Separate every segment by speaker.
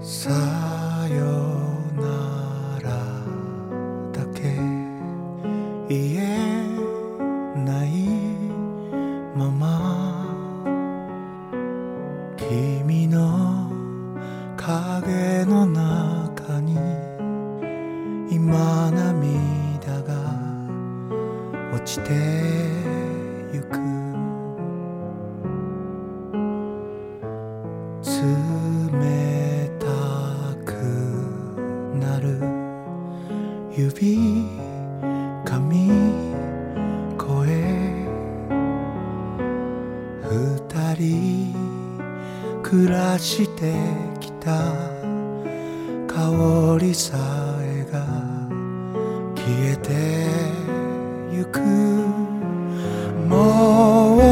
Speaker 1: さよならだけ言えないまま君の影の中に今涙が落ちてゆく冷たくなる指髪声二人暮らしてきた香りさえが消えてゆくもう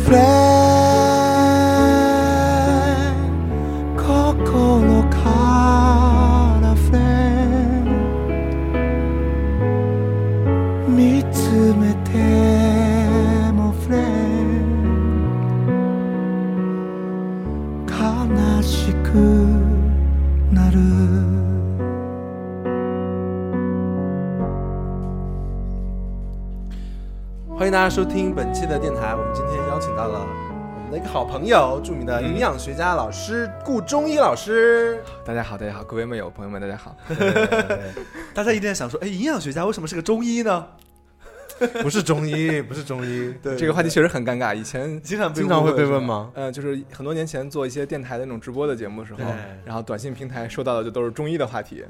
Speaker 1: フレン心からフレン見つめてもフレン悲しくなる
Speaker 2: 欢迎大家收听本期的电台。我们今天邀请到了我们的一个好朋友，著名的营养学家老师顾中医老师。
Speaker 3: 大家好，大家好，各位妹友朋友们，大家 好。
Speaker 2: 大家一定在想说，哎，营养学家为什么是个中医 呢？
Speaker 4: 不是中医，不是中医，
Speaker 2: 对
Speaker 3: 这个话题确实很尴尬，以前
Speaker 2: 经常被
Speaker 4: 经常会被
Speaker 2: 是吧
Speaker 4: 问？吗？
Speaker 3: 呃，就是很多年前做一些电台的那种直播的节目的时候，然后短信平台收到的就都是中医的话题，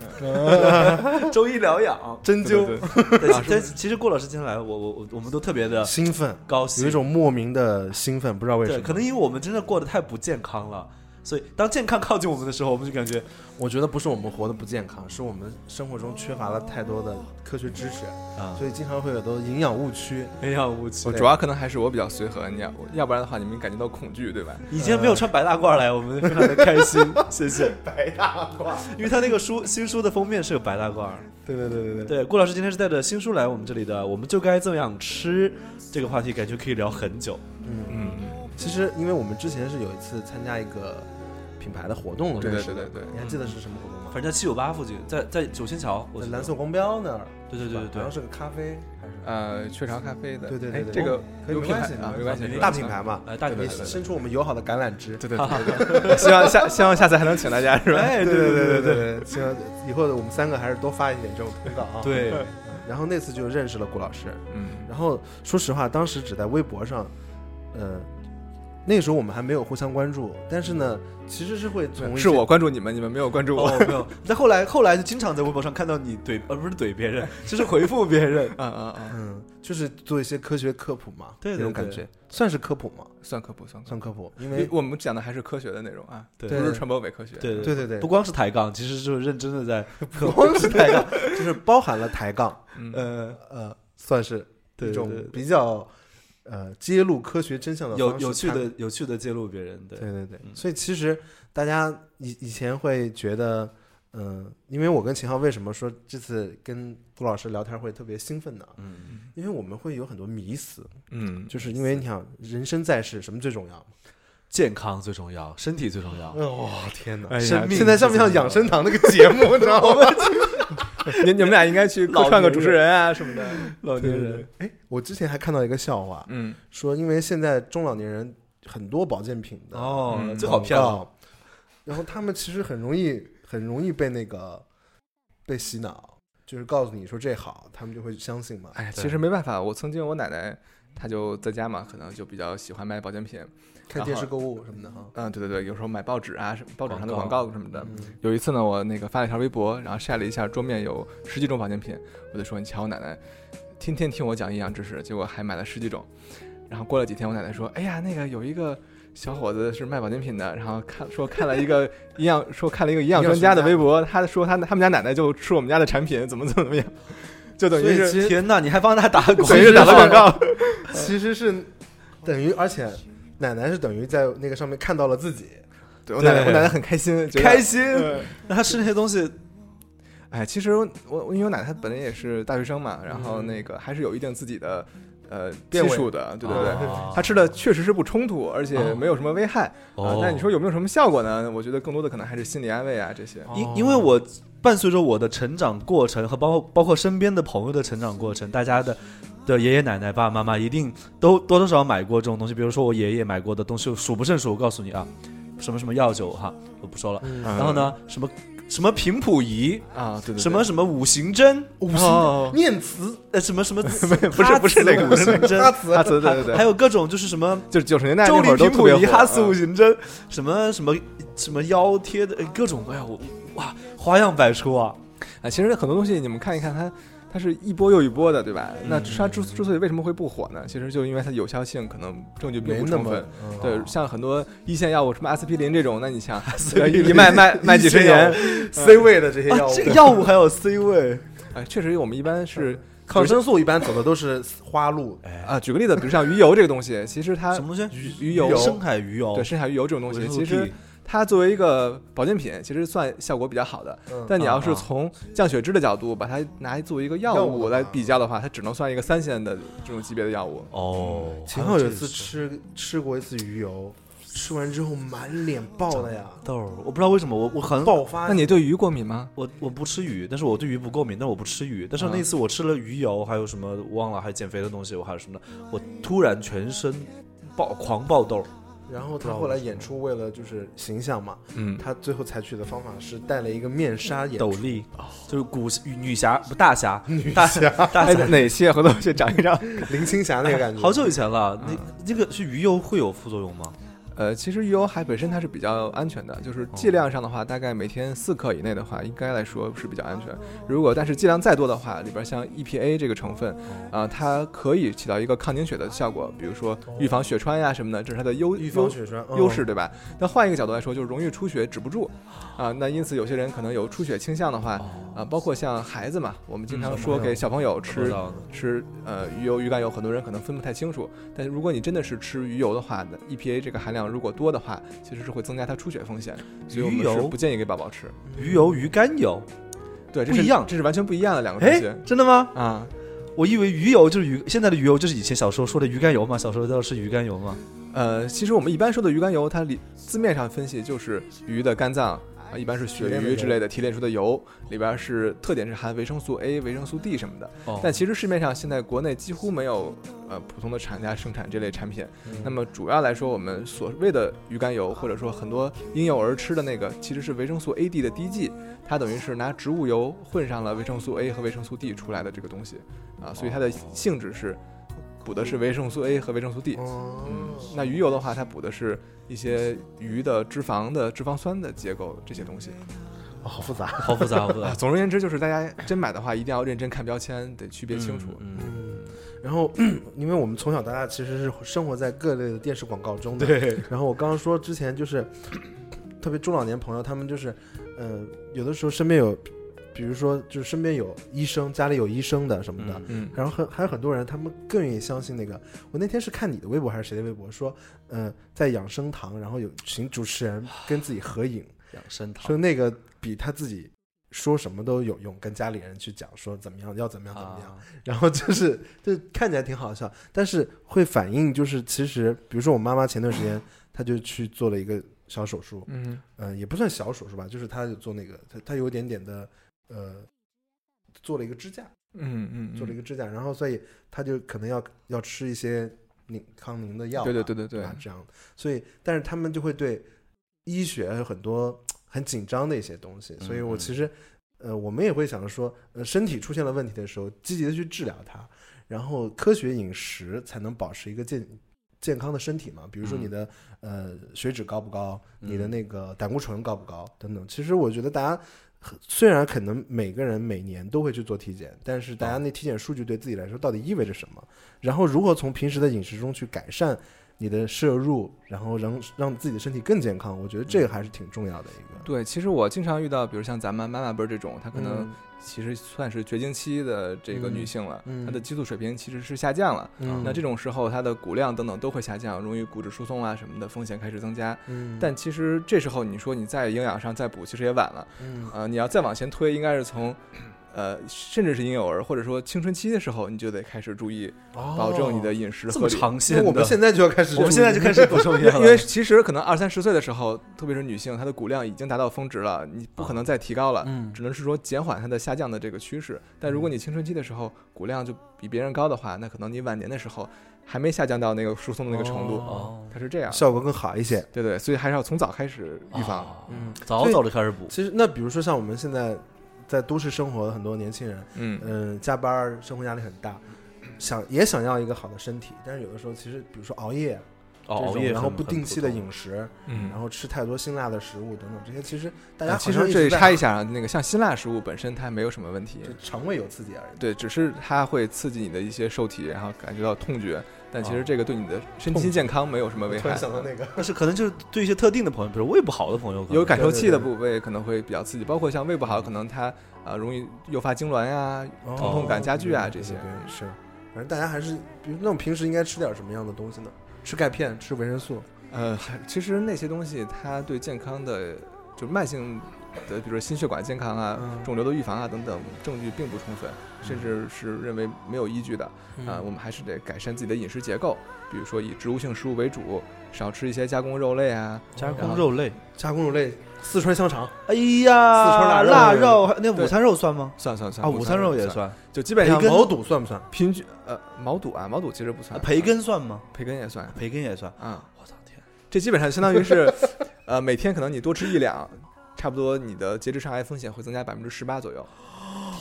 Speaker 3: 嗯
Speaker 2: 中医疗养，
Speaker 4: 针
Speaker 3: 对
Speaker 4: 灸，
Speaker 3: 对对
Speaker 2: 对，其实其实顾老师今天来，我我我我们都特别的
Speaker 4: 兴奋，
Speaker 2: 高兴，
Speaker 4: 有一种莫名的兴奋，不知道为什
Speaker 2: 对，
Speaker 4: 么。
Speaker 2: 可能因为我们真的过得太不健康了。所以，当健康靠近我们的时候，我们就感觉
Speaker 4: 我觉得不是我们活得不健康，是我们生活中缺乏了太多的科学知识，
Speaker 2: 啊，
Speaker 4: 所以经常会有很多营养误区。
Speaker 2: 营养无期
Speaker 3: 我。主要可能还是我比较随和，你要要不然的话你们感觉到恐惧，对吧？
Speaker 2: 你今天没有穿白大褂来，我们非常的开心，谢谢。
Speaker 4: 白大褂，
Speaker 2: 因为他那个书新书的封面是个白大褂。
Speaker 4: 对对对对对，
Speaker 2: 对，顾老师今天是带着新书来我们这里的，我们就该这样吃这个话题，感觉可以聊很久。
Speaker 3: 嗯，
Speaker 4: 其实因为我们之前是有一次参加一个品牌的活动，
Speaker 3: 对对
Speaker 4: 认识的
Speaker 3: 对对对
Speaker 4: 你还记得是什么活动吗？
Speaker 2: 反正在七九八附近，在在九仙桥，我
Speaker 3: 嗯
Speaker 4: 在
Speaker 2: 记得
Speaker 4: 蓝色光标那儿，
Speaker 2: 对对对
Speaker 4: 好像
Speaker 2: 对
Speaker 4: 是个咖啡还是
Speaker 3: 呃，雀巢咖啡的，
Speaker 4: 对对对
Speaker 3: 哎
Speaker 4: 对
Speaker 3: 这个
Speaker 4: 可以
Speaker 3: 有
Speaker 4: 没
Speaker 3: 品
Speaker 4: 关
Speaker 3: 牌
Speaker 4: 系
Speaker 3: 啊，呃没关系，
Speaker 4: 大品牌嘛，
Speaker 2: 哎大品牌
Speaker 4: 你伸出我们友好的橄榄枝。
Speaker 3: 对，对对对对 对，希望下希望下次还能请大家是
Speaker 2: 对，
Speaker 3: 吧？
Speaker 2: 哎，
Speaker 4: 对
Speaker 2: 对对
Speaker 4: 对
Speaker 2: 对对
Speaker 4: 对对，希望以后我们三个还是多发一点这种通告啊。，
Speaker 2: 对对，
Speaker 4: 然后那次就认识了顾老师，
Speaker 3: 嗯，
Speaker 4: 然后说实话，当时只在微博上，呃，那个时候我们还没有互相关注，但是呢，其实是会从一
Speaker 3: 是
Speaker 4: 些
Speaker 3: 我关注你们，你们没有关注我，
Speaker 2: 哦没有，但后来后来就经常在微博上看到你怼，呃不是怼别人， 就是回复别人。
Speaker 3: 嗯嗯嗯，
Speaker 4: 嗯，就是做一些科学科普嘛，
Speaker 2: 对对
Speaker 4: 那种感
Speaker 2: 对
Speaker 4: 觉，算是科普吗？
Speaker 3: 算科普算科
Speaker 4: 算科普，因
Speaker 3: 普，因
Speaker 4: 为
Speaker 3: 为我们讲的还是科学的内容啊，
Speaker 2: 对
Speaker 3: 不是传播伪科 学，
Speaker 2: 对
Speaker 4: 对对对
Speaker 2: 不，光是抬杠，其实就是认真的在
Speaker 4: 不光是抬杠， 就是包含了抬杠，
Speaker 3: 嗯，
Speaker 2: 呃
Speaker 4: 呃，算是
Speaker 2: 对
Speaker 4: 一种
Speaker 2: 对对
Speaker 4: 比较呃揭露科学真相的
Speaker 2: 有
Speaker 4: 方式
Speaker 2: 有趣
Speaker 4: 看
Speaker 2: 的有趣的揭露别人，对
Speaker 4: 对对对，
Speaker 2: 嗯
Speaker 4: 所以其实大家以以前会觉得，嗯、因为我跟秦昊为什么说这次跟顾老师聊天会特别兴奋呢？
Speaker 2: 嗯，
Speaker 4: 因为我们会有很多迷思，
Speaker 3: 嗯，
Speaker 4: 就是因为你想人生在世，什么最重要？
Speaker 2: 健康最重要，身体最重 要。
Speaker 4: 哦天哪！
Speaker 3: 哎呀
Speaker 2: 生命
Speaker 4: 现在像不像养生堂那个节 目，你知道吗？
Speaker 3: 你你们俩应该去客串个主持人啊什么的。
Speaker 2: 老
Speaker 4: 对对对，哎，我之前还看到一个笑话，
Speaker 3: 嗯，
Speaker 4: 说因为现在中老年人很多保健品的
Speaker 2: 哦，
Speaker 3: 嗯
Speaker 2: 这好
Speaker 4: 骗
Speaker 2: 漂亮。
Speaker 4: 啊！然后他们其实很容易很容易被那个被洗脑，就是告诉你说这好，他们就会相信嘛。
Speaker 3: 哎呀，
Speaker 2: 对
Speaker 3: 其实没办法，我曾经我奶奶她就在家嘛，可能就比较喜欢买保健品。
Speaker 4: 看电视购物什么的哈。
Speaker 3: 嗯，对对对，有时候买报纸啊，什么报纸上的
Speaker 2: 广
Speaker 3: 广
Speaker 2: 告
Speaker 3: 告什么的。
Speaker 4: 嗯
Speaker 3: 有一次呢，我那个发了一条微博，然后晒了一下桌面有十几种保健品，我就说你瞧我奶奶，天天听我讲营养知识，结果还买了十几种。然后过了几天，我奶奶说，哎呀，那个有一个小伙子是卖保健品的，然后看说看了一个营养说看了一个营养专家的微博，他说他他们家奶奶就吃我们家的产品，怎么怎么怎么样，就等于
Speaker 4: 所以
Speaker 3: 是
Speaker 4: 其实
Speaker 2: 天哪，你还帮他打广告？
Speaker 3: 随着打了广告，
Speaker 4: 其实是 等于，而且奶奶是等于在那个上面看到了自己，
Speaker 3: 对我奶奶
Speaker 2: 对
Speaker 3: 我奶奶很开心，觉得
Speaker 2: 开心。
Speaker 3: 对
Speaker 2: 那他吃那些东西，嗯
Speaker 3: 哎，其实我我因为我奶奶她本来也是大学生嘛，然后那个还是有一定自己的呃
Speaker 5: 变
Speaker 3: 技
Speaker 5: 味
Speaker 3: 术的，对对对。
Speaker 2: 哦
Speaker 3: 他吃的确实是不冲突，而且
Speaker 2: 哦
Speaker 3: 没有什么危害啊
Speaker 2: 哦。
Speaker 3: 但你说有没有什么效果呢？我觉得更多的可能还是心理安慰啊这些。
Speaker 2: 因因为我伴随着我的成长过程和包括包括身边的朋友的成长过程，大家的的爷爷奶奶、爸爸妈妈一定都多多少少买过这种东西。比如说我爷爷买过的东西数不胜数，我告诉你啊，什么什么药酒哈，我不说了。嗯然后呢，什么什么频谱仪，
Speaker 3: 啊，嗯对对，对
Speaker 2: 什么什么五行针，五
Speaker 3: 哦，
Speaker 5: 念慈
Speaker 2: 呃什么什么不
Speaker 3: 不是不是那个
Speaker 2: 五行 针，
Speaker 5: 阿慈
Speaker 3: 啊，对对对
Speaker 2: 还
Speaker 3: 对，
Speaker 2: 有各种就是什么
Speaker 3: 就是九十年代
Speaker 2: 周
Speaker 3: 那会
Speaker 2: 礼
Speaker 3: 儿都
Speaker 2: 频
Speaker 3: 特
Speaker 2: 谱
Speaker 3: 别
Speaker 2: 仪、
Speaker 3: 火
Speaker 2: 哈四五
Speaker 3: 啊
Speaker 2: 行针，什么什么什么腰贴的，呃各种哎呀我哇花样百出啊！
Speaker 3: 啊，其实很多东西你们看一看它。它是一波又一波的，对吧？那它之之所以为什么会不火呢？其实就因为它有效性可能证据并
Speaker 4: 没
Speaker 3: 不
Speaker 4: 那
Speaker 3: 充
Speaker 4: 么
Speaker 3: 分。
Speaker 4: 嗯
Speaker 3: 对，像很多一线药物，什么阿司匹林这种，那你想
Speaker 4: 匹
Speaker 3: 一
Speaker 4: 林
Speaker 3: 卖卖卖几十年，
Speaker 4: 嗯
Speaker 5: C 位的这些
Speaker 2: 啊
Speaker 5: 药物，
Speaker 2: 这个药物还有 C 位，
Speaker 3: 啊，确实我们一般是
Speaker 4: 抗生素一般走的都是花路，
Speaker 3: 啊，举个例子，比如像鱼油这个东西，其实它
Speaker 2: 什么东西？
Speaker 3: 啊鱼油
Speaker 2: 深海鱼油
Speaker 3: 对，深海鱼油这种东西，
Speaker 2: 维生素
Speaker 3: 其实
Speaker 2: P
Speaker 3: 它作为一个保健品，其实算效果比较好的。
Speaker 4: 嗯
Speaker 3: 但你要
Speaker 4: 啊
Speaker 3: 是从降血脂的角度把它拿作为一个药
Speaker 4: 药物
Speaker 3: 物
Speaker 4: 的
Speaker 3: 来
Speaker 4: 话
Speaker 3: 比较的话，它只能算一个三线的这种级别的药物。
Speaker 2: 哦，
Speaker 4: 秦昊有一次吃吃过一次鱼油，吃完之后满脸爆的呀，
Speaker 2: 豆儿，我不知道为什么我我很
Speaker 4: 爆发。
Speaker 3: 那你对鱼过敏吗？
Speaker 2: 我我不吃鱼，但是我对鱼不过敏，但是我不吃鱼。但是
Speaker 3: 嗯
Speaker 2: 那次我吃了鱼油，还有什么忘了，还有减肥的东西，我还有什么的，我突然全身爆狂爆痘儿，
Speaker 4: 然后他后来演出为了就是形象嘛，
Speaker 3: 嗯，
Speaker 4: 他最后采取的方法是戴了一个面纱演
Speaker 2: 斗
Speaker 4: 出。
Speaker 2: 笠，就是古女女侠不大侠，
Speaker 4: 女
Speaker 2: 大
Speaker 4: 侠
Speaker 2: 大
Speaker 3: 哎
Speaker 2: 侠，，
Speaker 3: 哪些回头去找一找。
Speaker 4: 林青霞那个感 觉，
Speaker 2: 好久以前了，那那个是鱼油会有副作用吗？
Speaker 3: 呃，其实鱼油还本身它是比较安全的，就是剂量上的话，大概每天四克以内的话，应该来说是比较安全。如果但是剂量再多的话，里边像 EPA 这个成分，
Speaker 4: 嗯
Speaker 3: 啊、它可以起到一个抗凝血的效果，比如说预防血栓呀、什么的，这是它的优
Speaker 4: 预
Speaker 3: 优
Speaker 4: 防血栓
Speaker 2: 嗯
Speaker 3: 优势，对吧？那换一个角度来说，就是容易出血止不住啊。那因此有些人可能有出血倾向的
Speaker 2: 哦
Speaker 3: 话啊，包括像孩子嘛，我们经常
Speaker 2: 嗯
Speaker 3: 说给小朋友
Speaker 2: 不知
Speaker 3: 吃
Speaker 2: 道呢
Speaker 3: 吃呃鱼油、鱼肝油，很多人可能分不太清楚。但是如果你真的是吃鱼油的话，那 EPA 这个含量如果多的话，其实是会增加它出血风险，所以我们
Speaker 2: 鱼
Speaker 3: 是
Speaker 2: 油
Speaker 3: 不建议给宝宝吃。
Speaker 2: 鱼油、鱼肝油，
Speaker 3: 对，这
Speaker 2: 不
Speaker 3: 是
Speaker 2: 一样
Speaker 3: 这是完全不一样的两个东
Speaker 2: 哎
Speaker 3: 西，
Speaker 2: 真的吗？
Speaker 3: 啊。
Speaker 2: 我以为鱼油就是鱼，现在的鱼油就是以前小时候说的鱼肝油嘛，小时候都是鱼肝油嘛。
Speaker 3: 呃，其实我们一般说的鱼肝油，它里字面上分析就是鱼的肝脏啊，一般是鳕鱼之类的提炼出的油，里边是特点是含维生素 A、维生素 D 什么的。
Speaker 2: 哦
Speaker 3: 但其实市面上现在国内几乎没有呃普通的厂家生产这类产品。那么主要来说，我们所谓的鱼肝油，或者说很多婴幼儿吃的那个，其实是维生素 A、D 的滴剂，它等于是拿植物油混上了维生素 A 和维生素 D 出来的这个东西啊，所以它的性质是补的是维生素 A 和维生素 D。嗯，
Speaker 4: 哦
Speaker 3: 那鱼油的话，它补的是一些鱼的脂肪的脂肪酸的结构这些东西。
Speaker 4: 哦好复杂。
Speaker 2: 好复杂，好复杂
Speaker 3: 啊，。总而言之，就是大家真买的话，一定要认真看标签，得区别清楚。
Speaker 2: 嗯，
Speaker 4: 然后， 因为我们从小到大其实是生活在各类的电视广告中的。对。然后我刚刚说之前就是， 特别中老年朋友，他们就是，呃，有的时候身边有，比如说就是身边有医生，家里有医生的什么的，
Speaker 2: 嗯
Speaker 3: 嗯
Speaker 4: 然后很还有很多人，他们更愿意相信那个。我那天是看你的微博还是谁的微博，说，呃，在养生堂，然后有请主持
Speaker 2: 啊
Speaker 4: 人跟自己合影，
Speaker 2: 养生堂
Speaker 4: 说那个比他自己说什么都有用，跟家里人去讲说怎么样，要怎么样怎么样。
Speaker 2: 啊，
Speaker 4: 然后就是就看起来挺好笑，但是会反映就是其实，比如说我妈妈前段时间她就去做了一个小手术，
Speaker 3: 嗯
Speaker 4: 呃，也不算小手术吧，就是她有做那个她她有一点点的呃，做了一个支架。
Speaker 3: 嗯嗯，
Speaker 4: 做了一个支架，然后所以他就可能要要吃一些宁康宁的药啊，
Speaker 3: 对对对对对
Speaker 4: 啊这样，所以但是他们就会对医学有很多很紧张的一些东西，所以
Speaker 3: 嗯
Speaker 4: 我其实呃我们也会想着说，呃身体出现了问题的时候，积极的去治疗它，然后科学饮食才能保持一个健。健康的身体嘛，比如说你
Speaker 3: 嗯
Speaker 4: 的、呃血脂高不高，你的那个胆固醇高不高等等。其实我觉得大家虽然可能每个人每年都会去做体检，但是大家那体检数据对自己来说到底意味着什么？然后如何从平时的饮食中去改善你的摄入，然后让让自己的身体更健康？我觉得这个还是挺重要的一个。
Speaker 3: 对，其实我经常遇到，比如像咱们妈妈辈儿这种，她可能
Speaker 4: 嗯
Speaker 3: 其实算是绝经期的这个女性了，
Speaker 4: 嗯嗯
Speaker 3: 她的激素水平其实是下降了。
Speaker 4: 嗯
Speaker 3: 那这种时候，她的骨量等等都会下降，容易骨质疏松啊什么的风险开始增加。
Speaker 4: 嗯
Speaker 3: 但其实这时候你说你在营养上再补，其实也晚了。
Speaker 4: 嗯
Speaker 3: 呃，你要再往前推，应该是从 呃，甚至是婴幼儿或者说青春期的时候，你就得开始注意保证你的饮食
Speaker 2: 这
Speaker 3: 合
Speaker 2: 么
Speaker 3: 理。
Speaker 2: 长线
Speaker 4: 哦那
Speaker 2: 的，
Speaker 4: 我们现在就要开始，
Speaker 2: 我们现在就开始补充一下了，
Speaker 3: 因为其实可能二三十岁的时候，特别是女性，她的骨量已经达到峰值了，你不可能再提高了，
Speaker 2: 嗯
Speaker 3: 只能是说减缓它的下降的这个趋势。但如果你青春期的时候骨量就比别人高的话，那可能你晚年的时候还没下降到那个疏松的那个程度，
Speaker 2: 哦，
Speaker 3: 它是这样。
Speaker 4: 效果更好一些。
Speaker 3: 对对，所以还是要从早开始预防。
Speaker 2: 嗯
Speaker 4: 嗯，
Speaker 2: 早早的开始补，
Speaker 4: 其实，那比如说像我们现在在都市生活，的很多年轻人，
Speaker 3: 嗯，
Speaker 4: 嗯、加班儿，生活压力很大，想也想要一个好的身体，但是有的时候其实，比如说熬
Speaker 3: 哦
Speaker 4: 夜，这种
Speaker 2: 熬夜，
Speaker 4: 然后不定期的，饮食，
Speaker 3: 嗯
Speaker 4: 然后吃太多辛辣的食物等等，这些其实大
Speaker 3: 啊
Speaker 4: 家
Speaker 3: 其
Speaker 4: 好
Speaker 3: 实
Speaker 4: 像
Speaker 3: 这里
Speaker 4: 直在
Speaker 3: 插一下啊，那个像辛辣食物本身它没有什么问题，
Speaker 4: 就肠胃有刺激而已。
Speaker 3: 对，只是它会刺激你的一些受体，然后感觉到痛觉，但其实这个对你的身
Speaker 4: 哦痛觉
Speaker 3: 心健康没有什么危
Speaker 4: 突
Speaker 3: 害
Speaker 4: 然。想到那个，
Speaker 2: 但是可能就是对一些特定的朋友，比如胃不好的朋友，可能
Speaker 3: 有感受器的
Speaker 4: 对
Speaker 3: 部位可能会比较刺激，包括像胃不好，可能它啊容易诱发痉挛呀，疼 痛感加剧啊
Speaker 4: 哦
Speaker 3: 这些
Speaker 4: 对对对是。反正大家还是，比如那我们平时应该吃点什么样的东西呢？吃钙片，吃维生素，
Speaker 3: 呃，还其实那些东西它对健康的就慢性的，比如说心血管健康啊
Speaker 4: 嗯、
Speaker 3: 肿瘤的预防啊等等，证据并不充分，甚至是认为没有依据的。
Speaker 2: 嗯
Speaker 4: 嗯
Speaker 3: 啊、我们还是得改善自己的饮食结构，比如说以植物性食物为主，少吃一些加工肉类啊。
Speaker 2: 加工肉类，
Speaker 4: 加工肉类，四川香肠，
Speaker 2: 哎呀，
Speaker 4: 四川
Speaker 2: 腊
Speaker 4: 腊
Speaker 2: 肉
Speaker 4: 肉，
Speaker 2: 那午餐肉算吗？
Speaker 3: 算算算
Speaker 2: 啊，午餐肉也
Speaker 3: 算，
Speaker 2: 算，
Speaker 3: 就基本
Speaker 4: 培
Speaker 3: 上
Speaker 4: 根、
Speaker 3: 毛
Speaker 4: 毛肚算不算？
Speaker 3: 平均呃毛肚啊，毛肚其实不算，
Speaker 2: 啊培根算吗？
Speaker 3: 培根也算
Speaker 2: 培根也算。
Speaker 3: 啊、
Speaker 2: 我操天！
Speaker 3: 这基本上相当于是， 呃每天可能你多吃一两，差不多你的结直肠癌风险会增加百分之十八左右，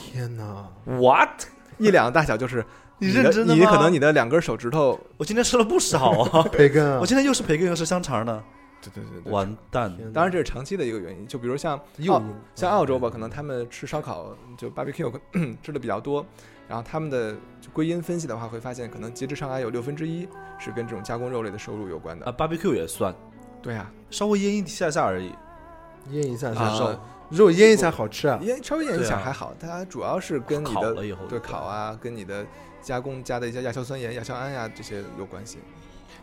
Speaker 4: 天哪！
Speaker 2: What？
Speaker 3: 一两大小就是
Speaker 2: 你
Speaker 3: 的
Speaker 2: 认真的
Speaker 3: 你
Speaker 2: 吗
Speaker 3: 可能你的两根手指头，
Speaker 2: 我今天吃了不少 啊！
Speaker 4: 培根啊
Speaker 2: 我！今天又是培根又是香肠呢，
Speaker 3: 对对对对，
Speaker 2: 完蛋！
Speaker 4: 天哪
Speaker 3: 当然这是长期的一个原因，就比如像
Speaker 4: 诱
Speaker 3: 澳
Speaker 4: 因
Speaker 3: 像澳洲吧，可能他们吃烧烤就 barbecue 可吃的比较多，然后他们的就归因分析的话，会发现可能结直肠癌有六分之一是跟这种加工肉类的收入有关的。
Speaker 2: 啊，barbecue 也算，
Speaker 3: 对啊，
Speaker 2: 稍微腌一下下而已。
Speaker 4: 腌一下
Speaker 3: 啊
Speaker 4: 是肉，肉腌一下好吃啊！
Speaker 3: 腌稍微腌一
Speaker 2: 对
Speaker 3: 下
Speaker 2: 啊
Speaker 3: 还好，它主要是跟你
Speaker 2: 烤
Speaker 3: 的
Speaker 2: 了以后就
Speaker 3: 对烤啊，跟你的加工加的一些亚硝酸盐、亚硝胺呀、这些有关系。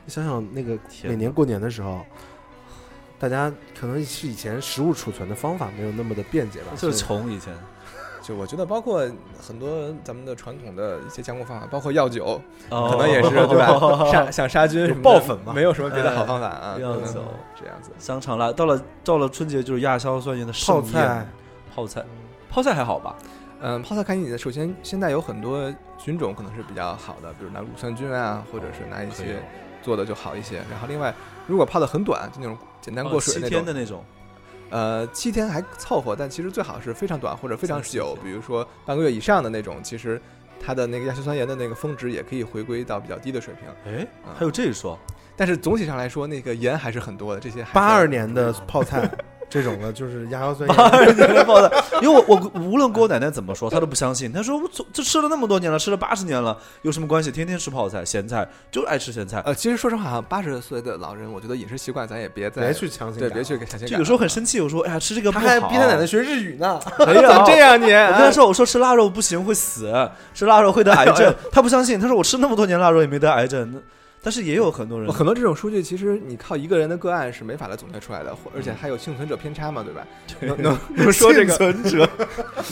Speaker 4: 你想想那个
Speaker 2: 天哪
Speaker 4: 每年过年的时候，大家可能是以前食物储存的方法没有那么的便捷吧，
Speaker 2: 就是
Speaker 4: 所以
Speaker 2: 穷以前，
Speaker 3: 就我觉得，包括很多咱们的传统的一些加工方法，包括药酒，
Speaker 2: 可
Speaker 3: 可能也哦 是啊 对吧？杀想杀菌什么的
Speaker 2: 哦爆粉嘛哎
Speaker 3: 没有什么别的好方法啊。
Speaker 2: 药
Speaker 3: 可能
Speaker 2: 酒
Speaker 3: 这样子，
Speaker 2: 香肠啦，到了到了春节就是亚硝酸盐的
Speaker 4: 泡
Speaker 2: 盛
Speaker 4: 菜
Speaker 2: 宴，泡菜，泡菜还好吧？
Speaker 3: 嗯，泡菜看你的，首先现在有很多菌种可能是比较好的，比如拿乳酸菌啊，或者是拿一
Speaker 2: 可以
Speaker 3: 些
Speaker 2: 哦
Speaker 3: 做的就好一些。然后另外，如果泡的很短，就那种简单过
Speaker 2: 哦
Speaker 3: 水
Speaker 2: 七
Speaker 3: 那
Speaker 2: 天
Speaker 3: 种，
Speaker 2: 的那种，
Speaker 3: 呃，七天还凑合，但其实最好是非常短或者非常
Speaker 2: 三四
Speaker 3: 久，
Speaker 2: 天
Speaker 3: 比如说半个月以上的那种，其实它的那个亚硝酸盐的那个峰值也可以回归到比较低的水平。
Speaker 2: 哎
Speaker 3: 嗯，
Speaker 2: 还有这一说，
Speaker 3: 但是总体上来说，那个盐还是很多的，这些还是
Speaker 4: 八
Speaker 3: 要
Speaker 4: 二年的 泡菜这种的，就是亚硝酸
Speaker 2: 八
Speaker 4: 盐。
Speaker 2: 二年的泡菜，因为我我无论跟我奶奶怎么说，她都不相信。她说我这吃了那么多年了，吃了八十年了，有什么关系？天天吃泡菜、咸菜，就是爱吃咸菜。
Speaker 3: 呃，其实说实话，好像八十岁的老人，我觉得饮食习惯咱也别再
Speaker 4: 别去强行
Speaker 3: 对
Speaker 4: 改，
Speaker 3: 别去给强行
Speaker 2: 就
Speaker 3: 改
Speaker 2: 啊有时候
Speaker 3: 了
Speaker 2: 很生气，我说哎呀吃这个不
Speaker 4: 他
Speaker 2: 好，
Speaker 4: 还逼他奶奶学日语呢。
Speaker 2: 没有
Speaker 3: 怎么这样你？
Speaker 2: 啊
Speaker 3: 啊
Speaker 2: 我跟他说，我说吃腊肉不行，会死，吃腊肉会得癌症。他不相信，他说我吃那么多年腊肉也没得癌症。那但是也有很多人，
Speaker 3: 很多这种数据，其实你靠一个人的个案是没法来总结出来的，或而且
Speaker 2: 嗯
Speaker 3: 还有幸存者偏差嘛，对吧？能能能说这个，
Speaker 2: 幸存者，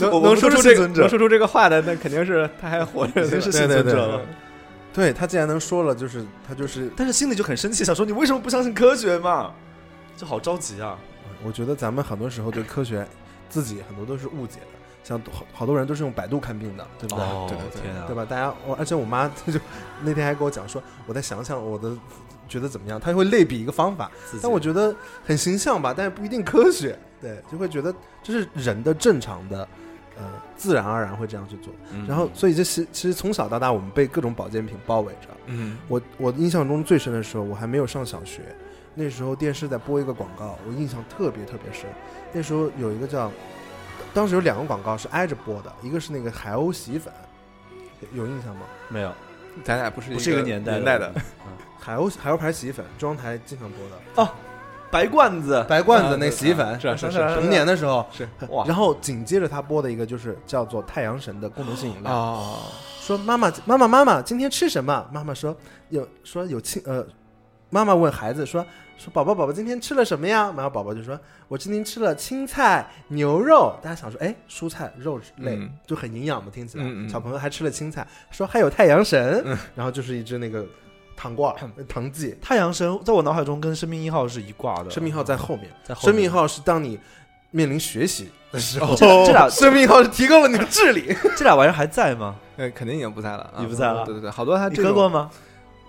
Speaker 2: 我
Speaker 3: 能
Speaker 2: 我不
Speaker 3: 能说
Speaker 2: 是
Speaker 3: 出这
Speaker 2: 幸
Speaker 3: 个
Speaker 2: 存者
Speaker 3: 能说出这个话的，那肯定是他还活着，
Speaker 2: 已经是幸存
Speaker 3: 对吧
Speaker 2: 者
Speaker 4: 对对
Speaker 2: 了
Speaker 4: 对。对他既然能说了，就是他就是，
Speaker 2: 但是心里就很生气，想说你为什么不相信科学嘛？就好着急啊！
Speaker 4: 我觉得咱们很多时候对科学自己很多都是误解的，像好好多人都是用百度看病的，对不对？
Speaker 3: 对对对
Speaker 2: 天啊
Speaker 4: 对吧？大家，我而且我妈就那天还跟我讲说，我再想想我的觉得怎么样，她会类比一个方法，
Speaker 2: 自己
Speaker 4: 但我觉得很形象吧，但是不一定科学。对，就会觉得这是人的正常的，呃，自然而然会这样去做。
Speaker 2: 嗯
Speaker 4: 然后，所以这其其实从小到大，我们被各种保健品包围着。
Speaker 3: 嗯，
Speaker 4: 我我印象中最深的时候，我还没有上小学，那时候电视在播一个广告，我印象特别特别深。那时候有一个叫，当时有两个广告是挨着播的，一个是那个海鸥洗衣粉，有印象吗？
Speaker 2: 没有
Speaker 3: 咱俩不是
Speaker 2: 不是一
Speaker 3: 个
Speaker 2: 个年代
Speaker 3: 代
Speaker 2: 的
Speaker 3: 的，
Speaker 4: 海鸥海鸥牌洗衣粉，中央台经常播的，
Speaker 2: 白罐子，
Speaker 4: 白罐子那洗衣粉，
Speaker 3: 啊是是是啊
Speaker 2: 是
Speaker 4: 童年的时候。
Speaker 3: 是
Speaker 2: 哇，
Speaker 4: 然后紧接着他播的一个就是叫做太阳神的功能性饮料，
Speaker 3: 哦，
Speaker 4: 说妈妈妈妈妈妈今天吃什么？妈妈说有说有青呃，妈妈问孩子说说宝宝宝宝今天吃了什么呀？然后宝宝就说我今天吃了青菜牛肉。大家想说，哎，蔬菜肉类、
Speaker 3: 嗯
Speaker 4: 就很营养嘛，听起来。
Speaker 3: 嗯嗯
Speaker 4: 小朋友还吃了青菜，说还有太阳神，然后就是一只那个糖罐儿、 糖剂。
Speaker 2: 太阳神在我脑海中跟生命一号是一挂的，
Speaker 4: 生命号在后面，
Speaker 2: 在后面
Speaker 4: 生命号是当你面临学习的时候，
Speaker 2: 这俩这俩
Speaker 4: 生命号是提供了你的智力。
Speaker 2: 这俩玩意儿还在吗？
Speaker 3: 呃，肯定已经不在了啊，
Speaker 2: 已不在了
Speaker 3: 对对对，好多他
Speaker 2: 你
Speaker 3: 这
Speaker 2: 喝
Speaker 3: 种
Speaker 2: 过吗？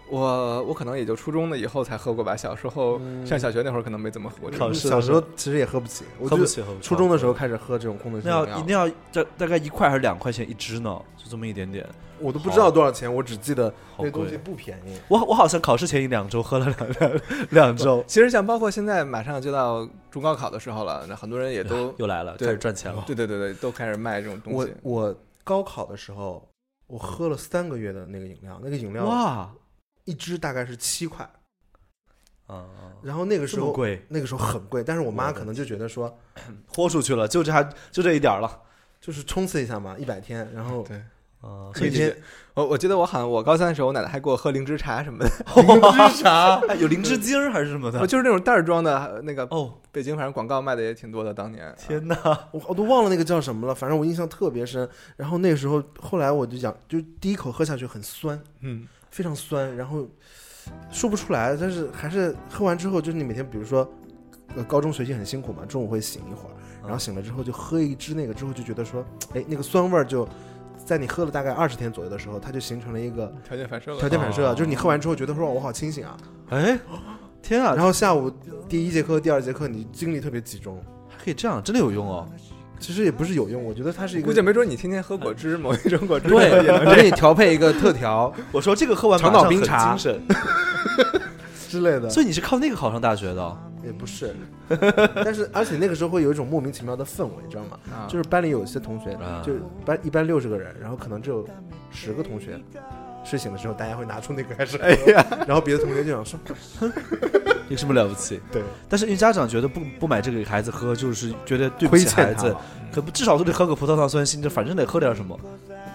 Speaker 3: 我我可能也就初中了以后才喝过吧，小时候上小学那会儿可能没怎么喝这
Speaker 2: 嗯
Speaker 3: 种。
Speaker 2: 考试
Speaker 4: 小时候其实也喝不起，我
Speaker 2: 哦喝
Speaker 4: 就
Speaker 2: 不起，喝不起。
Speaker 4: 初中的时候开始喝这种功能性
Speaker 2: 那
Speaker 4: 饮
Speaker 2: 要
Speaker 4: 料
Speaker 2: 那要大大概一块还是两块钱一支呢？就这么一点点，
Speaker 4: 我都不知道多少钱，我只记得
Speaker 2: 好
Speaker 4: 那东西
Speaker 2: 贵。
Speaker 4: 不便宜。
Speaker 2: 我我好像考试前一两周喝了两两 两周，
Speaker 3: 其实像包括现在马上就到中高考的时候了，那很多人也都
Speaker 2: 又来了，开
Speaker 3: 对
Speaker 2: 始赚钱了。
Speaker 3: 对对对对，都开始卖这种东
Speaker 4: 我
Speaker 3: 西。
Speaker 4: 我高考的时候，我喝了三个月的那个饮料，那个饮料
Speaker 2: 哇，
Speaker 4: 一支大概是七块，
Speaker 2: 啊，
Speaker 4: 然后那个
Speaker 2: 这
Speaker 4: 时
Speaker 2: 么
Speaker 4: 候
Speaker 2: 贵，
Speaker 4: 那个时候很贵，但是我
Speaker 2: 我
Speaker 4: 妈
Speaker 2: 的
Speaker 4: 可能就觉得说，
Speaker 2: 豁出去了，就这还就这一点儿了。
Speaker 4: 就是冲刺一下嘛，一百天，然后
Speaker 3: 对，
Speaker 2: 啊，
Speaker 3: 可以
Speaker 4: 每
Speaker 3: 理
Speaker 4: 天
Speaker 3: 解我我记得我好像我高三的时候，我奶奶还给我喝灵芝茶什么的，
Speaker 2: 是啥？哎有灵芝精儿还是什么
Speaker 3: 我
Speaker 2: 的？
Speaker 3: 就是那种袋儿装的，呃那个
Speaker 2: 哦，
Speaker 3: 北京反正广告卖的也挺多的，当年。啊
Speaker 2: 天哪！
Speaker 4: 我我都忘了那个叫什么了，反正我印象特别深。然后那个时候，后来我就讲，就第一口喝下去很酸，
Speaker 3: 嗯，
Speaker 4: 非常酸，然后说不出来，但是还是喝完之后，就是你每天比如说，呃，高中学习很辛苦嘛，中午会醒一会儿，然后醒了之后就喝一支那个，之后就觉得说，哎，那个酸味儿就在你喝了大概二十天左右的时候，它就形成了一个
Speaker 3: 啊条件反射了。
Speaker 4: 条件反射，
Speaker 2: 哦
Speaker 4: 就是你喝完之后觉得说，我好清醒啊。
Speaker 2: 哎，天啊，
Speaker 4: 然后下午第一节课、第二节课你精力特别集中，
Speaker 2: 还可以这样，真的有用哦。
Speaker 4: 其实也不是有用，我觉得它是一
Speaker 3: 估
Speaker 4: 个
Speaker 3: 计。没准你天天喝果汁，某一 种果汁
Speaker 4: 对，
Speaker 3: 也能
Speaker 4: 我给你调配一个特调
Speaker 2: 我说这个喝完
Speaker 4: 长
Speaker 2: 马上
Speaker 4: 岛冰
Speaker 2: 很
Speaker 4: 茶
Speaker 2: 精神，
Speaker 4: 之类 的，
Speaker 2: 所以你是靠那个考上大学的？哦
Speaker 4: 也不是。 但是而且那个时候会有一种莫名其妙的氛围，知道吗？
Speaker 3: 啊
Speaker 4: 就是班里有一些同学，
Speaker 2: 啊
Speaker 4: 就是班一班六十个人，然后可能只有十个同学睡醒的时候，大家会拿出那个开始喝，然后别的同学就想说，
Speaker 2: 有什么了不起？
Speaker 4: 对，
Speaker 2: 但是因为家长觉得不不买这个给孩子喝，就是觉得对不起孩子，可不至少都得喝个葡萄糖酸锌，这反正得喝点什么。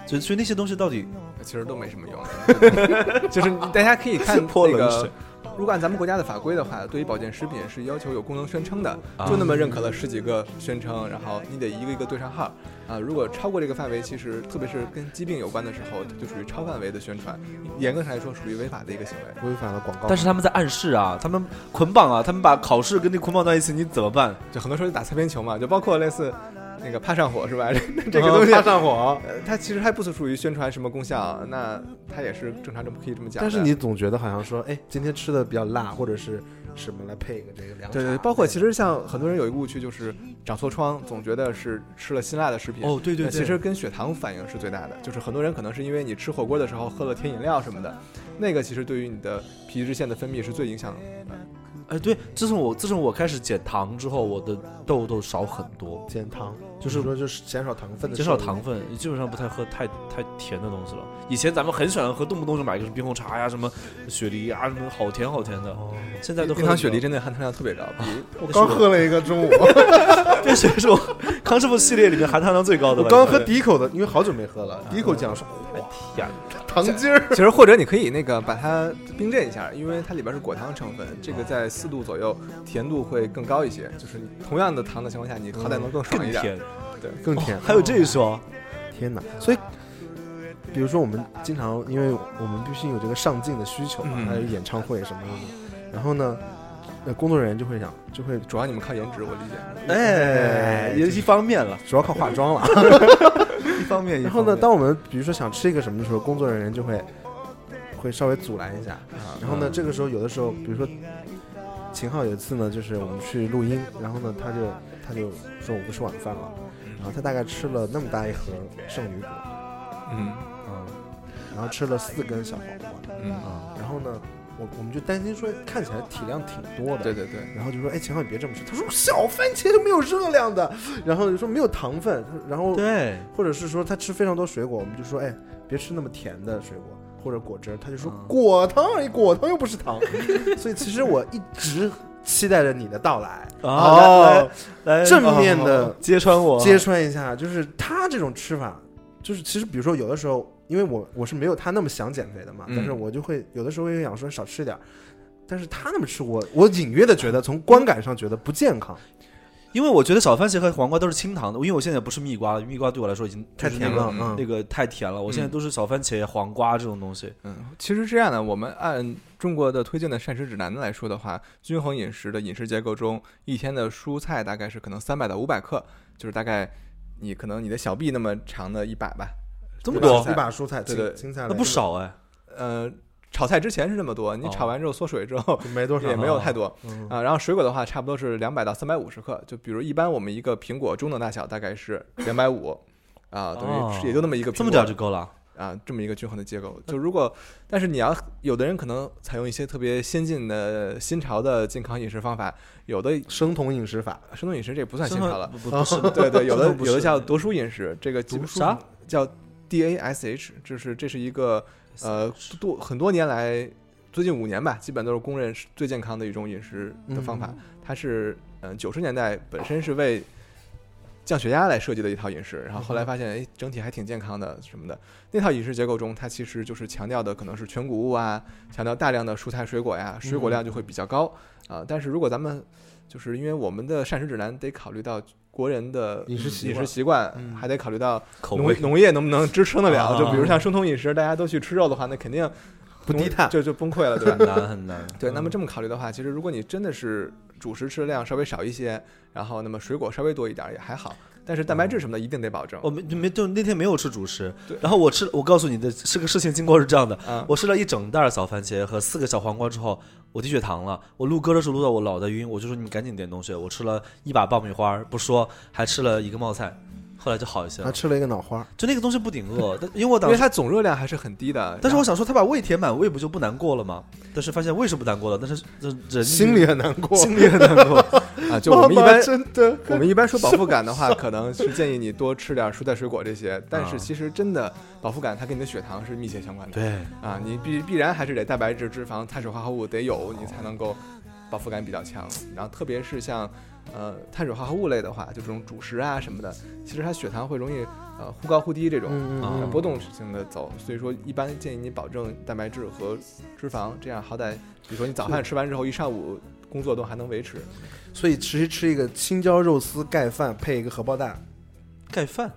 Speaker 2: 所以所以那些东西到底
Speaker 3: 其实都没什么用， 就是你大家可以看
Speaker 2: 泼
Speaker 3: 那
Speaker 2: 冷
Speaker 3: 个
Speaker 2: 水。
Speaker 3: 如果按咱们国家的法规的话，对于保健食品是要求有功能宣称的，
Speaker 2: 啊
Speaker 3: 就那么认可了十几个宣称，然后你得一个一个对上号啊。如果超过这个范围，其实特别是跟疾病有关的时候，它就属于超范围的宣传，严格上来说属于违法的一个行为。
Speaker 4: 违反了广告。
Speaker 2: 但是他们在暗示啊，他们捆绑啊，他们把考试跟那捆绑在一起，你怎么办？
Speaker 3: 就很多时候就打擦边球嘛，就包括类似那个怕上火是吧？ 这
Speaker 4: 这
Speaker 3: 个
Speaker 4: 个
Speaker 3: 东
Speaker 4: 东
Speaker 3: 西
Speaker 4: 西、上火，
Speaker 3: 呃它其实还不是属于宣传什么功效，啊那它也是正常这么可以这么讲的。
Speaker 4: 但是你总觉得好像说，哎，今天吃的比较辣，或者是什么来配一个这个凉茶。
Speaker 3: 对对，包括其实像很多人有一个误区，就是长痤疮，总觉得是吃了辛辣的食品。
Speaker 2: 哦，对对
Speaker 3: 呃
Speaker 2: 对，
Speaker 3: 其实跟血糖反应是最大的，就是很多人可能是因为你吃火锅的时候喝了甜饮料什么的，那个其实对于你的皮脂腺的分泌是最影响的。
Speaker 2: 哎，对，自从我自从我开始减糖之后，我的痘痘少很多，
Speaker 4: 减糖，就
Speaker 2: 就是
Speaker 4: 是说就是减少糖分的，
Speaker 2: 减少糖。分，基本上不太喝太太甜的东西了。以前咱们很喜欢喝，动不动就买个什么冰红茶呀、什么雪梨啊、什么好甜好甜的。
Speaker 4: 哦
Speaker 2: 现在都喝
Speaker 3: 冰糖雪
Speaker 2: 不
Speaker 3: 梨
Speaker 2: 了，
Speaker 3: 真的含糖量特别高，比
Speaker 4: 我刚喝了一个中午，
Speaker 2: 这谁是我康师傅系列里面含糖量最高的吧？
Speaker 4: 我刚喝第一口
Speaker 3: 哦
Speaker 4: 的，因为好久没喝了，第一口讲说哇，
Speaker 2: 甜。
Speaker 4: 糖精儿，
Speaker 3: 哎其实或者你可以那个把它冰镇一下，因为它里边是果糖成分，这个在四度左右，甜度会更高一些。就是你同样的糖的情况下，你好歹能嗯更爽
Speaker 2: 更
Speaker 3: 一点。
Speaker 2: 甜，哦
Speaker 4: 更甜。哦
Speaker 2: 还有这一说，
Speaker 4: 天哪！所以，比如说我们经常，因为我们必须有这个上镜的需求嘛，
Speaker 3: 嗯
Speaker 4: 还有演唱会什么的，然后呢，呃，工作人员就会想，就会
Speaker 3: 主要你们靠颜值，我理解。
Speaker 2: 哎，也是一方面了，
Speaker 4: 主要靠化妆了。
Speaker 2: 一方面。一
Speaker 4: 然后
Speaker 2: 方
Speaker 4: 呢，
Speaker 2: 面
Speaker 4: 当我们比如说想吃一个什么的时候，工作人员就会会稍微阻拦一下。
Speaker 3: 啊嗯
Speaker 4: 然后呢，
Speaker 2: 嗯
Speaker 4: 这个时候有的时候，比如说秦昊有一次呢，就是我们去录音，然后呢，他就他就说我不吃晚饭了，
Speaker 2: 嗯
Speaker 4: 然后他大概吃了那么大一盒圣女果，
Speaker 3: 嗯
Speaker 4: 嗯，然后吃了四根小黄瓜。
Speaker 3: 嗯，
Speaker 2: 啊，
Speaker 4: 然后呢，我我们就担心说看起来体量挺多的，
Speaker 3: 对。对对，
Speaker 4: 然后就说，哎，秦昊你别这么吃。他说小番茄就没有热量的，然后就说没有糖分，他然后
Speaker 2: 对，
Speaker 4: 或者是说他吃非常多水果，我们就说，哎，别吃那么甜的水果或者果汁。他就说、
Speaker 2: 嗯
Speaker 4: 果糖而已，果糖又不是糖。 所以其实我一直期待着你的到来，
Speaker 2: 啊，来来来
Speaker 4: 哦正面的
Speaker 2: 揭穿我，
Speaker 4: 揭穿一下，就是他这种吃法，就是其实比如说有的时候，因为我我是没有他那么想减肥的嘛，
Speaker 3: 嗯
Speaker 4: 但是我就会有的时候也想说少吃点儿。但是他那么吃，我我隐约的觉得，从观感上觉得不健康，
Speaker 2: 因为我觉得小番茄和黄瓜都是清糖的，因为我现在不吃蜜瓜了，蜜瓜对我来说已经
Speaker 4: 太
Speaker 2: 就是
Speaker 4: 甜
Speaker 2: 那个
Speaker 4: 了，嗯，
Speaker 2: 那个太甜了。我现在都是小番茄、黄瓜这种东西。
Speaker 3: 嗯，其实是这样的，我们按中国的推荐的膳食指南来说的话，均衡饮食的饮食结构中，一天的蔬菜大概是可能三百到五百克，就是大概你可能你的小臂那么长的一把吧。
Speaker 2: 这么
Speaker 3: 对吧
Speaker 2: 多
Speaker 4: 一把蔬菜，
Speaker 3: 对对
Speaker 4: 青青菜
Speaker 2: 那不少
Speaker 4: 少。
Speaker 2: 哎，
Speaker 3: 呃，炒菜之前是这么多，你
Speaker 2: 哦
Speaker 3: 炒完之后缩水之后
Speaker 4: 没多少，
Speaker 3: 也没有太多
Speaker 4: 嗯
Speaker 3: 啊、然后水果的话，差不多是两百到三百五十克，就比如一般我们一个苹果中等大小大概是两百五。啊，等于
Speaker 2: 哦
Speaker 3: 是也就那么一个苹果，
Speaker 2: 这么点儿就够了。
Speaker 3: 啊，这么一个均衡的结构。
Speaker 2: 嗯
Speaker 3: 就如果，但是你要有的人可能采用一些特别先进的新潮的健康饮食方法，有的
Speaker 4: 生酮饮食法，
Speaker 3: 生酮饮食这也不算新
Speaker 2: 生
Speaker 3: 潮
Speaker 2: 酮
Speaker 3: 了，
Speaker 2: 不不不是，
Speaker 3: 对 对，有的
Speaker 2: 不
Speaker 3: 有的
Speaker 2: 是
Speaker 3: 叫读书饮食，这个基本
Speaker 2: 啥？
Speaker 3: 叫 DASH，就是这是一个呃多很多年来。最近五年吧，基本都是公认是最健康的一种饮食的方法。它是嗯九十年代本身是为降血压来设计的一套饮食，然后后
Speaker 2: 嗯
Speaker 3: 来发现哎整体还挺健康的什么的。那套饮食结构中，它其实就是强调的可能是全谷物啊，强调大量的蔬菜水果呀，水果量就会比较高啊、但是如果咱们就是因为我们的膳食指南得考虑到国人的
Speaker 4: 饮食习
Speaker 3: 饮食
Speaker 4: 惯
Speaker 3: 习惯，
Speaker 4: 嗯
Speaker 3: 还得考虑到
Speaker 2: 口
Speaker 3: 农
Speaker 2: 味
Speaker 3: 农业能不能支撑得了。
Speaker 2: 啊
Speaker 3: 就比如像生酮饮食，大家都去吃肉的话，那肯定
Speaker 4: 不
Speaker 3: 农
Speaker 4: 低碳
Speaker 3: 就就崩溃了，对吧
Speaker 2: 很？难很难。
Speaker 3: 对，那么这么考虑的话，其实如果你真的是主食吃的量稍微少一些，然后那么水果稍微多一点儿也还好，但是蛋白质什么的一定得保证。
Speaker 2: 我没没就那天没有吃主食
Speaker 3: 对，
Speaker 2: 然后我吃，我告诉你的是个事情经过是这样的，
Speaker 3: 啊
Speaker 2: 我吃了一整袋小番茄和四个小黄瓜之后，我低血糖了。我录歌的时候录到我脑袋晕，我就说你赶紧点东西。我吃了一把爆米花，不说，还吃了一个冒菜，后来就好一些
Speaker 4: 他
Speaker 2: 了。
Speaker 4: 吃了一个脑花，
Speaker 2: 就那个东西不顶饿，但因为我
Speaker 3: 因
Speaker 2: 当
Speaker 3: 为
Speaker 2: 时，
Speaker 3: 它总热量还是很低的，
Speaker 2: 但是
Speaker 3: 然
Speaker 2: 我
Speaker 3: 后
Speaker 2: 想说他把胃填满，胃不就不难过了吗？但是发现胃是不难过了，但是这人
Speaker 4: 心里很难过。
Speaker 2: 心里很难过。
Speaker 3: 啊，就我们一
Speaker 4: 妈妈
Speaker 3: 般
Speaker 4: 真的
Speaker 3: 我们一般说饱腹感的话，可能是建议你多吃点儿蔬菜水果这些，但是
Speaker 2: 啊
Speaker 3: 其实真的饱腹感它跟你的血糖是密切相关的。
Speaker 2: 对，
Speaker 3: 啊，你必必然还是得蛋白质、脂肪、碳水化合物得有，你才能够饱腹感比较强。然后特别是像呃碳水化合物类的话，就这种主食啊什么的，其实它血糖会容易呃忽高忽低这种。
Speaker 4: 嗯
Speaker 2: 啊
Speaker 3: 呃
Speaker 4: 嗯
Speaker 3: 波动性的走，所以说一般建议你保证蛋白质和脂肪，这样好歹，比如说你早饭吃完之后，一上午工作都还能维 持。
Speaker 4: 所以其实吃一个青椒肉丝盖饭配一个荷包蛋，
Speaker 2: 盖饭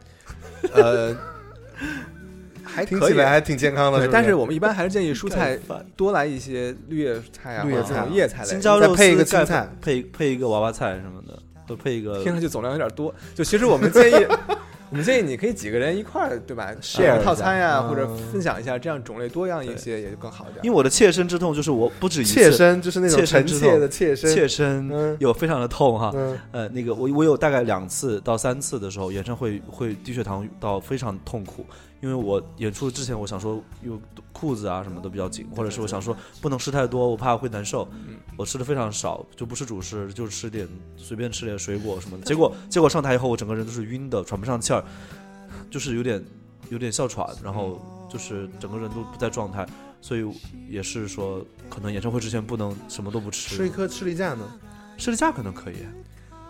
Speaker 3: 呃，还
Speaker 4: 听
Speaker 3: 可
Speaker 4: 起
Speaker 3: 以，
Speaker 4: 来还挺健康的。
Speaker 3: 对，
Speaker 4: 不
Speaker 3: 但是我们一般还是建议 蔬菜
Speaker 2: 饭
Speaker 3: 多来一些绿叶菜啊，
Speaker 4: 绿
Speaker 3: 或
Speaker 4: 叶
Speaker 3: 者这
Speaker 4: 菜
Speaker 3: 种叶菜类的。
Speaker 2: 青椒
Speaker 4: 再
Speaker 2: 肉丝
Speaker 4: 配一个
Speaker 2: 盖
Speaker 4: 青菜
Speaker 2: 饭，配配一个娃娃菜什么的，都配一个
Speaker 3: 听上去总量有点多。就其实我们 建议，我们建议你可以几个人一块儿，对吧
Speaker 2: Share
Speaker 3: 呃套
Speaker 2: 一下
Speaker 3: 餐呀、
Speaker 4: 嗯
Speaker 3: 或者分享一下，这样种类多样一些也就更好一点。
Speaker 2: 因为我的切身之痛就是我不止一次
Speaker 4: 切身就是那种
Speaker 2: 切身
Speaker 4: 臣
Speaker 2: 之
Speaker 4: 妾
Speaker 2: 痛
Speaker 4: 的切身，
Speaker 2: 切身
Speaker 4: 嗯
Speaker 2: 有非常的痛哈，
Speaker 4: 嗯，
Speaker 2: 呃，那个我我有大概两次到三次的时候，演唱会会低血糖到非常痛苦，因为我演出之前我想说有裤子啊什么都比较紧，或者是我想说不能吃太多，我怕会难受，我吃的非常少，就不吃主食，就吃点随便吃点水果什么的，结果结果上台以后我整个人都是晕的，喘不上气儿，就是有点有点哮喘，然后就是整个人都不在状态。所以也是说，可能演唱会之前不能什么都不吃，
Speaker 4: 吃一颗吃力架呢，
Speaker 2: 士力架可能可以，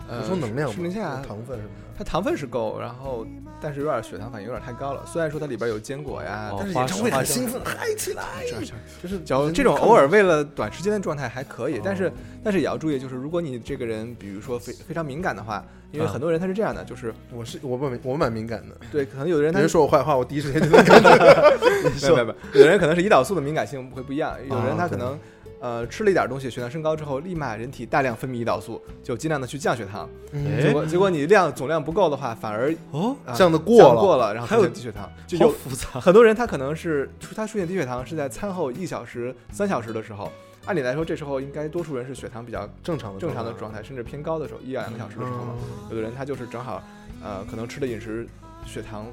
Speaker 3: 呃
Speaker 4: 补充能量
Speaker 3: 吃
Speaker 4: 嘛，
Speaker 3: 一下
Speaker 4: 有，糖分什么的。
Speaker 3: 它糖分是够，然后但是有点血糖反应有点太高了。虽然说它里边有坚果呀，
Speaker 2: 哦
Speaker 3: 但
Speaker 4: 但
Speaker 3: 是
Speaker 4: 是
Speaker 2: 花生
Speaker 4: 演唱会
Speaker 3: 花
Speaker 4: 很
Speaker 3: 生
Speaker 4: 兴奋，嗨起来，就是
Speaker 3: 就这种偶尔为了短时间的状态还可以，
Speaker 2: 哦
Speaker 3: 但是但是也要注意，就是如果你这个人比如说非非常敏感的话，因为
Speaker 2: 啊
Speaker 3: 很多人他是这样的，就是
Speaker 4: 我是我蛮我蛮敏感的，
Speaker 3: 对，可能有的人他
Speaker 4: 别
Speaker 3: 是
Speaker 4: 人说我坏话，我第一时间就能感觉。
Speaker 3: 没有没有，没有有人可能是胰岛素的敏感性会不一样，有人他
Speaker 2: 啊
Speaker 3: 可能、呃吃了一点东西，血糖升高之后，立马人体大量分泌胰岛素，就尽量的去降血糖。
Speaker 4: 嗯
Speaker 2: 哎
Speaker 3: 结果结果你量总量不够的话，反而、
Speaker 2: 哦，
Speaker 3: 啊
Speaker 4: 降得过
Speaker 3: 降
Speaker 4: 了
Speaker 3: 过了，然后
Speaker 2: 还有
Speaker 3: 出现低血糖，就
Speaker 2: 好
Speaker 3: 有
Speaker 2: 复杂。
Speaker 3: 很多人他可能是他出现低血糖是在餐后一小时、三小时的时候。按理来说，这时候应该多数人是血糖比较
Speaker 4: 正常的
Speaker 3: 正常的状态，甚至偏高的时候，一两个小时的时候嘛。有的人他就是正好，呃，可能吃的饮食血糖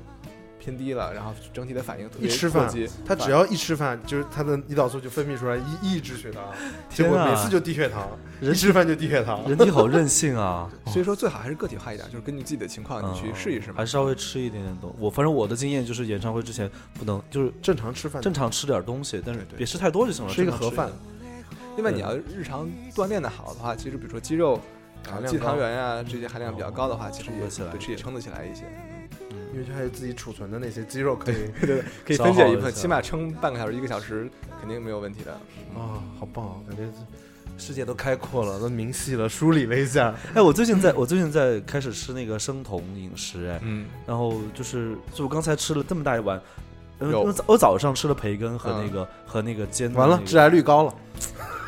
Speaker 3: 偏低了，然后整体的反应特别
Speaker 4: 一吃
Speaker 3: 过
Speaker 4: 饭
Speaker 3: 激，
Speaker 4: 他
Speaker 3: 反
Speaker 4: 只要一吃饭，就是他的胰岛素就分泌出来，抑抑制血糖，结
Speaker 2: 天
Speaker 4: 果
Speaker 2: 啊
Speaker 4: 每次就低血糖，
Speaker 2: 人
Speaker 4: 一吃饭就低血糖。
Speaker 2: 人体好任性啊！
Speaker 3: 所以说最好还是个体化一点，就是根据自己的情
Speaker 2: 嗯
Speaker 3: 况你去试一试嘛
Speaker 2: 还。是稍微吃一点点东。我反正我的经验就是，演唱会之前不能就是
Speaker 4: 正常吃饭，
Speaker 2: 正常吃点东西，但是
Speaker 3: 嗯对对
Speaker 2: 别吃太多就行了。
Speaker 4: 吃一个
Speaker 2: 正常
Speaker 4: 盒
Speaker 2: 吃
Speaker 4: 饭，
Speaker 3: 另外，你要日常锻炼的好的话，其实比如说肌肉啊
Speaker 4: 含量
Speaker 3: 鸡汤
Speaker 4: 高
Speaker 3: 圆呀这些含量比较高的话，其实也
Speaker 2: 得起来
Speaker 3: 对，吃也撑得起来一些，
Speaker 4: 因为它还有自己储存的那些肌肉可以
Speaker 3: 可以
Speaker 2: 消
Speaker 3: 分解
Speaker 2: 耗
Speaker 3: 一
Speaker 2: 一
Speaker 3: 部分，
Speaker 2: 下
Speaker 3: 起码撑半个小时、一个小时肯定没有问题的。
Speaker 4: 啊，好棒啊，感觉这世界都开阔了，都明晰了，梳理了一下，
Speaker 2: 哎，我最近在我最近在开始吃那个生酮饮食，哎，
Speaker 3: 嗯，
Speaker 2: 然后就是就我刚才吃了这么大一碗，呃
Speaker 3: 肉
Speaker 2: 我早我早上吃了培根和那
Speaker 3: 嗯
Speaker 2: 个、和那个煎的
Speaker 4: 完了
Speaker 2: 那个
Speaker 4: 致
Speaker 3: 啊
Speaker 4: 癌率高了。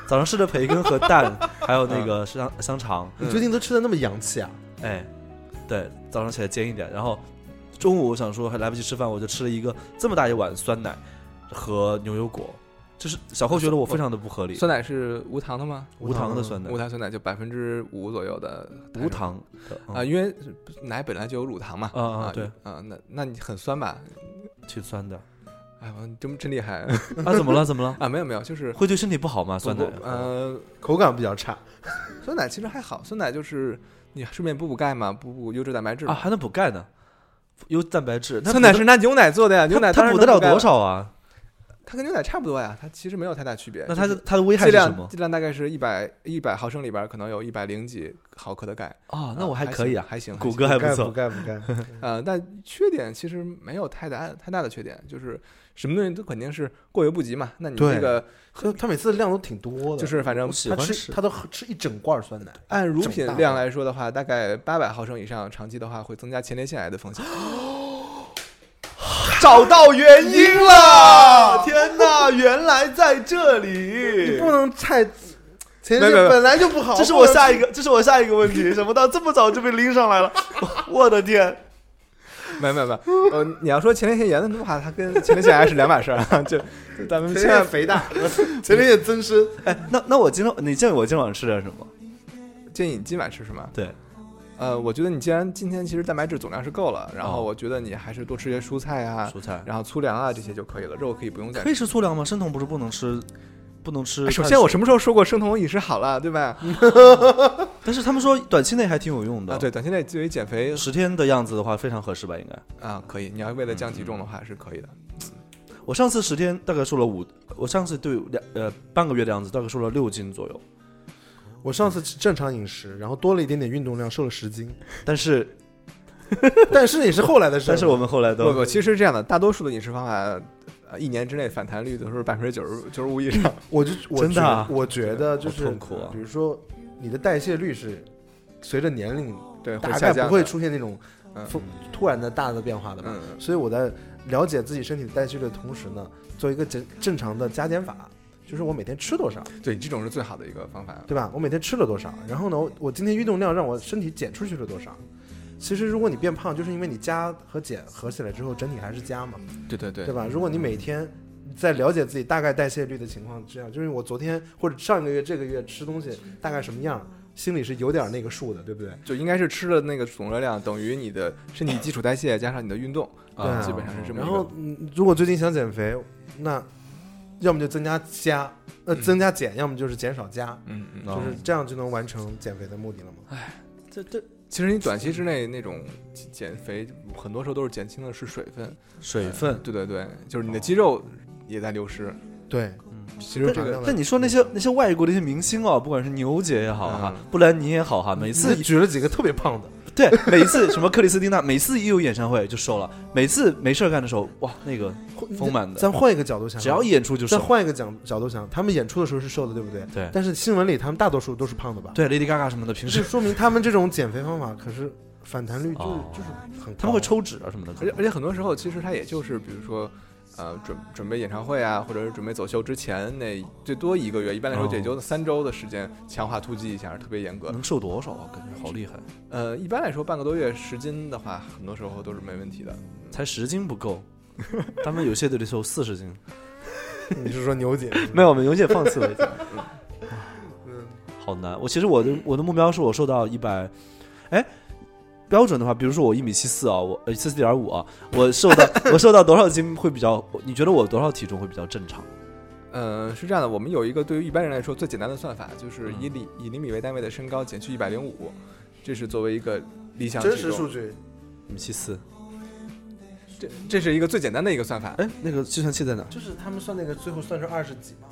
Speaker 2: 早上吃的培根和 蛋，还有
Speaker 3: 嗯
Speaker 2: 那个香香肠，
Speaker 4: 你最近都吃的那么洋气啊？
Speaker 2: 哎，对，早上起来煎一点，然后中午我想说还来不及吃饭，我就吃了一个这么大一碗酸奶和牛油果，就是小侯觉得我非常的不合理，
Speaker 3: 酸奶是无糖的吗？
Speaker 2: 无糖的酸奶
Speaker 3: 无，糖酸奶就百分之五左右的
Speaker 2: 无糖的
Speaker 3: 啊、
Speaker 2: 嗯
Speaker 3: 因为奶本来就有乳糖嘛。
Speaker 2: 啊啊对
Speaker 3: 啊、那那你很酸吧？
Speaker 2: 去酸的
Speaker 3: 哎，我真真厉害
Speaker 2: 啊？怎么了？怎么了？
Speaker 3: 啊！没有没有，就是
Speaker 2: 会对身体不好吗？ 酸奶
Speaker 3: 不不呃，
Speaker 4: 口感比较差，
Speaker 3: 酸奶其实还好，酸奶就是你顺便补补钙嘛，补补优质蛋白质
Speaker 2: 啊，
Speaker 3: 嘛。
Speaker 2: 还能补钙呢，有蛋白质。那
Speaker 3: 酸奶
Speaker 2: 补
Speaker 3: 是拿牛奶做的呀，
Speaker 2: 它
Speaker 3: 牛奶
Speaker 2: 它
Speaker 3: 当然
Speaker 2: 补得
Speaker 3: 能
Speaker 2: 了
Speaker 3: 钙
Speaker 2: 多？少啊？
Speaker 3: 它跟牛奶差不多呀，它其实没有太大区别。
Speaker 2: 那
Speaker 3: 就
Speaker 2: 它的
Speaker 3: 是
Speaker 2: 它的危害
Speaker 3: 剂
Speaker 2: 哎是什
Speaker 3: 量
Speaker 2: 么
Speaker 3: 剂量大概是一百一百毫升里边可能有一百零几毫克的钙。
Speaker 2: 啊？
Speaker 3: 啊
Speaker 2: 那我还可以啊，
Speaker 3: 还行，还行
Speaker 2: 谷歌还不
Speaker 4: 钙
Speaker 2: 错。
Speaker 4: 钙不钙。
Speaker 3: 呃，但缺点其实没有太大太大的缺点，就是什么东西都肯定是过犹不及嘛。那你
Speaker 4: 对
Speaker 3: 这个
Speaker 4: 他他每次的量都挺多的，
Speaker 3: 就是反正
Speaker 2: 我喜
Speaker 4: 他
Speaker 2: 欢
Speaker 4: 吃他都喝吃一整罐酸奶，
Speaker 3: 按乳
Speaker 4: 整
Speaker 3: 品
Speaker 4: 大
Speaker 3: 量
Speaker 4: 的
Speaker 3: 来说的话，大概八百毫升以上，长期的话会增加前列腺癌的风险。
Speaker 2: 找到原因了！天哪，原来在这里
Speaker 4: 你不能太，
Speaker 3: 没
Speaker 4: 前列腺
Speaker 3: 没没
Speaker 4: 本来就不好。
Speaker 2: 这是我下一个，这是我下一个问题，怎么到这么早就被拎上来了？ 我的天！
Speaker 3: 没有没有没有，呃，你要说前列腺炎的话，它跟前列腺癌是两码事儿啊。 就就咱们
Speaker 4: 前
Speaker 3: 千
Speaker 4: 列腺
Speaker 3: 万
Speaker 4: 肥大，前列腺增生。
Speaker 2: 哎， 那那我今天你建议我今晚吃点什么？
Speaker 3: 建议你今晚吃什么？
Speaker 2: 对，
Speaker 3: 呃，我觉得你既然今天其实蛋白质总量是够了，然后
Speaker 2: 哦
Speaker 3: 我觉得你还是多吃些蔬菜啊，
Speaker 2: 蔬菜
Speaker 3: 然后粗粮啊这些就可以了，肉可以不用再
Speaker 2: 可以吃粗粮吗？生酮不是不能吃，不能吃
Speaker 3: 哎
Speaker 2: 碳水。
Speaker 3: 首先，我什么时候说过生酮饮食好了，对吧？
Speaker 2: 但是他们说短期内还挺有用的。
Speaker 3: 啊，，对，短期内对于减肥
Speaker 2: 十天的样子的话非常合适吧？应该。
Speaker 3: 啊可以，你要为了降体重的话是可以的。
Speaker 4: 嗯
Speaker 2: 我上次十天大概瘦了五，我上次对两呃半个月的样子，大概瘦了六斤左右。
Speaker 4: 我上次吃正常饮食，然后多了一点点运动量，瘦了十斤。
Speaker 2: 但是
Speaker 4: 但是也是后来的事儿。
Speaker 2: 但是我们后来
Speaker 3: 不
Speaker 2: 都
Speaker 3: 不，其实是这样的，大多数的饮食方法，呃，一年之内反弹率都是百分之九十九十五以上。
Speaker 4: 我就我
Speaker 2: 真的啊
Speaker 4: 觉得我觉得就是
Speaker 2: 好痛苦啊
Speaker 4: 比如说你的代谢率是随着年龄
Speaker 3: 对，会
Speaker 4: 嗯大
Speaker 3: 下
Speaker 4: 概
Speaker 3: 降
Speaker 4: 不会
Speaker 3: 的
Speaker 4: 出现那种
Speaker 3: 嗯
Speaker 4: 突突然的大的变化的吧。
Speaker 3: 嗯
Speaker 4: 所以我在了解自己身体的代谢率的同时呢，做一个正正常的加减法，就是我每天吃多少。
Speaker 3: 嗯对，这种是最好的一个方法。
Speaker 4: 对吧？我每天吃了多少？然后呢，我我今天运动量让我身体减出去了多少？其实如果你变胖，就是因为你加和减合起来之后，整体还是加嘛，
Speaker 3: 对对对
Speaker 4: 对吧？如果你每天在了解自己大概代谢率的情况之下，就是我昨天或者上个月、这个月吃东西大概什么样，心里是有点那个数的，对不对？
Speaker 3: 就应该是吃的那个总热量等于你的身体基础代谢加上你的运动
Speaker 4: 对
Speaker 3: 啊，
Speaker 4: 啊
Speaker 3: 基本上是这么一
Speaker 4: 然
Speaker 3: 个。
Speaker 4: 后，嗯，如果最近想减肥，那要么就增加加，呃，
Speaker 3: 嗯
Speaker 4: 增加减，要么就是减少加，
Speaker 3: 嗯嗯，
Speaker 2: 哦
Speaker 4: 就是这样就能完成减肥的目的了嘛。
Speaker 2: 哎这这
Speaker 3: 其实你短期之内那种减减肥，很多时候都是减轻的是水分，
Speaker 2: 水
Speaker 4: 嗯
Speaker 2: 分。
Speaker 3: 对对对，就是你的肌肉也在流失。
Speaker 4: 对，
Speaker 2: 嗯
Speaker 3: 其实这个
Speaker 2: 那你说那些那些外国的一些明星哦，不管是牛姐也好哈，
Speaker 3: 嗯
Speaker 2: 布兰妮也好哈，每
Speaker 4: 自
Speaker 2: 次
Speaker 4: 己举了几个特别胖的。
Speaker 2: 对每一次什么克里斯汀娜，每次一有演唱会就瘦了，每次没事儿干的时候，哇，那个丰满的
Speaker 4: 咱换一个角度想，
Speaker 2: 嗯只要一演出就
Speaker 4: 再
Speaker 2: 瘦。
Speaker 4: 换一个角角度想，他们演出的时候是瘦的，对不对？
Speaker 2: 对
Speaker 4: 但是新闻里他们大多数都是胖的吧？，
Speaker 2: 对，Lady Gaga 什么的，平
Speaker 4: 就
Speaker 2: 时
Speaker 4: 是说明他们这种减肥方法可是反弹率就是、
Speaker 2: 哦
Speaker 4: 就是很高，
Speaker 2: 他们会抽脂啊什么的。
Speaker 3: 而且而且很多时候，其实他也就是比如说，呃，准准备演唱会啊，或者是准备走秀之前那最多一个月，一般来说
Speaker 2: 哦
Speaker 3: 也就三周的时间，强化突击一下，特别严格。
Speaker 2: 能瘦多少啊？感觉好厉害，
Speaker 3: 呃，一般来说半个多月十斤的话，很多时候都是没问题的。
Speaker 2: 才十斤不 够，他们有些得瘦四十斤。
Speaker 4: 你是 说牛姐？
Speaker 2: 没有，我们牛姐放弃了已经。 好难。我其实我的我的目标是我瘦到一百，哎，标准的话，比如说我一米七四啊，我呃七四点五啊，我瘦到我瘦到多少斤会比较？你觉得我多少体重会比较正常？
Speaker 3: 呃，是这样的，我们有一个对于一般人来说最简单的算法，就是以
Speaker 2: 嗯
Speaker 3: 厘以厘米为单位的身高减去一百零五，这是作为一个理想
Speaker 4: 真
Speaker 3: 体
Speaker 4: 实
Speaker 3: 重
Speaker 4: 数据，
Speaker 2: 一米七四，
Speaker 3: 这这是一个最简单的一个算法。
Speaker 2: 哎，那个计算器在哪？
Speaker 4: 就是他们算那个最后算是二十几嘛，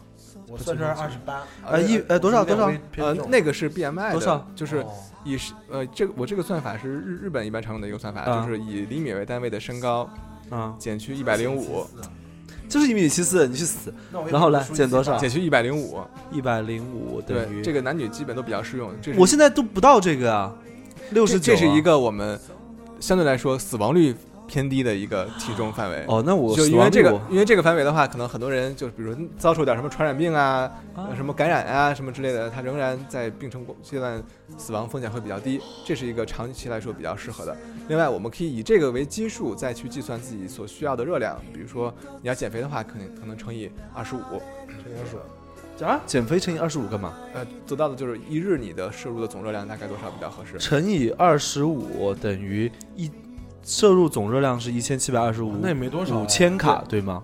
Speaker 5: 我算出来二十八，
Speaker 2: 呃一呃多少多少
Speaker 3: 呃，那个是 BMI 的
Speaker 2: 多少？哦
Speaker 3: 就是
Speaker 4: 哦
Speaker 3: 以是呃，这个我这个算法是日日本一般常用的一个算法，
Speaker 2: 啊
Speaker 3: 就是以厘米为单位的身高
Speaker 2: 啊，
Speaker 3: 减去一百零五，
Speaker 2: 就是一米七四，你去死！然后来减多少？
Speaker 3: 减去一百零五。
Speaker 2: 一百零五等
Speaker 3: 对，
Speaker 2: 于
Speaker 3: 这个男女基本都比较适用。这是
Speaker 2: 我现在都不到这个啊，六十九。
Speaker 3: 这这是一个我们相对来说死亡率偏低的一个体重范围。
Speaker 2: 哦，那我
Speaker 3: 就
Speaker 2: 死
Speaker 3: 因
Speaker 2: 亡
Speaker 3: 为
Speaker 2: 率
Speaker 3: 这个
Speaker 2: 我，
Speaker 3: 因为这个范围的话，可能很多人就比如遭受点什么传染病啊、呃什么感染啊、什么之类的，他仍然在病程过阶段死亡风险会比较低，这是一个长期来说比较适合的。另外，我们可以以这个为基数，再去计算自己所需要的热量。比如说，你要减肥的话，可能可能乘以二十五，
Speaker 2: 啊减肥乘以二十五干嘛？
Speaker 3: 呃，得到的就是一日你的摄入的总热量大概多少比较合适？
Speaker 2: 乘以二十五等于一摄入总热量是一千七百二十五，
Speaker 4: 那也没多少啊
Speaker 2: 五千卡对吗？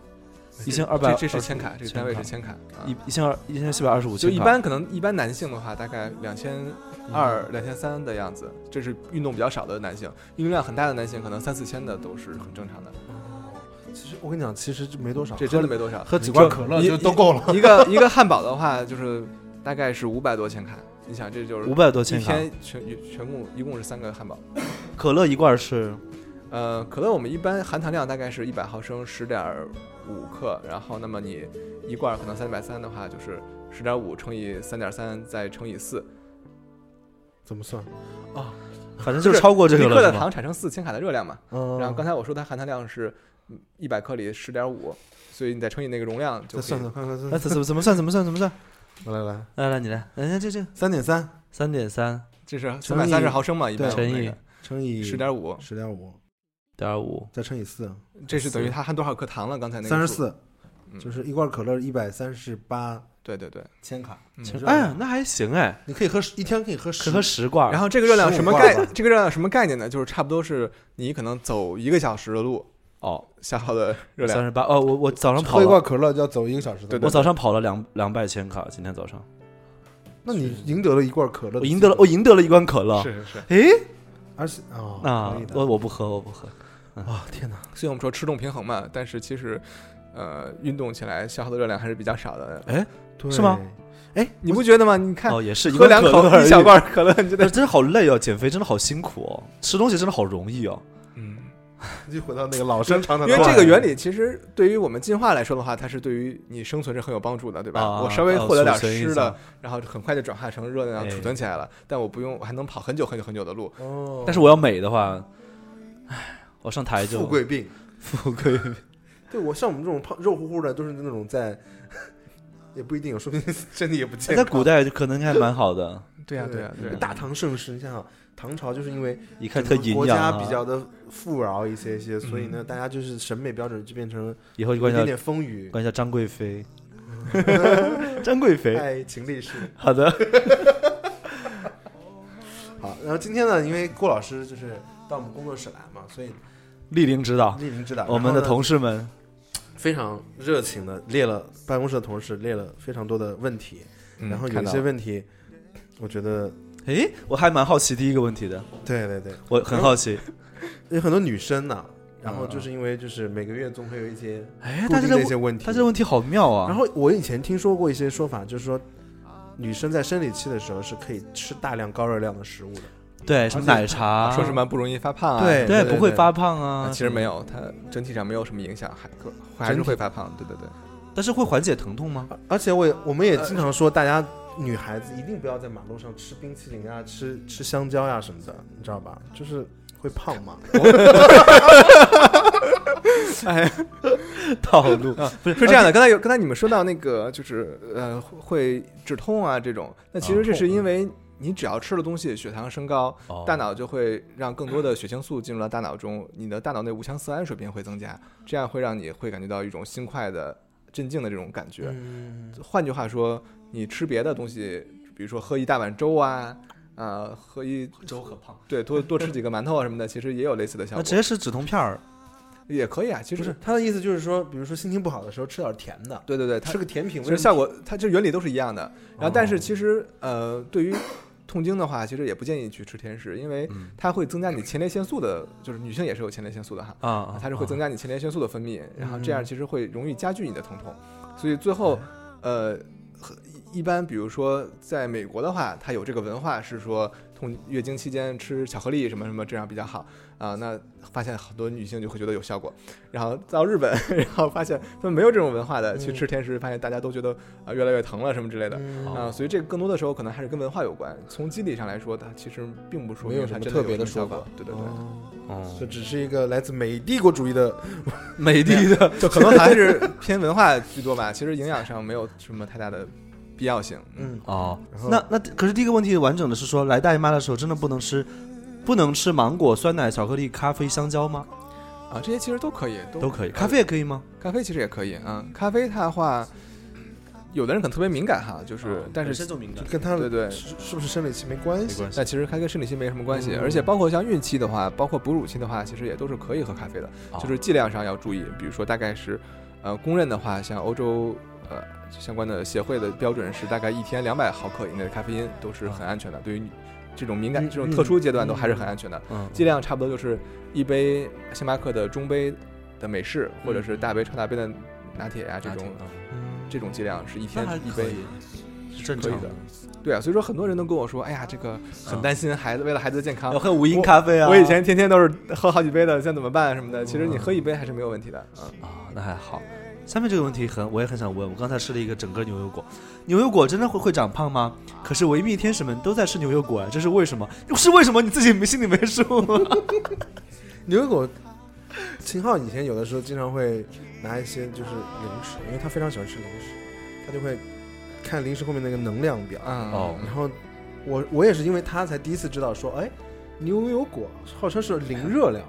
Speaker 2: 一千二百，呃
Speaker 3: 这这是千卡，这个单位是千卡。啊
Speaker 2: 一一千二一千七百二十五
Speaker 3: 就
Speaker 2: 千卡。
Speaker 3: 一般可能一般男性的话，大概两千二、
Speaker 2: 嗯
Speaker 3: 两千三的样子，这是运动比较少的男性，运动量很大的男性，可能三四千的都是很正常的，
Speaker 2: 啊
Speaker 4: 其实我跟你讲，其实就没多少，
Speaker 3: 这真的没 多少。
Speaker 4: 喝几罐可乐
Speaker 3: 一
Speaker 4: 就都够了。
Speaker 3: 一个一个汉堡的话，就是大概是五百多千卡，你想这就是
Speaker 2: 五百多
Speaker 3: 一
Speaker 2: 千卡，
Speaker 3: 天全全共一共是三个汉堡。
Speaker 2: 可乐一罐是
Speaker 3: 呃，可乐我们一般含糖量大概是一百毫升，十点五克，然后那么你一罐可能三百三的话，就是十点五乘以三点三再乘以四，
Speaker 4: 怎么算？
Speaker 2: 反正
Speaker 3: 就
Speaker 2: 就是超过哦这
Speaker 3: 一
Speaker 2: 个
Speaker 3: 克
Speaker 2: 了
Speaker 3: 的
Speaker 2: 是吗？
Speaker 3: 糖产生四千卡的热量嘛。
Speaker 2: 呃
Speaker 4: 嗯，
Speaker 3: 然后刚才我说它含糖量是一百克里十点五，所以你再乘以那个容量就
Speaker 4: 再
Speaker 3: 可以
Speaker 4: 算算看看， 算
Speaker 2: 那怎
Speaker 4: 算
Speaker 2: 怎么怎么算怎么算怎么算？
Speaker 4: 来来来，
Speaker 2: 来来，你来，来来这这
Speaker 4: 三点三
Speaker 2: 三点三
Speaker 3: 这是三
Speaker 4: 乘
Speaker 3: 百三十
Speaker 4: 以
Speaker 3: 毫升嘛，一般
Speaker 2: 乘以
Speaker 4: 乘以
Speaker 3: 十点五，
Speaker 4: 十点五，
Speaker 2: 点五，
Speaker 4: 再乘以四，
Speaker 3: 这是等于它含多少克糖了？刚才那个
Speaker 4: 三十
Speaker 3: 数，
Speaker 4: 四，
Speaker 2: 嗯
Speaker 4: 就是一罐可乐一百三十八
Speaker 3: 对对对。
Speaker 4: 千卡。
Speaker 3: 嗯
Speaker 4: 你知道吗
Speaker 2: 哎呀，那还行哎，
Speaker 4: 你可以喝十一天可以喝
Speaker 2: 可
Speaker 4: 十
Speaker 2: 喝十罐儿，
Speaker 3: 然后这个热量什么
Speaker 4: 15
Speaker 3: 概
Speaker 4: 块吧？
Speaker 3: 这个热量什么概念呢？就是差不多是你可能走一个小时的路
Speaker 2: 哦
Speaker 3: 消耗的热
Speaker 2: 三
Speaker 3: 量。
Speaker 2: 十八哦，我我早上跑
Speaker 4: 喝一罐
Speaker 2: 了，
Speaker 4: 可乐就要走一个小时的路。
Speaker 2: 我早上跑了两两百千卡，今天早上
Speaker 4: 那你赢得了一罐可乐，
Speaker 2: 我赢得了，我赢得了一罐可乐，
Speaker 3: 是是是，
Speaker 2: 诶，
Speaker 4: 而且哦
Speaker 2: 啊
Speaker 4: 可以，的
Speaker 2: 我我不喝我不喝，
Speaker 4: 啊天哪！
Speaker 3: 所以我们说吃重平衡嘛，但是其实，呃，运动起来消耗的热量还是比较少的。
Speaker 4: 对
Speaker 2: 是吗？
Speaker 3: 你不觉得吗？你看，
Speaker 2: 哦也是一
Speaker 3: 喝
Speaker 2: 罐
Speaker 3: 两
Speaker 2: 可
Speaker 3: 口
Speaker 2: 乐而
Speaker 3: 一
Speaker 2: 已
Speaker 3: 小，罐可乐，你
Speaker 2: 但
Speaker 3: 就得
Speaker 2: 是真的好累哦，减肥真的好辛苦哦，吃东西真的好容易哦，
Speaker 3: 嗯。
Speaker 4: 就回到那个老生常谈的
Speaker 3: 因
Speaker 4: 话
Speaker 3: 为
Speaker 4: 题，
Speaker 3: 这个原理其实对于我们进化来说的话，它是对于你生存是很有帮助的，对吧？
Speaker 2: 啊
Speaker 3: 我稍微
Speaker 2: 啊
Speaker 3: 获得点
Speaker 2: 储存一
Speaker 3: 湿
Speaker 2: 下
Speaker 3: 的，然后很快就转化成热量
Speaker 2: 哎
Speaker 3: 储存起来了，但我不用，我还能跑很久很久很久的路。
Speaker 4: 哦，
Speaker 2: 但是我要美的话，唉，我上台就
Speaker 4: 富贵病。
Speaker 2: 富贵，
Speaker 4: 对我像我们这种胖肉乎乎的，都是那种在， 也不一定，说不定身体也不健
Speaker 2: 哎在
Speaker 4: 康。
Speaker 2: 古代可能还蛮好的，
Speaker 3: 哎对啊呀，对呀，对呀。
Speaker 4: 大唐盛世，你想想，唐朝就是因为
Speaker 2: 一看特
Speaker 4: 整个
Speaker 2: 营
Speaker 4: 国
Speaker 2: 养
Speaker 4: 家
Speaker 2: 啊，嗯
Speaker 4: 比较的富饶一些一些，所以呢，大家就是审美标准就变成
Speaker 2: 以后就
Speaker 4: 有
Speaker 2: 关
Speaker 4: 一
Speaker 2: 掉
Speaker 4: 点点风雨。
Speaker 2: 关一下张贵妃，张贵妃，
Speaker 4: 爱情历史。
Speaker 2: 好的，
Speaker 4: 好，然后今天呢，因为郭老师就是到我们工作室来嘛，所以
Speaker 2: 莅临指导，
Speaker 4: 莅临指导，
Speaker 2: 我们的
Speaker 4: 然后呢
Speaker 2: 同事们，
Speaker 4: 非常热情的列了办公室的同事列了非常多的问题，
Speaker 3: 嗯
Speaker 4: 然后有
Speaker 3: 看
Speaker 4: 一
Speaker 3: 到
Speaker 4: 些
Speaker 3: 了
Speaker 4: 问题，我觉得
Speaker 2: 诶，我还蛮好奇第一个问题的，
Speaker 4: 对对对，
Speaker 2: 我很好奇，
Speaker 4: 有很多女生呢、然后就是因为就是每个月总会有一些
Speaker 2: 哎，
Speaker 4: 固
Speaker 2: 大家
Speaker 4: 定的一
Speaker 2: 这
Speaker 4: 些问题，
Speaker 2: 他这个问题好妙啊，
Speaker 4: 然后我以前听说过一些说法，就是说女生在生理期的时候是可以吃大量高热量的食物的，
Speaker 2: 对什么奶茶，
Speaker 3: 说什么不容易发胖啊？
Speaker 4: 对
Speaker 2: 啊对
Speaker 4: 对
Speaker 2: 不会
Speaker 4: 对
Speaker 2: 发胖
Speaker 3: 啊
Speaker 2: 啊，
Speaker 3: 其实没有，它整体上没有什么影响，还可还是
Speaker 4: 整体
Speaker 3: 会发胖。对对对，
Speaker 2: 但是会缓解疼痛 吗？
Speaker 4: 而啊而且我也我们也经常说，大家女孩子一定不要在马路上吃冰淇淋啊、吃吃香蕉呀、什么的，你知道吧？就是会胖 嘛。
Speaker 2: 套路，
Speaker 3: 是这样的。刚才有刚才你们说到那个就是呃会止痛啊这种，那其实这是因为你只要吃了东西，血糖升高，
Speaker 2: 哦
Speaker 3: 大脑就会让更多的血清素进入到大脑中，你的大脑内五羟色胺水平会增加，这样会让你会感觉到一种心快的镇静的这种感觉。换句话说，你吃别的东西，比如说喝一大碗粥啊，啊，喝一
Speaker 2: 粥可胖，
Speaker 3: 对多多吃几个馒头啊什么的，其实也有类似的效
Speaker 2: 那
Speaker 3: 果
Speaker 2: 直，接吃止痛片儿，
Speaker 3: 也可以啊。其
Speaker 4: 不是
Speaker 3: 实
Speaker 4: 他的意思，就是说，比如说心情不好的时候吃点甜的，
Speaker 3: 对对对，它
Speaker 4: 吃个甜品，
Speaker 3: 其实效果它这原理都是一样的。然后，但是其实呃，对于痛经的话，其实也不建议去吃甜食，因为
Speaker 2: 嗯
Speaker 3: 它会增加你前列腺素的，就是女性也是有前列腺素的哈，
Speaker 2: 啊
Speaker 4: 嗯
Speaker 2: 啊，
Speaker 3: 它是会增
Speaker 2: 加，
Speaker 3: 加你
Speaker 4: 嗯
Speaker 3: 前列腺素的分泌，然后这样其实会容易加剧你的疼痛，所以最后呃一般比如说在美国的话，它有这个文化是说痛月经期间吃巧克力什么什么这样比较好啊、那发现很多女性就会觉得有效果，然后到日本， 然后发现他们没有这种文化
Speaker 4: 嗯
Speaker 3: 的去吃甜食，发现大家都觉得啊、越来越疼了什么之类的。
Speaker 4: 嗯
Speaker 3: 啊、所以这个更多的时候可能还是跟文化有关。从机理上来说，它其实并不说
Speaker 4: 没有
Speaker 3: 明
Speaker 4: 什
Speaker 3: 它
Speaker 4: 么
Speaker 3: 真
Speaker 4: 特别
Speaker 3: 有
Speaker 4: 的
Speaker 3: 什么效
Speaker 4: 说
Speaker 3: 果
Speaker 4: 法。
Speaker 3: 对对对，
Speaker 2: 哦
Speaker 4: 这只是一个来自美帝国主义的
Speaker 2: 美的的，
Speaker 3: 就可能还是偏文化居多吧。其实营养上没有什么太大的必要性。嗯，
Speaker 2: 哦
Speaker 4: 然后，
Speaker 2: 那那可是第一个问题完整的是说，来大姨妈的时候真的不能吃，不能吃芒果、酸奶、巧克力、咖啡、香蕉吗？
Speaker 3: 啊，这些其实都可以，都
Speaker 2: 嗯都可以，咖啡也可以吗？
Speaker 3: 咖啡其实也可以啊。咖啡它的话，有的人可能特别敏感哈，就是、但是
Speaker 2: 啊就敏感，
Speaker 4: 跟他
Speaker 3: 对对
Speaker 4: 是是不是生理期没关
Speaker 2: 没
Speaker 4: 系？
Speaker 2: 关系
Speaker 3: 那其实它跟生理期没什么关系，
Speaker 4: 嗯
Speaker 3: 而且包括像孕期的话，包括哺乳期的话，其实也都是可以喝咖啡的，
Speaker 2: 哦
Speaker 3: 就是剂量上要注意。比如说，大概是，呃，公认的话，像欧洲呃相关的协会的标准是大概一天两百毫克以内的咖啡因都是很安全的，对于你这种敏感、
Speaker 4: 嗯
Speaker 3: 这种特殊阶段都还是很安全的。
Speaker 2: 嗯，
Speaker 3: 剂量差不多就是一杯星巴克的中杯的美式，或者是大杯超大杯的拿铁呀、这种
Speaker 2: 嗯
Speaker 3: 这种剂量是一天一杯。，
Speaker 2: 是正
Speaker 3: 可以
Speaker 2: 常
Speaker 3: 的。对啊，所以说很多人都跟我说，哎呀，这个很担心孩子，为了孩子的健康
Speaker 2: 要。喝无因咖啡啊。
Speaker 3: 我以前天天都是喝好几杯的，现在怎么办啊什么的？其实你喝一杯还是没有问题的。嗯，
Speaker 2: 啊，那还好。下面这个问题很，我也很想问。我刚才吃了一个整个牛油果，牛油果真的会会长胖吗？可是维密天使们都在吃牛油果啊，这是为什么？是为什么？你自己没心里没数吗？
Speaker 4: 牛油果，秦昊以前有的时候经常会拿一些就是零食，因为他非常喜欢吃零食，他就会看零食后面那个能量表。
Speaker 3: 嗯
Speaker 2: 哦
Speaker 4: 然后我我也是因为他才第一次知道说，哎，牛油果号称是零热量，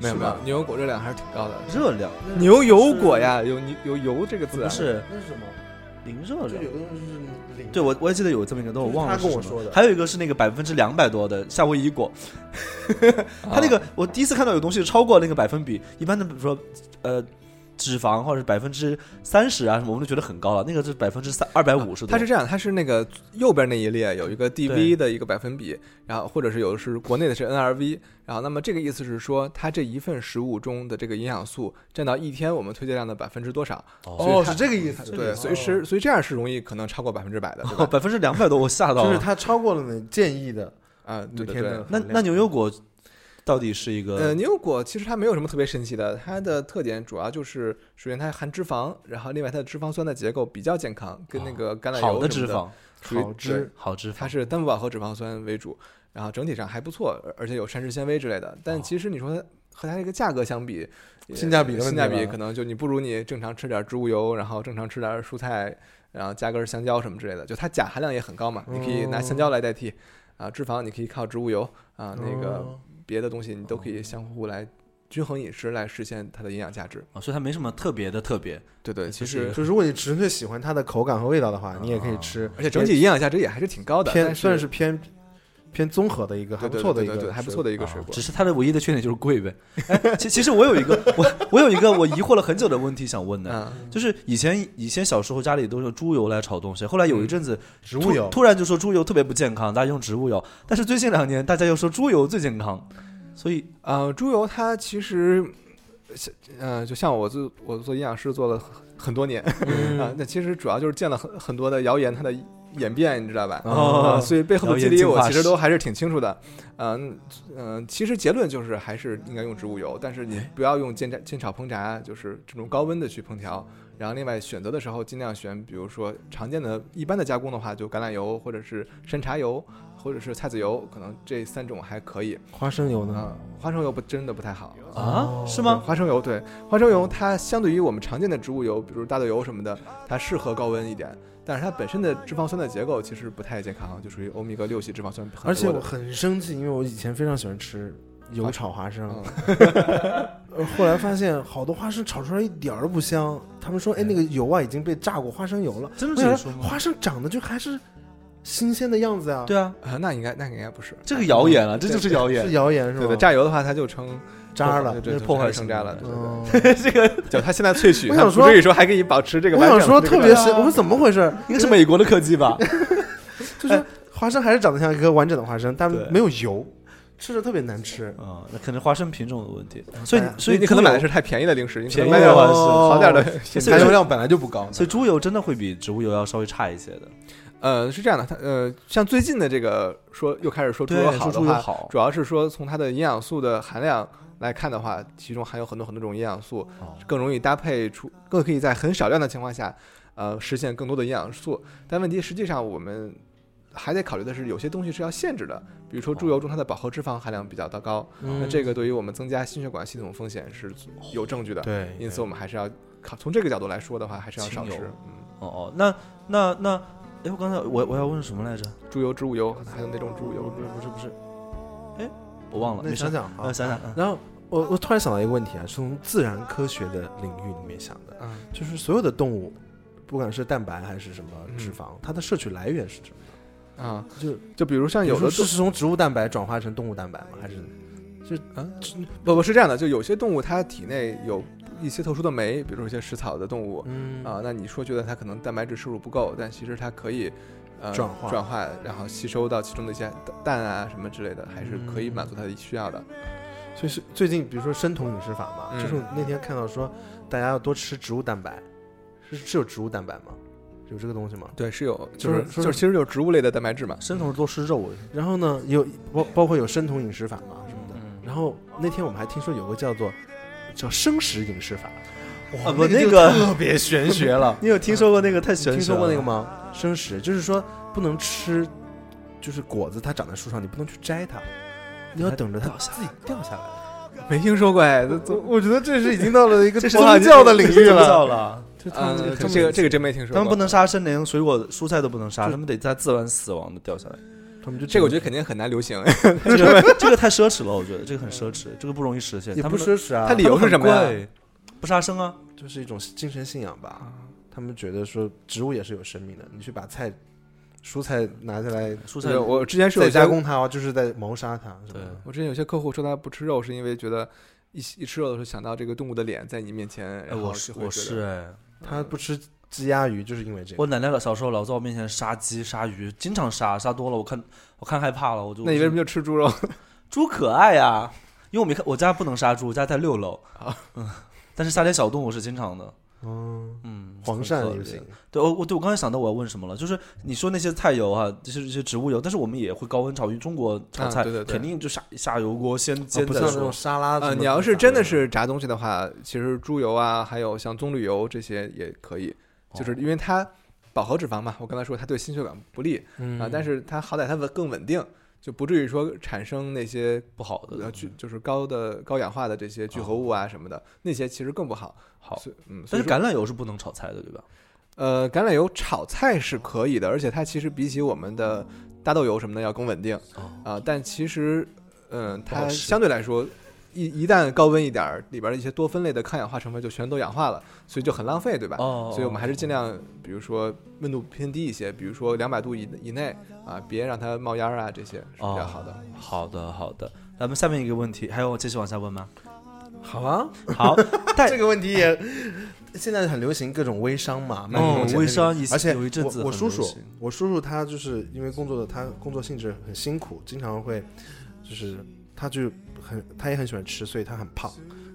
Speaker 3: 没有
Speaker 4: 是
Speaker 3: 没
Speaker 4: 吧
Speaker 3: 有，牛油果热量还是挺高的。
Speaker 2: 热量
Speaker 3: 牛油果呀，有牛有油这个字啊
Speaker 2: 不是
Speaker 4: 那是什么？
Speaker 2: 零热
Speaker 4: 就
Speaker 2: 量
Speaker 4: 有。的东西是零。
Speaker 2: 对，我我也记得有这么一个，但我忘了
Speaker 4: 就是他跟
Speaker 2: 是
Speaker 4: 我
Speaker 2: 什么
Speaker 4: 说的
Speaker 2: 还有一个是那个百分之两百多的夏威夷果， 它那个我第一次看到有东西超过那个百分比，一般的比如说呃脂肪或者是百分之三十啊什么，我们都觉得很高了，那个是百分之三二百五十多。
Speaker 3: 啊它是这样，它是那个右边那一列有一个 DV
Speaker 2: 对
Speaker 3: 的一个百分比，然后或者是有的是国内的是 NRV，然后那么这个意思是说，它这一份食物中的这个营养素占到一天我们推荐量的百分之多少？
Speaker 4: 哦，是这个意思。
Speaker 3: 对，所以是所以这样是容易可能超过百分之百的，对
Speaker 2: 哦，
Speaker 3: 吧？
Speaker 2: 百分之两百多，我吓到
Speaker 4: 哦就是
Speaker 2: 了。
Speaker 4: 它超过了你建议的
Speaker 3: 啊，
Speaker 4: 每
Speaker 3: 对对
Speaker 4: 天
Speaker 3: 对
Speaker 4: 的。
Speaker 2: 那
Speaker 4: 含量
Speaker 2: 那牛油果到底是一
Speaker 3: 呃，
Speaker 2: 个
Speaker 3: 牛油果其实它没有什么特别神奇的，它的特点主要就是，首先它含脂肪，然后另外它的脂肪酸的结构比较健康，跟那
Speaker 4: 啊
Speaker 3: 个橄榄油
Speaker 2: 好
Speaker 3: 什
Speaker 2: 脂
Speaker 3: 么的
Speaker 2: 肪，
Speaker 3: 属于
Speaker 4: 好脂，
Speaker 2: 好脂
Speaker 3: 它
Speaker 2: 肪。
Speaker 3: 是单不饱和脂肪酸为主，然后整体上还不错，而而且有膳食纤维之类的。但其实你说它和它这个价格相比，也
Speaker 4: 哦性价比的问
Speaker 3: 性
Speaker 4: 题
Speaker 3: 价比
Speaker 4: 了
Speaker 3: 可能就你不如你正常吃点植物油，然后正常吃点蔬菜，然后加根香蕉什么之类的。就它钾含量也很高嘛，你可以拿香
Speaker 4: 哦
Speaker 3: 蕉来代替啊，脂肪你可以靠植物油啊，那个
Speaker 4: 哦
Speaker 3: 别的东西你都可以相互来均衡饮食来实现它的营养价值。
Speaker 2: 哦，所以它没什么特别的特别，
Speaker 3: 对对，其
Speaker 2: 就是
Speaker 3: 实
Speaker 4: 就如果你纯粹喜欢它的口感和味道的话，你也可以吃，
Speaker 3: 哦而且整体营养价值也还是挺高的，
Speaker 4: 偏
Speaker 3: 但
Speaker 4: 算
Speaker 3: 是
Speaker 4: 是偏偏综合的一个还
Speaker 3: 对
Speaker 4: 不
Speaker 3: 对
Speaker 4: 错的
Speaker 3: 对
Speaker 4: 一
Speaker 3: 对对
Speaker 4: 个
Speaker 3: 还不错
Speaker 4: 的
Speaker 3: 的一个水
Speaker 2: 啊
Speaker 3: 果
Speaker 2: 只。是它的唯一的缺点就是贵呗。哎其其实我有一个我我有一个我疑惑了很久的问题想问的，
Speaker 3: 嗯，
Speaker 2: 就是以前以前小时候家里都是用猪油来炒东西，后来
Speaker 3: 嗯
Speaker 2: 有一阵子
Speaker 4: 植物油
Speaker 2: 突，突然就说猪油特别不健康，大家用植物油。但是最近两年大家又说猪油最健康，所以
Speaker 3: 呃，猪油它其实，像呃，就像我做我做营养师做了很很多 年啊、
Speaker 2: 嗯
Speaker 3: 那其实主要就是见了很很多的谣言，它的演变，你知道吧？
Speaker 2: 哦
Speaker 3: 啊所以背后
Speaker 2: 谣
Speaker 3: 的机
Speaker 2: 言
Speaker 3: 理
Speaker 2: 进
Speaker 3: 我
Speaker 2: 化
Speaker 3: 其实
Speaker 2: 史
Speaker 3: 都还是挺清楚的。嗯、嗯、其实结论就是还是应该用植物油，但是你
Speaker 2: 哎
Speaker 3: 不要用煎炸、煎炒、烹炸，就是这种高温的去烹调。然后，另外选择的时候尽量选，比如说常见的、一般的加工的话，就橄榄油或者是山茶油，或者是菜籽油，可能这三种还可以。
Speaker 4: 花生油呢？
Speaker 3: 嗯，花生油不真的不太好
Speaker 2: 啊，是
Speaker 3: 对
Speaker 2: 吗？
Speaker 3: 花生油对，花生油它相对于我们常见的植物油，比如大豆油什么的，它适合高温一点，但是它本身的脂肪酸的结构其实不太健康，就属于欧米伽六系脂肪酸很多的。
Speaker 4: 而且我很生气，因为我以前非常喜欢吃油炒花生，
Speaker 3: 嗯
Speaker 4: 呃后来发现好多花生炒出来一点儿不香。他们说，
Speaker 3: 嗯
Speaker 4: 哎，那个油啊已经被炸过花生油了。
Speaker 2: 真
Speaker 4: 我
Speaker 2: 的这
Speaker 4: 想
Speaker 2: 样
Speaker 4: 说
Speaker 2: 说吗？
Speaker 4: 花生长得就还是新鲜的样子啊，
Speaker 2: 对啊，
Speaker 3: 啊，那应该那个应该不是
Speaker 2: 这个谣言啊，这就是谣
Speaker 4: 是
Speaker 2: 言，
Speaker 4: 谣言是
Speaker 3: 对
Speaker 4: 吧？
Speaker 3: 对，榨油的话它就成
Speaker 4: 渣了
Speaker 3: 对。对
Speaker 2: 那
Speaker 3: 对
Speaker 2: 破坏
Speaker 3: 它就成
Speaker 2: 性
Speaker 3: 渣
Speaker 2: 的
Speaker 3: 了，对对对，
Speaker 4: 嗯，
Speaker 2: 这个
Speaker 3: 就它现在萃取，
Speaker 4: 我
Speaker 3: 它
Speaker 4: 想
Speaker 3: 不
Speaker 4: 说
Speaker 3: 至于说还可以保持这个
Speaker 4: 我
Speaker 3: 完整
Speaker 4: 想
Speaker 3: 的
Speaker 4: 说
Speaker 3: 这个
Speaker 4: 特别
Speaker 3: 状
Speaker 4: 是，我说怎么回事？
Speaker 2: 应该是美国的 科技吧？
Speaker 4: 就是花生还是长得像一颗完整的花生，但
Speaker 2: 对
Speaker 4: 没有油。吃着特别难吃。
Speaker 2: 啊、那可能花生品种的问题。所以
Speaker 4: 哎，
Speaker 2: 所以
Speaker 3: 嗯啊你可能买的
Speaker 2: 是，
Speaker 3: 是太便宜的零食，你可
Speaker 2: 便
Speaker 3: 能
Speaker 2: 宜
Speaker 3: 买
Speaker 2: 的
Speaker 3: 点
Speaker 2: 话是
Speaker 3: 好点的。
Speaker 2: 所以
Speaker 4: 含油量本来就不高，
Speaker 2: 所以猪油真的会比植物油要稍微差一些的。
Speaker 3: 呃，是这样的，它呃，像最近的这个说又开始说猪油好
Speaker 2: 说
Speaker 3: 的
Speaker 2: 猪油
Speaker 3: 话，
Speaker 2: 好，
Speaker 3: 主要是说从它的营养素的含量来看的话，其中含有很多很多种营养素，
Speaker 2: 哦
Speaker 3: 更容易搭配出，更可以在很少量的情况下，呃，实现更多的营养素。但问题实际上我们还得考虑的是，有些东西是要限制的，比如说猪油中它的饱和脂肪含量比较的高，
Speaker 2: 嗯
Speaker 3: 那这个对于我们增加心血管系统风险是
Speaker 2: 哦
Speaker 3: 有证据的。
Speaker 4: 对
Speaker 3: 因此我们还是要考从这个角度来说的话，还是要少
Speaker 2: 清油
Speaker 3: 吃。嗯，
Speaker 2: 哦哦，那那那，哎，我刚才我我要问什么来着？
Speaker 3: 猪油、植物
Speaker 4: 嗯
Speaker 3: 油，还有那种植物油。
Speaker 4: 不是不是不是，
Speaker 2: 我忘了，
Speaker 4: 那
Speaker 2: 没
Speaker 4: 你
Speaker 2: 事
Speaker 4: 想，想啊
Speaker 2: 呃，，想想，嗯
Speaker 4: 然后我我突然想到一个问题啊，是从自然科学的领域里面想的，
Speaker 3: 嗯，
Speaker 4: 就是所有的动物，不管是蛋白还是什么
Speaker 3: 嗯
Speaker 4: 脂肪，它的摄取来源是什么？
Speaker 3: 啊，
Speaker 4: 就
Speaker 3: 就比如像有
Speaker 4: 比
Speaker 3: 的
Speaker 4: 如说是是从植物蛋白转化成动物蛋白吗？还是
Speaker 3: 不不是这样的，就有些动物它体内有一些特殊的酶，比如说一些食草的动物
Speaker 4: 嗯
Speaker 3: 啊、那你说觉得它可能蛋白质摄入不够，但其实它可以呃
Speaker 4: 转化
Speaker 3: 转化，然后吸收到其中的一些氮啊什么之类的，还是
Speaker 4: 嗯
Speaker 3: 可以满足它需要的。
Speaker 4: 所以是最近比如说生酮饮食法嘛，
Speaker 3: 嗯
Speaker 4: 就是我那天看到说大家要多吃植物蛋白，是是有植物蛋白吗？有这个东西吗？
Speaker 3: 对，是有，就
Speaker 4: 就是是
Speaker 3: 就
Speaker 4: 就是是
Speaker 3: 其实就是植物类的蛋白质嘛。
Speaker 2: 生酮是多吃肉，我
Speaker 4: 然后呢，有包包括有生酮饮食法嘛什么的。
Speaker 2: 嗯
Speaker 4: 然后那天我们还听说有个叫做叫生食饮食法，
Speaker 2: 啊不那个
Speaker 4: 就特别玄学了
Speaker 2: 。你有听说过那个太
Speaker 4: 你
Speaker 2: 玄学？
Speaker 4: 听说过那个？吗？生食就是说不能吃，就是果子它长在树上，你不能去摘它，你要等着
Speaker 2: 呃
Speaker 4: 它自己掉下来。
Speaker 3: 没听说过哎，这这
Speaker 4: 我觉得这是已经到 了一个
Speaker 2: 这是
Speaker 4: 宗教的领域
Speaker 2: 了，宗
Speaker 4: 了。
Speaker 2: 教了。
Speaker 4: 就他们
Speaker 3: 呃
Speaker 4: 他们
Speaker 3: 这个这个真没听说
Speaker 2: 他
Speaker 3: 过。
Speaker 2: 们不能杀生，连水果、蔬菜都不能杀，
Speaker 4: 就
Speaker 2: 他们得在自然死亡的掉 下来。
Speaker 4: 他们就
Speaker 3: 这个我觉得肯定很难流行。
Speaker 2: 这个这个太奢侈了，我觉得这个很奢侈，这个不容易实现。
Speaker 4: 也
Speaker 2: 他
Speaker 4: 不
Speaker 2: 们
Speaker 4: 奢侈啊，
Speaker 3: 他理由是什么
Speaker 2: 他们
Speaker 3: 呀？
Speaker 2: 很贵不杀生啊，
Speaker 4: 就是一种精神信仰
Speaker 3: 啊
Speaker 4: 吧。他们觉得说植物也是有生命的，你去把菜、蔬菜拿下来
Speaker 2: 蔬菜
Speaker 3: 对， 我之前是有
Speaker 4: 再
Speaker 3: 些
Speaker 4: 加工它，哦就是在谋杀它。是吧
Speaker 2: 对
Speaker 3: 我之前有些客户说他不吃肉，是因为觉得一一吃肉的时候想到这个动物的脸在你面前，
Speaker 2: 哎，
Speaker 3: 然后
Speaker 2: 我
Speaker 3: 就是会
Speaker 2: 我
Speaker 3: 觉得嗯
Speaker 2: 是哎，
Speaker 4: 他不吃鸡鸭鱼，就是因为这个。
Speaker 2: 我奶奶小时候老在我面前杀鸡杀鱼，经常杀，杀多了我看我看害怕了，我就
Speaker 3: 那你为什么就吃猪肉？
Speaker 2: 猪可爱呀、因为我没看我家不能杀猪，我家在六楼
Speaker 3: 啊，
Speaker 2: 嗯，但是杀点小动物是经常的，
Speaker 4: 嗯，
Speaker 2: 嗯，
Speaker 4: 黄
Speaker 2: 很
Speaker 4: 鳝
Speaker 2: 可
Speaker 4: 也
Speaker 2: 怜
Speaker 4: 行。
Speaker 2: 对，我我对我刚才想到我要问什么了，就是你说那些菜油哈、啊，就是这些植物油，但是我们也会高温炒，因为中国炒
Speaker 3: 啊
Speaker 2: 菜、
Speaker 3: 对对对
Speaker 2: 肯定就下下油锅先煎
Speaker 4: 啊不
Speaker 2: 再
Speaker 4: 像那
Speaker 2: 说
Speaker 4: 种。沙拉什么
Speaker 3: 呃，
Speaker 4: 的。
Speaker 3: 你要是真的是炸东西的话，其实猪油啊，还有像棕榈油这些也可以，
Speaker 2: 哦
Speaker 3: 就是因为它饱和脂肪嘛，我刚才说它对心血管不利
Speaker 4: 嗯
Speaker 3: 啊，但是它好歹它稳更稳定，就不至于说产生那些
Speaker 2: 不好的哦
Speaker 3: 呃聚就是高的高氧化的这些聚合物啊什么的，那些其实更不好。
Speaker 2: 好
Speaker 3: 所以，嗯，所
Speaker 2: 但
Speaker 3: 以
Speaker 2: 是
Speaker 3: 说
Speaker 2: 橄榄油是不能炒菜的，对吧？
Speaker 3: 呃，橄榄油炒菜是可以的，而且它其实比起我们的大豆油什么的要更稳定
Speaker 2: 哦
Speaker 3: 啊、但其实，嗯、
Speaker 2: 不好
Speaker 3: 它
Speaker 2: 吃
Speaker 3: 相对来说，一一旦高温一点儿，里边儿的一些多酚类的抗氧化成分就全都氧化了，所以就很浪费，对吧？
Speaker 2: 哦
Speaker 3: 啊所以我们还是尽量，比如说温度偏低一些，比如说两百度以以内啊，别让它冒烟儿啊，这些是比较好的。
Speaker 2: 好的好的。咱们下面一个问题，还有继续往下问吗？
Speaker 4: 好啊，
Speaker 2: 好，
Speaker 4: 这个问题也现在很流行各种微商嘛，卖各种
Speaker 2: 嗯，
Speaker 4: 减
Speaker 2: 微
Speaker 4: 肥
Speaker 2: 商一
Speaker 4: 而且
Speaker 2: 有一阵子
Speaker 4: 我我
Speaker 2: 很
Speaker 4: 叔
Speaker 2: 流
Speaker 4: 叔
Speaker 2: 行，
Speaker 4: 我叔叔他就是因为工作的，他工作性质很辛苦，经常会就是他就很他也很喜欢吃，所以他很胖，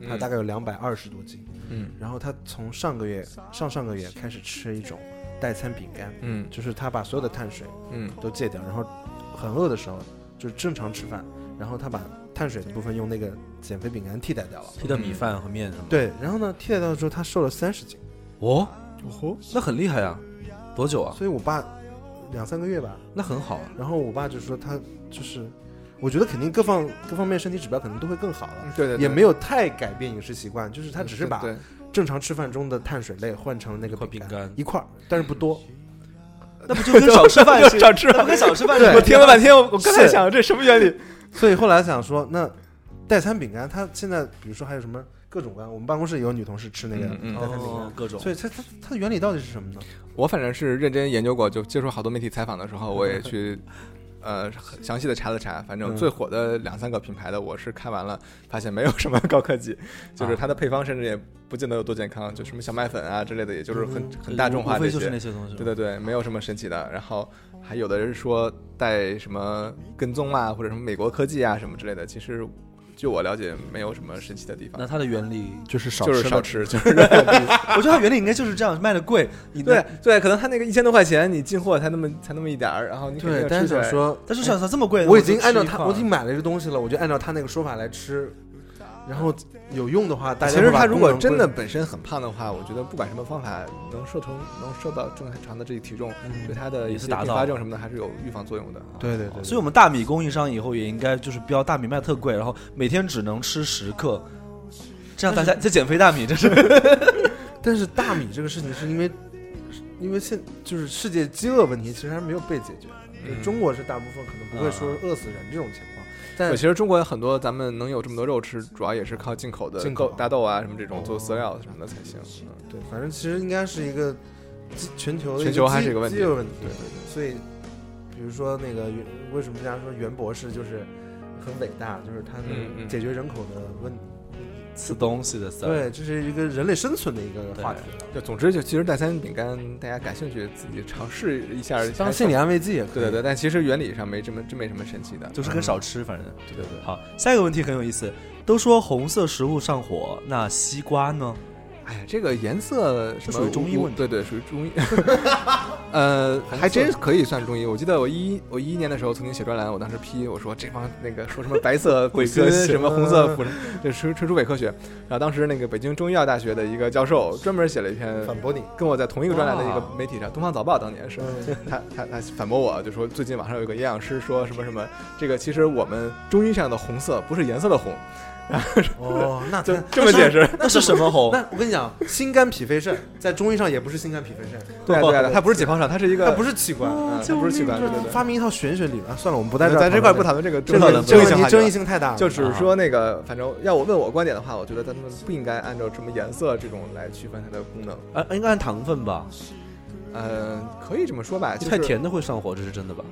Speaker 4: 他大概有两百二十多斤。
Speaker 3: 嗯
Speaker 4: 然后他从上个月上上个月开始吃一种代餐饼干，
Speaker 3: 嗯
Speaker 4: 就是他把所有的碳水
Speaker 3: 嗯
Speaker 4: 都戒掉，然后很饿的时候就是正常吃饭，然后他把碳水的部分用那个减肥饼干替代掉了。
Speaker 2: 提到米饭和面什么的。
Speaker 4: 对，然后呢，替代掉之后他瘦了三十斤，
Speaker 2: 哦，那很厉害呀、多久啊？
Speaker 4: 所以我爸两三个月吧，
Speaker 2: 那很 好啊。
Speaker 4: 然后我爸就说他就是，我觉得肯定各方各方面身体指标可能都会更好了，
Speaker 3: 嗯，对对对，
Speaker 4: 也没有太改变饮食习惯，就是他
Speaker 3: 对，
Speaker 4: 只是把
Speaker 3: 对
Speaker 4: 正常吃饭中的碳水类换成那个
Speaker 2: 块
Speaker 4: 饼
Speaker 2: 饼
Speaker 4: 干
Speaker 2: 干
Speaker 4: 一块儿，但是不多。
Speaker 2: 那不就跟少吃饭 是
Speaker 3: 少吃
Speaker 2: 那不跟少吃饭是
Speaker 4: 对
Speaker 3: 我听了半天，我我刚才
Speaker 4: 是
Speaker 3: 想这什么原理？
Speaker 4: 所以后来想说，那代餐饼干，它现在比如说还有什么各种干，我们办公室也有女同事吃那个
Speaker 3: 嗯嗯
Speaker 4: 代餐饼
Speaker 2: 哦
Speaker 4: 干，
Speaker 2: 各种
Speaker 4: 所以它它它的原理到底是什么呢？
Speaker 3: 我反正是认真研究过，就接触好多媒体采访的时候，我也去呃很详细的查了查，反
Speaker 2: 嗯
Speaker 3: 正最火的两三个品牌的，我是看完了，发现没有什么高 科技，就是
Speaker 2: 啊
Speaker 3: 它的配方甚至也不见得有多健康，就什么小麦粉啊之类的，也就是很很大众化
Speaker 2: 嗯无
Speaker 3: 这
Speaker 2: 非就是
Speaker 3: 些
Speaker 2: 那。些东西。
Speaker 3: 对对对，没有什么神奇的。然后还有的人说带什么跟踪啊，或者什么美国科技啊什么之类的，其实据我了解，没有什么神奇的地
Speaker 2: 那
Speaker 3: 方，
Speaker 2: 它的原理，
Speaker 4: 就是少
Speaker 3: 就是
Speaker 4: 吃
Speaker 3: 少
Speaker 4: 了
Speaker 3: 吃，就是热量低。
Speaker 2: 我觉得它原理应该就是这样，卖的贵，你能
Speaker 3: 对对，可能他那个一千多块钱，你进货才那么才那么一点儿，然后你肯定
Speaker 4: 对
Speaker 3: 要，
Speaker 4: 但
Speaker 3: 吃
Speaker 4: 是
Speaker 3: 起
Speaker 4: 想
Speaker 3: 来
Speaker 4: 说，
Speaker 2: 但是想想这么贵，
Speaker 4: 我已经按照
Speaker 2: 它，
Speaker 4: 他，我已经买了这个东西了，我就按照他那个说法来吃，然后有用的话，大家
Speaker 3: 其实
Speaker 4: 会把
Speaker 3: 他如果
Speaker 4: 功能
Speaker 3: 真的
Speaker 4: 归
Speaker 3: 本身很胖的话，我觉得不管什么方法能瘦成能瘦到正常的这个体重，嗯对他的
Speaker 2: 也
Speaker 3: 一
Speaker 2: 是
Speaker 3: 些
Speaker 2: 达
Speaker 3: 并
Speaker 2: 到
Speaker 3: 发
Speaker 2: 了
Speaker 3: 症什么的还是有预防作用的。啊
Speaker 4: 对对对，
Speaker 2: 所以我们大米供应商以后也应该就是标大米卖特贵，然后每天只能吃十克，这样大家在减肥大米，这是
Speaker 4: 但是大米这个事情是因为，因为现就是世界饥饿问题其实还没有被解决的，就
Speaker 3: 嗯
Speaker 4: 中国是大部分可能不会说
Speaker 2: 啊
Speaker 4: 饿死人这种情况，
Speaker 3: 对，
Speaker 4: 但
Speaker 3: 其实中国有很多咱们能有这么多肉吃，主要也是靠进口的
Speaker 4: 进
Speaker 3: 豆
Speaker 4: 口
Speaker 3: 大豆啊什么这种做饲料什么的才行。嗯
Speaker 4: 对，反正其实应该是一个饥全球的
Speaker 3: 全球还
Speaker 4: 饥
Speaker 3: 是一个问题
Speaker 4: 饥饿问题，
Speaker 3: 对对
Speaker 4: 所以比如说那个袁为什么大家说袁博士就是很伟大，就是他
Speaker 3: 嗯
Speaker 4: 能
Speaker 3: 嗯
Speaker 4: 解决人口的问题，
Speaker 2: 吃东西的事儿。
Speaker 4: 对，这是一个人类生存的一个话题。
Speaker 3: 就总之就其实代餐饼干大家感兴趣自己尝试一下，
Speaker 4: 当
Speaker 3: 还
Speaker 4: 心理
Speaker 3: 算
Speaker 4: 安慰剂也可以，
Speaker 3: 对对对，但其实原理上没这么真没什么神奇的，
Speaker 2: 就是很少吃，反正。
Speaker 4: 对对对。
Speaker 2: 好，下一个问题很有意思，都说红色食物上火，那西瓜呢？
Speaker 3: 哎呀，这个颜色什
Speaker 2: 这
Speaker 3: 么
Speaker 2: 属于中医问题
Speaker 3: 对对，属于中医。 呃，还真可以算中医。我记得我一我一一年的时候曾经写专栏，我当时批我说这帮那个说什么白色鬼
Speaker 4: 鬼
Speaker 3: 根
Speaker 4: 根
Speaker 3: 什么红色腐，这纯纯属伪科学。然后当时那个北京中医药大学的一个教授专门写了一篇
Speaker 4: 反驳你，
Speaker 3: 跟我在同一个专栏的一个
Speaker 2: 哇
Speaker 3: 媒体上，《东方早报》当年是，他他他反驳我，就说最近网上有个营养师说什么什么，这个其实我们中医上的红色不是颜色的红，
Speaker 4: 哦，那
Speaker 3: 就
Speaker 4: 他
Speaker 3: 这么解释。
Speaker 2: 那是什么红？
Speaker 4: 那我跟你讲，心肝脾肺肾在中医上也不是心肝脾肺肾，
Speaker 3: 对啊对啊对啊，它不是解放上，它是一个
Speaker 4: 它不是器官，
Speaker 3: 嗯
Speaker 4: 嗯
Speaker 3: 它不是器官，对对对。
Speaker 4: 发明一套玄学理论。啊算了，我们不在
Speaker 3: 但
Speaker 4: 这
Speaker 3: 是
Speaker 4: 儿
Speaker 3: 咱这块不
Speaker 4: 讨
Speaker 3: 讨论这个
Speaker 4: 论
Speaker 3: 论
Speaker 4: 这
Speaker 3: 争议
Speaker 4: 个这个
Speaker 3: 性
Speaker 4: 问
Speaker 3: 话
Speaker 4: 题
Speaker 3: 题
Speaker 4: 争
Speaker 3: 了
Speaker 4: 议，性太大了，啊
Speaker 3: 就只是说那个，反正要我问我观点的话，我觉得咱们不应该按照什么颜色这种来区分它的功能。
Speaker 2: 啊，应该按糖分吧，
Speaker 3: 嗯，可以这么说吧，就是
Speaker 2: 太。甜的会上火，这是真的吧？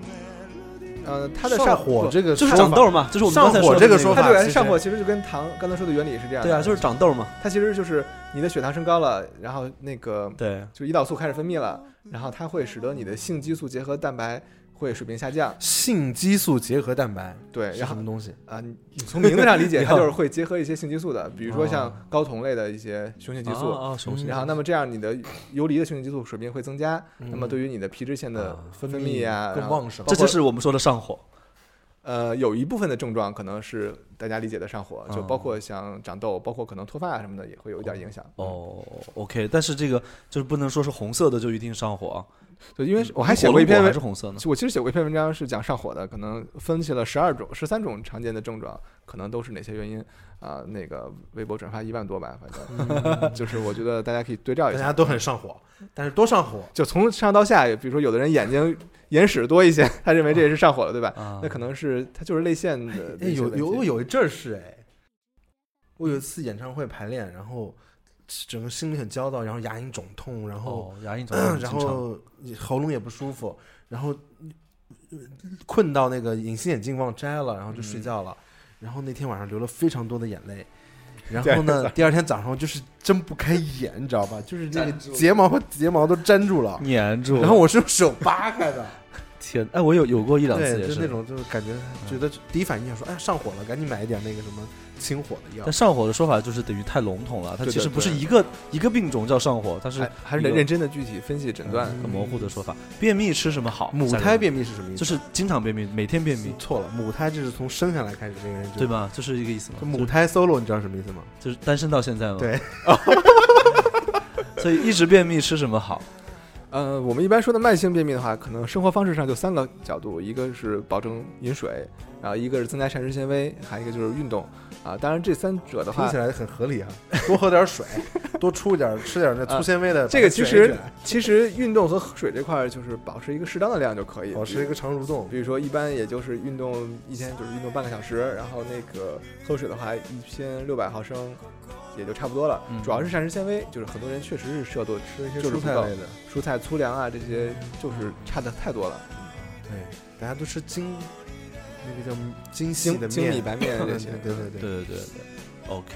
Speaker 3: 呃，它的
Speaker 4: 上
Speaker 3: 上
Speaker 4: 火这个
Speaker 2: 就是
Speaker 4: 说
Speaker 2: 长
Speaker 4: 法
Speaker 2: 痘嘛，就是我们
Speaker 4: 上
Speaker 2: 刚才说
Speaker 4: 火
Speaker 2: 的
Speaker 4: 这个
Speaker 2: 那
Speaker 4: 说
Speaker 3: 它
Speaker 4: 法
Speaker 3: 对
Speaker 4: 其
Speaker 3: 上
Speaker 4: 实
Speaker 3: 火其实就跟糖刚才说的原理是这样的。
Speaker 2: 对啊，就是长痘嘛，
Speaker 3: 它其实就是你的血糖升高了，然后那个
Speaker 2: 对。
Speaker 3: 就胰岛素开始分泌了，然后它会使得你的性激素结合蛋白会水平下降。
Speaker 4: 性激素结合蛋白
Speaker 3: 对，然
Speaker 4: 是什
Speaker 3: 后
Speaker 4: 么东西？
Speaker 3: 啊，你你从名字上理解，
Speaker 2: 你
Speaker 3: 它
Speaker 2: 好
Speaker 3: 就是会结合一些性激素的，比如说像
Speaker 4: 哦
Speaker 3: 睾酮类的一些雄性激素。
Speaker 2: 啊，啊雄性
Speaker 3: 然后，那么这样你的游离的雄性激素水平会增加，那么对于你的皮脂腺的
Speaker 2: 啊
Speaker 3: 分泌啊，
Speaker 4: 更
Speaker 3: 然后
Speaker 4: 旺盛
Speaker 2: 这就是我们说的上火。
Speaker 3: 呃，有一部分的症状可能是大家理解的上火，就
Speaker 2: 嗯
Speaker 3: 包括像长痘，包括可能脱发什么的也会有一点影响。，
Speaker 2: 哦，OK，但是这个就是不能说是红色的就一定上火啊。
Speaker 3: 对，因为我
Speaker 2: 我
Speaker 3: 还写过一篇
Speaker 2: 还
Speaker 3: 文
Speaker 2: 是，红色呢
Speaker 3: 其。实我其实写过一篇文章是讲上火的，可能分析了十二种、十三种常见的症状，可能都是哪些原因啊、那个微博转发一万多吧，反正嗯就是我觉得大家可以对照
Speaker 4: 嗯大
Speaker 3: 一
Speaker 4: 家
Speaker 3: 下，
Speaker 4: 都很上火，但是多上火，
Speaker 3: 就从上到下，比如说有的人眼睛眼屎多一些，他认为这也是上火了，对吧？
Speaker 2: 啊
Speaker 3: 那可能是他就是泪腺的
Speaker 4: 嗯哎，
Speaker 3: 那些
Speaker 4: 有
Speaker 3: 问题
Speaker 4: 有我有一阵儿是哎，我有一次演唱会排练，然后整个心里很焦躁，然后牙龈肿痛，然
Speaker 2: 哦，
Speaker 4: 后、
Speaker 2: 牙龈长
Speaker 4: 嗯然后喉咙也不舒服，然后呃困到那个隐形眼镜忘摘了，然后就睡觉了。然后那天晚上流了非常多的眼泪，然后呢，第二天早上就是睁不开眼，你知道吧？就是那个睫毛和睫毛都粘住 了。
Speaker 2: 粘住。
Speaker 4: 然后我是用手扒开的，
Speaker 2: 天，哎，我有有过一两次
Speaker 4: 对，
Speaker 2: 也
Speaker 4: 就是那。种就是感觉
Speaker 3: 嗯
Speaker 4: 觉得第一反应想说，哎，上火了，赶紧买一点那个什么清火的药
Speaker 2: 但。上火的说法就是等于太笼统了，它
Speaker 3: 对
Speaker 2: 其实
Speaker 3: 对
Speaker 2: 不是
Speaker 3: 对
Speaker 2: 一个一个病种叫上火，它是
Speaker 3: 还还是
Speaker 2: 一
Speaker 3: 得
Speaker 2: 个
Speaker 3: 认真的具体分析诊断。
Speaker 4: 嗯
Speaker 2: 很模糊的说法。便秘吃什么好？
Speaker 4: 母
Speaker 2: 下一个
Speaker 4: 胎便秘是什么意思？
Speaker 2: 就是经常便秘，每天便秘，
Speaker 4: 错了，母胎就是从生下来开始，这个人就
Speaker 2: 对？吧？就是一个意思嘛。
Speaker 4: 就母胎 solo，你知道什么意思吗？
Speaker 2: 就是单身到现在嘛。哦
Speaker 4: 对。
Speaker 2: 所以一直便秘吃什么好？
Speaker 3: 呃，我们一般说的慢性便秘的话，可能生活方式上就三个角度，一个是保证饮水，然后一个是增加膳食纤维，还有一个就是运动啊。当然，这三者的
Speaker 4: 听
Speaker 3: 话
Speaker 4: 起，来很合理啊，多喝点水，多出点吃点那粗纤维的，
Speaker 3: 啊这个其实
Speaker 4: 把它卷一
Speaker 3: 其实运动和喝水这块儿就是保持一个适当的量就可以，
Speaker 4: 卷保持一个肠蠕动
Speaker 3: 比。如说，一般也就是运动一天就是运动半个小时，然后那个喝水的话，一天六百毫升也就差不多了。
Speaker 2: 嗯
Speaker 3: 主要是膳食纤维，就是很多人确实是摄入多吃
Speaker 4: 吃一些
Speaker 3: 就是
Speaker 4: 蔬菜
Speaker 3: 不够
Speaker 4: 类的，
Speaker 2: 嗯
Speaker 3: 蔬菜、粗粮啊这些，就是差的太多了。
Speaker 4: 对大家都吃精，那个叫精细的
Speaker 3: 精精米
Speaker 4: 面，
Speaker 3: 白面
Speaker 4: 对
Speaker 3: 这
Speaker 4: 对
Speaker 3: 些，
Speaker 4: 对对
Speaker 2: 对
Speaker 4: 对，
Speaker 2: 对对对，OK。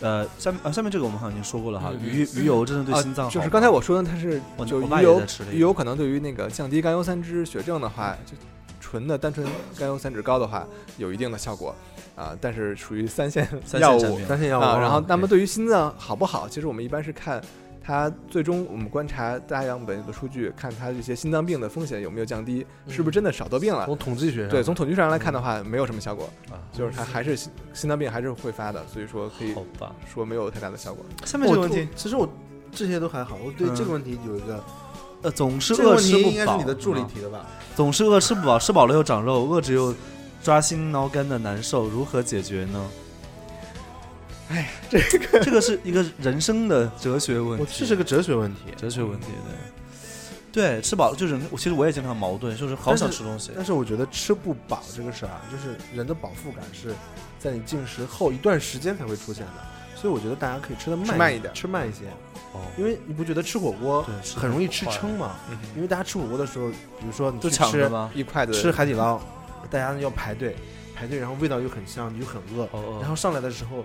Speaker 2: 呃，下面啊，下面这个我们好像已经说过了哈，
Speaker 3: 嗯
Speaker 2: 鱼鱼油真的对
Speaker 3: 啊
Speaker 2: 心脏好。
Speaker 3: 就是刚才我说的，它是
Speaker 2: 我
Speaker 3: 就
Speaker 2: 我
Speaker 3: 鱼
Speaker 2: 爸也
Speaker 3: 油
Speaker 2: 在吃这个
Speaker 3: 鱼油可能对于那个降低甘油三酯血症的话，就纯的单纯甘油三酯高的话，有一定的效果啊，但是属于三线
Speaker 2: 三线
Speaker 3: 药
Speaker 2: 产
Speaker 3: 物
Speaker 2: 品
Speaker 4: 担心要
Speaker 3: 啊。
Speaker 4: 我，
Speaker 3: 然后，那么对于心脏好不好，其实我们一般是看它最终我们观察大样本的数据，看它这些心脏病的风险有没有降低，
Speaker 4: 嗯
Speaker 3: 是不是真的少得病了。
Speaker 4: 从统计学上，
Speaker 3: 对，从统计上来看的话，没有什么效果，
Speaker 2: 啊，
Speaker 3: 就是它还是心心脏病还是会发的，所以说可以
Speaker 2: 好吧。
Speaker 3: 说没有太大的效果。
Speaker 2: 下面
Speaker 4: 我
Speaker 2: 这个问题，
Speaker 4: 我其实我这些都还好，我对
Speaker 2: 嗯
Speaker 4: 这个问题有一个，
Speaker 2: 呃，总是
Speaker 4: 这个
Speaker 2: 饿
Speaker 4: 问
Speaker 2: 吃
Speaker 4: 题
Speaker 2: 不
Speaker 4: 应该
Speaker 2: 饱
Speaker 4: 是你的助理
Speaker 2: 嗯
Speaker 4: 提的吧？
Speaker 2: 总是饿吃不饱，吃饱了又长肉，饿着又抓心挠肝的难受，如何解决呢？哎呀，这个这个是一个人生的哲学问
Speaker 4: 我
Speaker 2: 题，
Speaker 4: 这是个哲学问题，
Speaker 2: 哲学问题对，对，吃饱了就人，我其实我也经常矛盾，就是好想吃东西，
Speaker 4: 但是我觉得吃不饱这个事儿啊，就是人的饱腹感是在你进食后一段时间才会出现的，所以我觉得大家可以吃的慢
Speaker 3: 慢一点
Speaker 4: 吃慢一些，
Speaker 2: 哦，
Speaker 4: 因为你不觉得吃火锅
Speaker 2: 对吃得
Speaker 4: 很容易
Speaker 2: 快
Speaker 4: 吃撑吗？
Speaker 3: 嗯哼
Speaker 4: 因为大家吃火锅的时候，比如说你
Speaker 2: 就
Speaker 4: 去
Speaker 2: 抢着
Speaker 4: 吃
Speaker 2: 吗？
Speaker 3: 一筷子
Speaker 4: 吃海底捞，大家要排队排队，然后味道又很香，你就很饿，
Speaker 2: 哦哦，
Speaker 4: 然后上来的时候，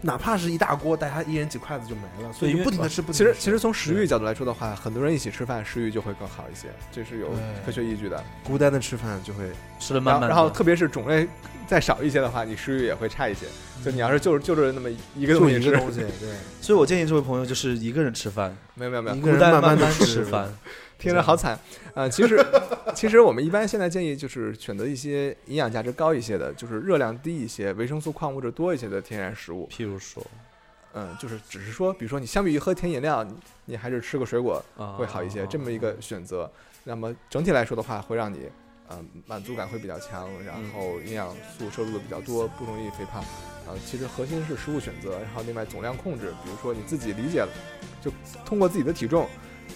Speaker 4: 哪怕是一大锅，大家一人几筷子就没了，所以
Speaker 2: 对因为
Speaker 4: 就不停的吃，不
Speaker 3: 其
Speaker 4: 停
Speaker 3: 实
Speaker 4: 的，
Speaker 3: 其实从食欲角度来说的话，很多人一起吃饭，食欲就会更好一些，这是有
Speaker 4: 对
Speaker 3: 科学依据的。
Speaker 4: 孤单的吃饭就会
Speaker 2: 吃的
Speaker 3: 然
Speaker 2: 慢慢
Speaker 3: 后，
Speaker 2: 的，
Speaker 3: 然后特别是种类再少一些的话，你食欲也会差一些。就你要是就是就是那么一个
Speaker 4: 就
Speaker 3: 东西
Speaker 4: 一
Speaker 3: 吃
Speaker 4: 个，东西，对，
Speaker 2: 所以我建议这位朋友就是一个人吃饭，
Speaker 3: 没有没有没有
Speaker 4: 一，个
Speaker 2: 孤
Speaker 4: 人
Speaker 2: 单
Speaker 4: 慢慢
Speaker 2: 慢
Speaker 4: 的
Speaker 2: 吃饭，
Speaker 3: 听着好惨。呃，其实其实我们一般现在建议就是选择一些营养价值高一些的，就是热量低一些、维生素、矿物质多一些的天然食物。
Speaker 2: 譬如说
Speaker 3: 嗯，就是只是说，比如说你相比于喝甜饮料，你你还是吃个水果，
Speaker 2: 啊
Speaker 3: 会好一些，这么一个选择。那么整体来说的话，会让你呃满足感会比较强，然后营养素摄入的比较多，不容易肥胖。呃，其实核心是食物选择，然后另外总量控制，比如说你自己理解了，就通过自己的体重。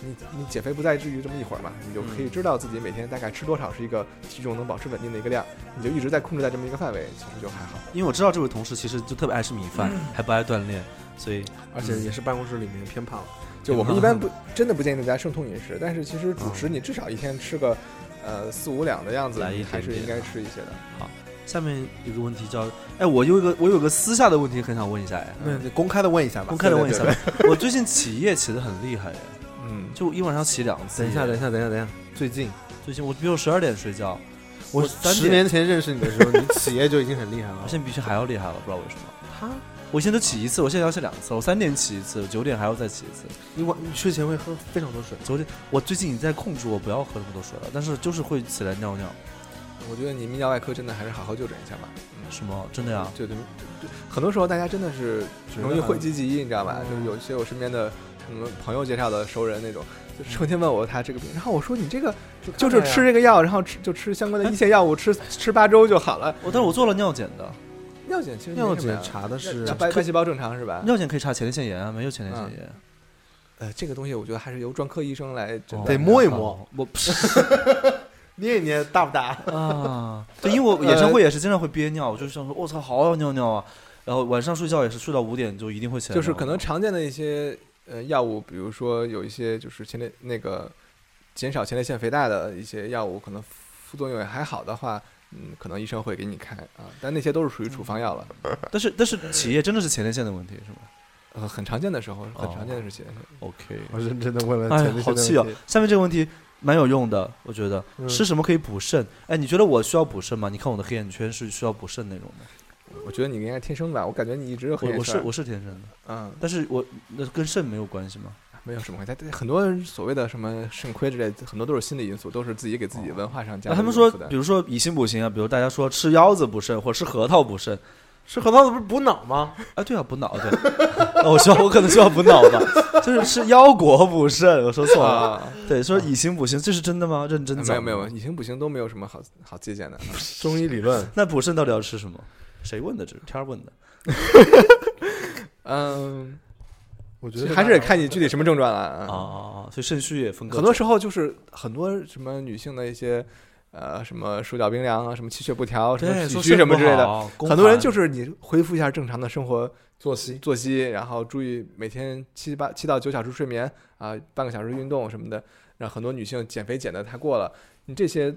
Speaker 3: 你你减肥不在至于这么一会儿嘛，你就可以知道自己每天大概吃多少是一个体重能保持稳定的一个量，你就一直在控制在这么一个范围，其实就还好。
Speaker 2: 因为我知道这位同事其实就特别爱吃米饭，还不爱锻炼，所以
Speaker 4: 而且也是办公室里面偏胖。
Speaker 3: 就我们一般不真的不建议大家生酮饮食，但是其实主食你至少一天吃个呃四五两的样子
Speaker 2: 来，一
Speaker 3: 你还
Speaker 2: 点
Speaker 3: 是
Speaker 2: 点
Speaker 3: 应该吃一些的。
Speaker 2: 下面一个问题叫，哎，我有一个我有个私下的问题很想问一下哎，
Speaker 4: 那你嗯公开的问一下吧，
Speaker 2: 公开的问一下，我最近起夜起的很厉害哎，
Speaker 3: 嗯，
Speaker 2: 就一晚上起两次。
Speaker 4: 等一下，等一，下，等一下，等一下。最近，
Speaker 2: 最近我比如十二点睡觉，
Speaker 4: 我
Speaker 2: 三
Speaker 4: 十
Speaker 2: 点
Speaker 4: 年前认识你的时候，你起夜就已经很厉害了
Speaker 2: 我。现在比去还要厉害了，不知道为什么。我现在都起一次，我现在要起两次，我三点起一次，九点还要再起一次。
Speaker 4: 你晚你睡前会喝非常多水，
Speaker 2: 昨天我最近已经在控制我不要喝那么多水了，但是就是会起来尿尿，
Speaker 3: 我觉得你泌尿外科真的还是好好就诊一下吧。嗯，
Speaker 2: 什么真的呀？
Speaker 3: 对对对，很多时候大家真的是容易讳疾忌医，你知道吧？就是有些我身边的什么朋友介绍的熟人那种，就成天问我他这个病，然后我说你这个
Speaker 4: 啊
Speaker 3: 就是吃这个药，然后吃就吃相关的一线药物，吃 吃八周就好了。
Speaker 2: 我但是我做了尿检的，
Speaker 3: 尿检其实没
Speaker 4: 尿
Speaker 3: 什么呀
Speaker 4: 检查的是
Speaker 3: 那白白细胞正常是吧？
Speaker 2: 尿检可以查前列腺炎啊，没有前列腺炎，
Speaker 3: 呃，这个东西我觉得还是由专科医生来诊
Speaker 2: 哦
Speaker 3: 断
Speaker 4: 得。摸一摸，
Speaker 2: 哦我
Speaker 4: 捏一捏大不大？
Speaker 2: 啊，对，因为我演唱会也是经常会憋尿，我就想说，我操，好要尿尿啊。然后晚上睡觉也是睡到五点就一定会起来尿，
Speaker 3: 就是可能常见的一些呃药物，比如说有一些就是前列那个减少前列腺肥大的一些药物，可能副作用也还好的话，嗯，可能医生会给你开啊，但那些都是属于处方药
Speaker 4: 嗯
Speaker 3: 了，
Speaker 2: 但是但是起夜真的是前列腺的问题是吗
Speaker 3: 呃，很常见的时候，很常见
Speaker 4: 哦
Speaker 3: 的事情。
Speaker 2: ？OK，
Speaker 4: 我认真的问了
Speaker 2: 哎呀
Speaker 4: 前，列
Speaker 2: 好
Speaker 4: 腺
Speaker 2: 气
Speaker 4: 的
Speaker 2: 哦
Speaker 4: 问题。！
Speaker 2: 下面这个问题蛮有用的，我觉得
Speaker 4: 嗯
Speaker 2: 吃什么可以补肾？哎，你觉得我需要补肾吗？你看我的黑眼圈是需要补肾那种的，
Speaker 3: 我觉得你应该天生吧，我感觉你一直有黑
Speaker 2: 我
Speaker 3: 眼
Speaker 2: 我是
Speaker 3: 圈，
Speaker 2: 我是天生的，
Speaker 3: 嗯，
Speaker 2: 但是我那跟肾没有关系吗？
Speaker 3: 没有什么关系。但很多人所谓的什么肾亏之类的，很多都是心理因素，都是自己给
Speaker 4: 哦
Speaker 3: 自己文化上加
Speaker 2: 那
Speaker 3: 的
Speaker 2: 他们
Speaker 3: 一种
Speaker 2: 说，
Speaker 3: 负担。
Speaker 2: 比如说以形补形啊，比如大家说吃腰子补肾，或者吃核桃补肾，
Speaker 4: 吃核桃子不是补脑吗？
Speaker 2: 啊，对啊，补脑对， 啊我需要我可能需要补脑吧，就是吃腰果补肾，我说错了，
Speaker 3: 啊，
Speaker 2: 对，说以形补形，这是真的吗？认真
Speaker 3: 没
Speaker 2: 讲
Speaker 3: 有没有，
Speaker 2: 吗，
Speaker 3: 以形补形都没有什么好好借鉴的。
Speaker 4: 中医理论，
Speaker 2: 那补肾到底要吃什么？谁问的？这是天儿问的。
Speaker 3: 嗯，
Speaker 4: 我觉得
Speaker 3: 还是得看你具体什么症状了
Speaker 2: 啊
Speaker 3: 啊
Speaker 2: 啊啊！所以肾虚也分
Speaker 3: 很多时候就是很多什么女性的一些呃什么手脚冰凉啊，什么气血不调，什么
Speaker 2: 对
Speaker 3: 体虚什么之类的。，
Speaker 2: 啊
Speaker 3: 很多人就是是你恢复一下正常的生活
Speaker 4: 作息，
Speaker 3: 作息，然后注意每天七八七到九小时睡眠啊、半个小时运动什么的。让很多女性减肥减的太过了，你这些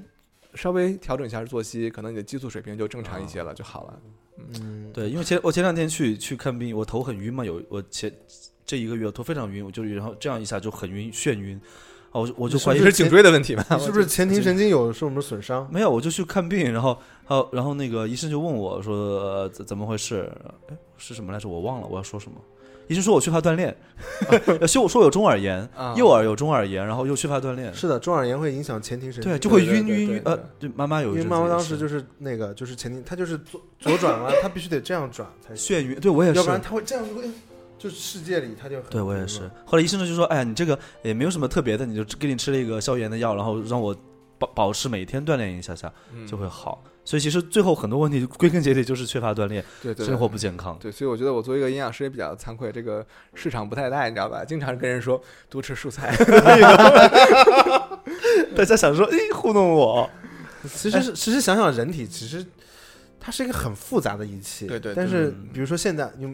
Speaker 3: 稍微调整一下作息，可能你的激素水平就正常一
Speaker 2: 啊
Speaker 3: 些了就好了。
Speaker 4: 嗯，
Speaker 2: 对，因为前我前两天去去看病，我头很晕嘛，有我前这一个月我头非常晕，我就然后这样一下就很晕，眩晕，啊，我就我就怀疑
Speaker 3: 是颈椎的问题 吧？
Speaker 4: 你是不是前庭神经有受什么损伤？
Speaker 2: 没有，我就去看病，然后，呃，然后那个医生就问我说、呃、怎怎么回事？哎，是什么来着？我忘了我要说什么。医生说我缺乏锻 炼，呃说我说我有中耳炎，
Speaker 3: 啊
Speaker 2: 右耳有中耳炎，然后又缺乏锻炼，
Speaker 4: 是的，中耳炎会影响前庭神经，
Speaker 2: 对，就会
Speaker 3: 对
Speaker 2: 晕
Speaker 3: 对
Speaker 2: 晕
Speaker 3: 对
Speaker 2: 晕。呃
Speaker 3: 对，
Speaker 2: 对，妈妈有
Speaker 4: 因
Speaker 2: 一
Speaker 4: 为
Speaker 2: 阵子
Speaker 4: 妈妈
Speaker 2: 也
Speaker 4: 当时
Speaker 2: 是
Speaker 4: 啊就是那个，就是前庭，她就是左左转了，她必须得这样转才行，
Speaker 2: 眩晕，对我也是，
Speaker 4: 要不然她会这样就会，就是世界里她就很
Speaker 2: 对我也
Speaker 4: 晕
Speaker 2: 是
Speaker 4: 了。
Speaker 2: 后来医生就说：“哎呀，你这个也没有什么特别的，你就给你吃了一个消炎的药，然后让我保保持每天锻炼一下下
Speaker 3: 嗯
Speaker 2: 就会好。所以其实最后很多问题归根结底就是缺乏锻炼，
Speaker 3: 啊对对
Speaker 2: 生活不健康。
Speaker 3: 对，所以我觉得我作为一个营养师也比较惭愧，这个市场不太大，你知道吧？经常跟人说多吃蔬菜，
Speaker 2: 大家想说，哎，糊弄我，
Speaker 4: 其实是，其实想想人体，其实它是一个很复杂的仪器。
Speaker 3: 对对对
Speaker 4: 但是
Speaker 2: 嗯
Speaker 4: 比如说现在，你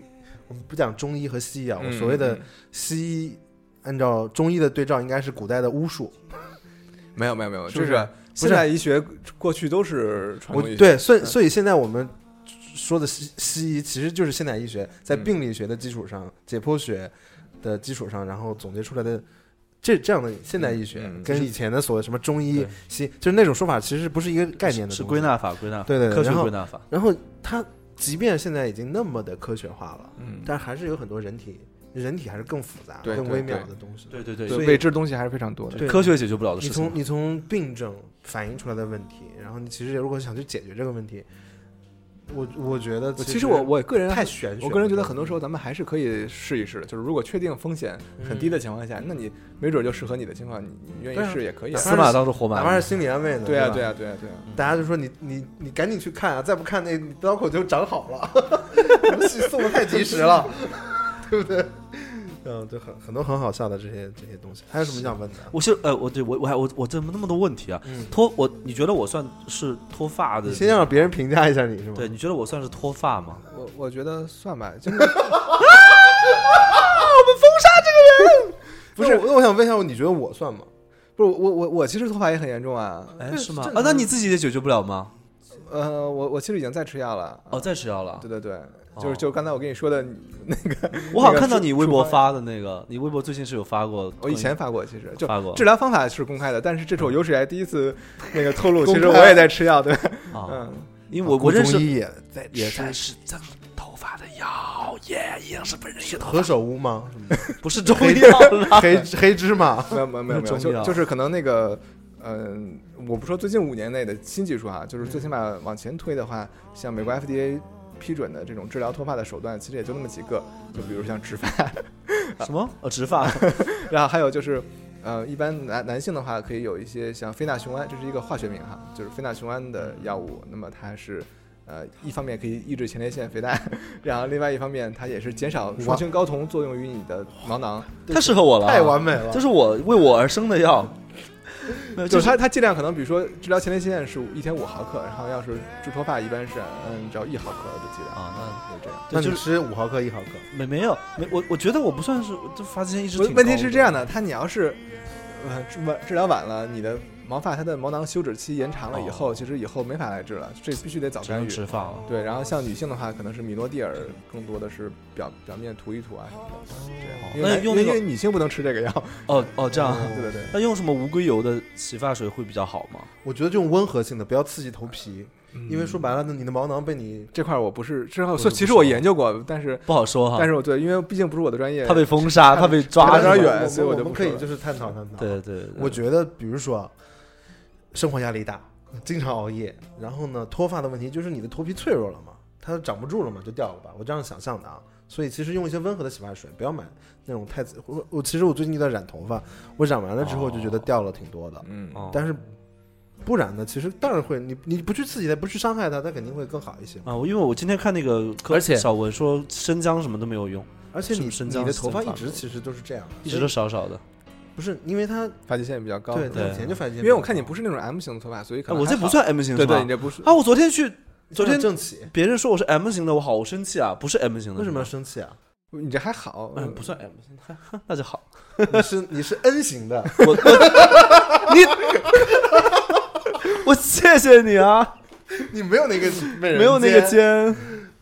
Speaker 4: 我们不讲中医和西医啊，我
Speaker 3: 嗯
Speaker 4: 所谓的
Speaker 3: 嗯
Speaker 4: 西医，按照中医的对照，应该是古代的巫术。
Speaker 3: 嗯没有没有没有，
Speaker 4: 是不
Speaker 3: 就是是现代医学过去都是传
Speaker 4: 我
Speaker 3: 统医学，
Speaker 4: 对，所以嗯所以现在我们说的西西医其实就是现代医学在
Speaker 3: 嗯
Speaker 4: 病理学的基础上、解剖学的基础上，然后总结出来的这这样的现代医学，
Speaker 3: 嗯嗯
Speaker 4: 跟
Speaker 2: 是
Speaker 4: 以前的所谓什么中医
Speaker 2: 对、
Speaker 4: 西，就是那种说法，其实嗯不是一个概念的
Speaker 2: 是
Speaker 4: 东
Speaker 2: 归
Speaker 4: 西。
Speaker 2: 纳法，归纳法
Speaker 4: 对对对
Speaker 2: 科学
Speaker 4: 然后
Speaker 2: 归纳法。
Speaker 4: 然后它即便现在已经那么的科学化了，
Speaker 3: 嗯，
Speaker 4: 但还是有很多人体人体还是更复杂、
Speaker 3: 对
Speaker 4: 更
Speaker 3: 对
Speaker 4: 微妙
Speaker 3: 对
Speaker 4: 的东西。
Speaker 2: 对对对，
Speaker 3: 对
Speaker 2: 所以
Speaker 3: 未知的东西还是非常多的。
Speaker 4: 对
Speaker 2: 科学解决不了的
Speaker 4: 你
Speaker 2: 事
Speaker 4: 从
Speaker 2: 情。
Speaker 4: 你从病症反映出来的问题，然后你其实如果想去解决这个问题，我我觉得
Speaker 3: 我其实我我个人
Speaker 4: 太玄学了，
Speaker 3: 我个人觉得很多时候咱们还是可以试一试的，就是如果确定风险很低的情况下，那你没准就适合你的情况，你你愿
Speaker 4: 对
Speaker 3: 意
Speaker 4: 啊
Speaker 3: 试也可以
Speaker 4: 哪
Speaker 3: 啊。
Speaker 4: 怕
Speaker 2: 死马当成活马
Speaker 4: 哪怕
Speaker 2: 医
Speaker 4: 是，心理安慰呢，
Speaker 3: 对啊，
Speaker 4: 吧
Speaker 3: 对啊，对啊，对啊，
Speaker 4: 大家就说你你你赶紧去看啊，再不看那刀口就长好 了，你们戏送的太及时了， 对不对？嗯，就很很多很好笑的这些这些东西，还有什么想问的？
Speaker 2: 我是呃，我对我我还我我怎么那么多问题啊？
Speaker 4: 嗯，
Speaker 2: 脱我，你觉得我算是脱发的？
Speaker 4: 你先让别人评价一下你是吗？
Speaker 2: 对，你觉得我算是脱发吗？
Speaker 3: 我我觉得算吧，就是
Speaker 4: 不是，那我想问一下，你觉得我算吗？
Speaker 3: 不是我我我其实脱发也很严重啊，
Speaker 2: 哎，
Speaker 4: 对
Speaker 2: 是吗
Speaker 4: 正？
Speaker 2: 啊，那
Speaker 4: 常
Speaker 2: 你自己也解决不了吗？
Speaker 3: 呃，我我其实已经在吃药了。
Speaker 4: 啊
Speaker 2: 哦，再吃药了。
Speaker 3: 对对对，就
Speaker 2: 哦
Speaker 3: 是就刚才我跟你说的那个，
Speaker 2: 我好像
Speaker 3: 那个
Speaker 2: 看到你微博
Speaker 3: 触
Speaker 2: 发的那个，你微博最近是有发过。
Speaker 3: 我以前发过，其实就
Speaker 2: 发过
Speaker 3: 治疗方法是公开的，但是这是我有史以来第一次那个透露，其实
Speaker 4: 公
Speaker 3: 我
Speaker 4: 开
Speaker 3: 也在吃药，对，
Speaker 2: 啊，
Speaker 3: 嗯，
Speaker 2: 因为我
Speaker 4: 顾
Speaker 2: 我认
Speaker 4: 中
Speaker 2: 识哎
Speaker 4: 医也在
Speaker 2: 也在是长头发的药耶，一样是本人的头
Speaker 4: 何首乌吗？什么的
Speaker 2: 不 是中啊药啦。
Speaker 4: 黑黑芝麻。
Speaker 3: 没有没有没有没有，
Speaker 2: 中医啊
Speaker 3: 就就是可能那个，嗯、我不说最近五年内的新技术啊，就是最起码往前推的话，像美国 FDA 批准的这种治疗脱发的手段，其实也就那么几个，就比如像植发，
Speaker 2: 什么？呃，植发。
Speaker 3: 然后还有就是。呃，一般男男性的话，可以有一些像非那雄胺，这是一个化学名哈，就是非那雄胺的药物。那么它是，呃，一方面可以抑制前列腺肥大， 然后另外一方面它也是减少双氢睾酮作用于你的毛 囊，
Speaker 2: 太适合我了，
Speaker 4: 太完美了
Speaker 2: 这啊是我为我而生的 药。没有，
Speaker 3: 就
Speaker 2: 就是是
Speaker 3: 它它剂量可能，比如说治疗前列腺是一天五毫克，然后要是治脱发一般是嗯只要一毫克的剂量
Speaker 2: 啊，
Speaker 3: 就这样。
Speaker 2: 对
Speaker 4: 那
Speaker 2: 就
Speaker 4: 你
Speaker 2: 是
Speaker 4: 吃五毫克一毫克，
Speaker 2: 没没有没我我觉得我不算是，这发际线一直挺
Speaker 3: 问问题
Speaker 2: 高
Speaker 3: 是这样的，它你要是呃治晚治疗晚了，你的毛发它的毛囊休止期延长了以
Speaker 2: 哦
Speaker 3: 后，其实以后没法来治了，这必须得早
Speaker 2: 只
Speaker 3: 干
Speaker 2: 能
Speaker 3: 预。
Speaker 2: 植发了。
Speaker 3: 对，然后像女性的话，可能是米诺地尔，更多的是表表面涂一涂啊什么的。对，因
Speaker 2: 那
Speaker 3: 为
Speaker 2: 用那
Speaker 3: 因
Speaker 2: 个
Speaker 3: 为女性不能吃这个药。
Speaker 2: 哦哦，这样。
Speaker 3: 对对对。
Speaker 2: 那用什么无硅油的洗发水会比较好吗？
Speaker 4: 我觉得这种温和性的，不要刺激头皮，因为说白了，你的毛囊被你
Speaker 3: 这块儿我不是，之
Speaker 2: 不
Speaker 3: 后
Speaker 2: 是
Speaker 3: 其
Speaker 2: 不
Speaker 3: 实我
Speaker 2: 熟啊
Speaker 3: 研究过，但是
Speaker 2: 不好说哈
Speaker 3: 但。是我对，因为毕竟不是我的专业，
Speaker 2: 怕被封杀，
Speaker 3: 看
Speaker 2: 怕被抓
Speaker 3: 看着
Speaker 2: 是吧
Speaker 3: 点远
Speaker 4: 我们
Speaker 3: 所以我就
Speaker 4: 们
Speaker 3: 不
Speaker 4: 可
Speaker 3: 说
Speaker 4: 以
Speaker 3: 了
Speaker 4: 就是探讨探讨。
Speaker 2: 对对，对
Speaker 4: 我觉得，比如说啊，生活压力大，经常熬夜，然后呢，脱发的问题就是你的头皮脆弱了嘛，它长不住了嘛，就掉了吧。我这样想象的啊，所以其实用一些温和的洗发水，不要买那种太紫。我我其实我最近一段染头发，我染完了之后就觉得掉了挺多的，
Speaker 3: 嗯，
Speaker 2: 哦
Speaker 4: 但是不染的其实当然会，你你不去刺激它，不去伤害它，它肯定会更好一些。
Speaker 2: 啊，我因为我今天看那个科，
Speaker 4: 而且
Speaker 2: 小文说生姜什么都没有用，
Speaker 4: 而且
Speaker 2: 是
Speaker 4: 你
Speaker 2: 不是
Speaker 4: 你
Speaker 2: 这样
Speaker 4: 的
Speaker 2: 子
Speaker 4: 头发
Speaker 2: 发
Speaker 4: 一直
Speaker 2: 的
Speaker 4: 其实都是这样的，
Speaker 2: 一直都
Speaker 4: 所
Speaker 2: 少
Speaker 4: 以
Speaker 2: 少的。
Speaker 4: 不是因为它
Speaker 3: 发际线比较高。
Speaker 4: 对
Speaker 2: 对
Speaker 4: 它以前就发际线
Speaker 3: 因
Speaker 4: 比较高，
Speaker 3: 为我看你不是那种 M 型的头发，所以可
Speaker 2: 哎，
Speaker 3: 能
Speaker 2: 我这
Speaker 3: 还
Speaker 2: 不
Speaker 3: 好
Speaker 2: 算 M 型
Speaker 3: 对
Speaker 2: 是
Speaker 3: 对，
Speaker 2: 吧
Speaker 3: 你？这不是
Speaker 2: 啊，我昨天去，昨天
Speaker 4: 正起，
Speaker 2: 别人说我是 M 型的，我好生气啊！不是 M 型的，
Speaker 4: 为什么要
Speaker 2: 是
Speaker 4: 生气啊？
Speaker 3: 你这还好
Speaker 2: 吗？，嗯，不算 M 型，哼那就好。
Speaker 4: 你是你是 N 型的，
Speaker 2: 我我你我谢谢你啊，
Speaker 5: 你没有那个
Speaker 2: 没有那个肩，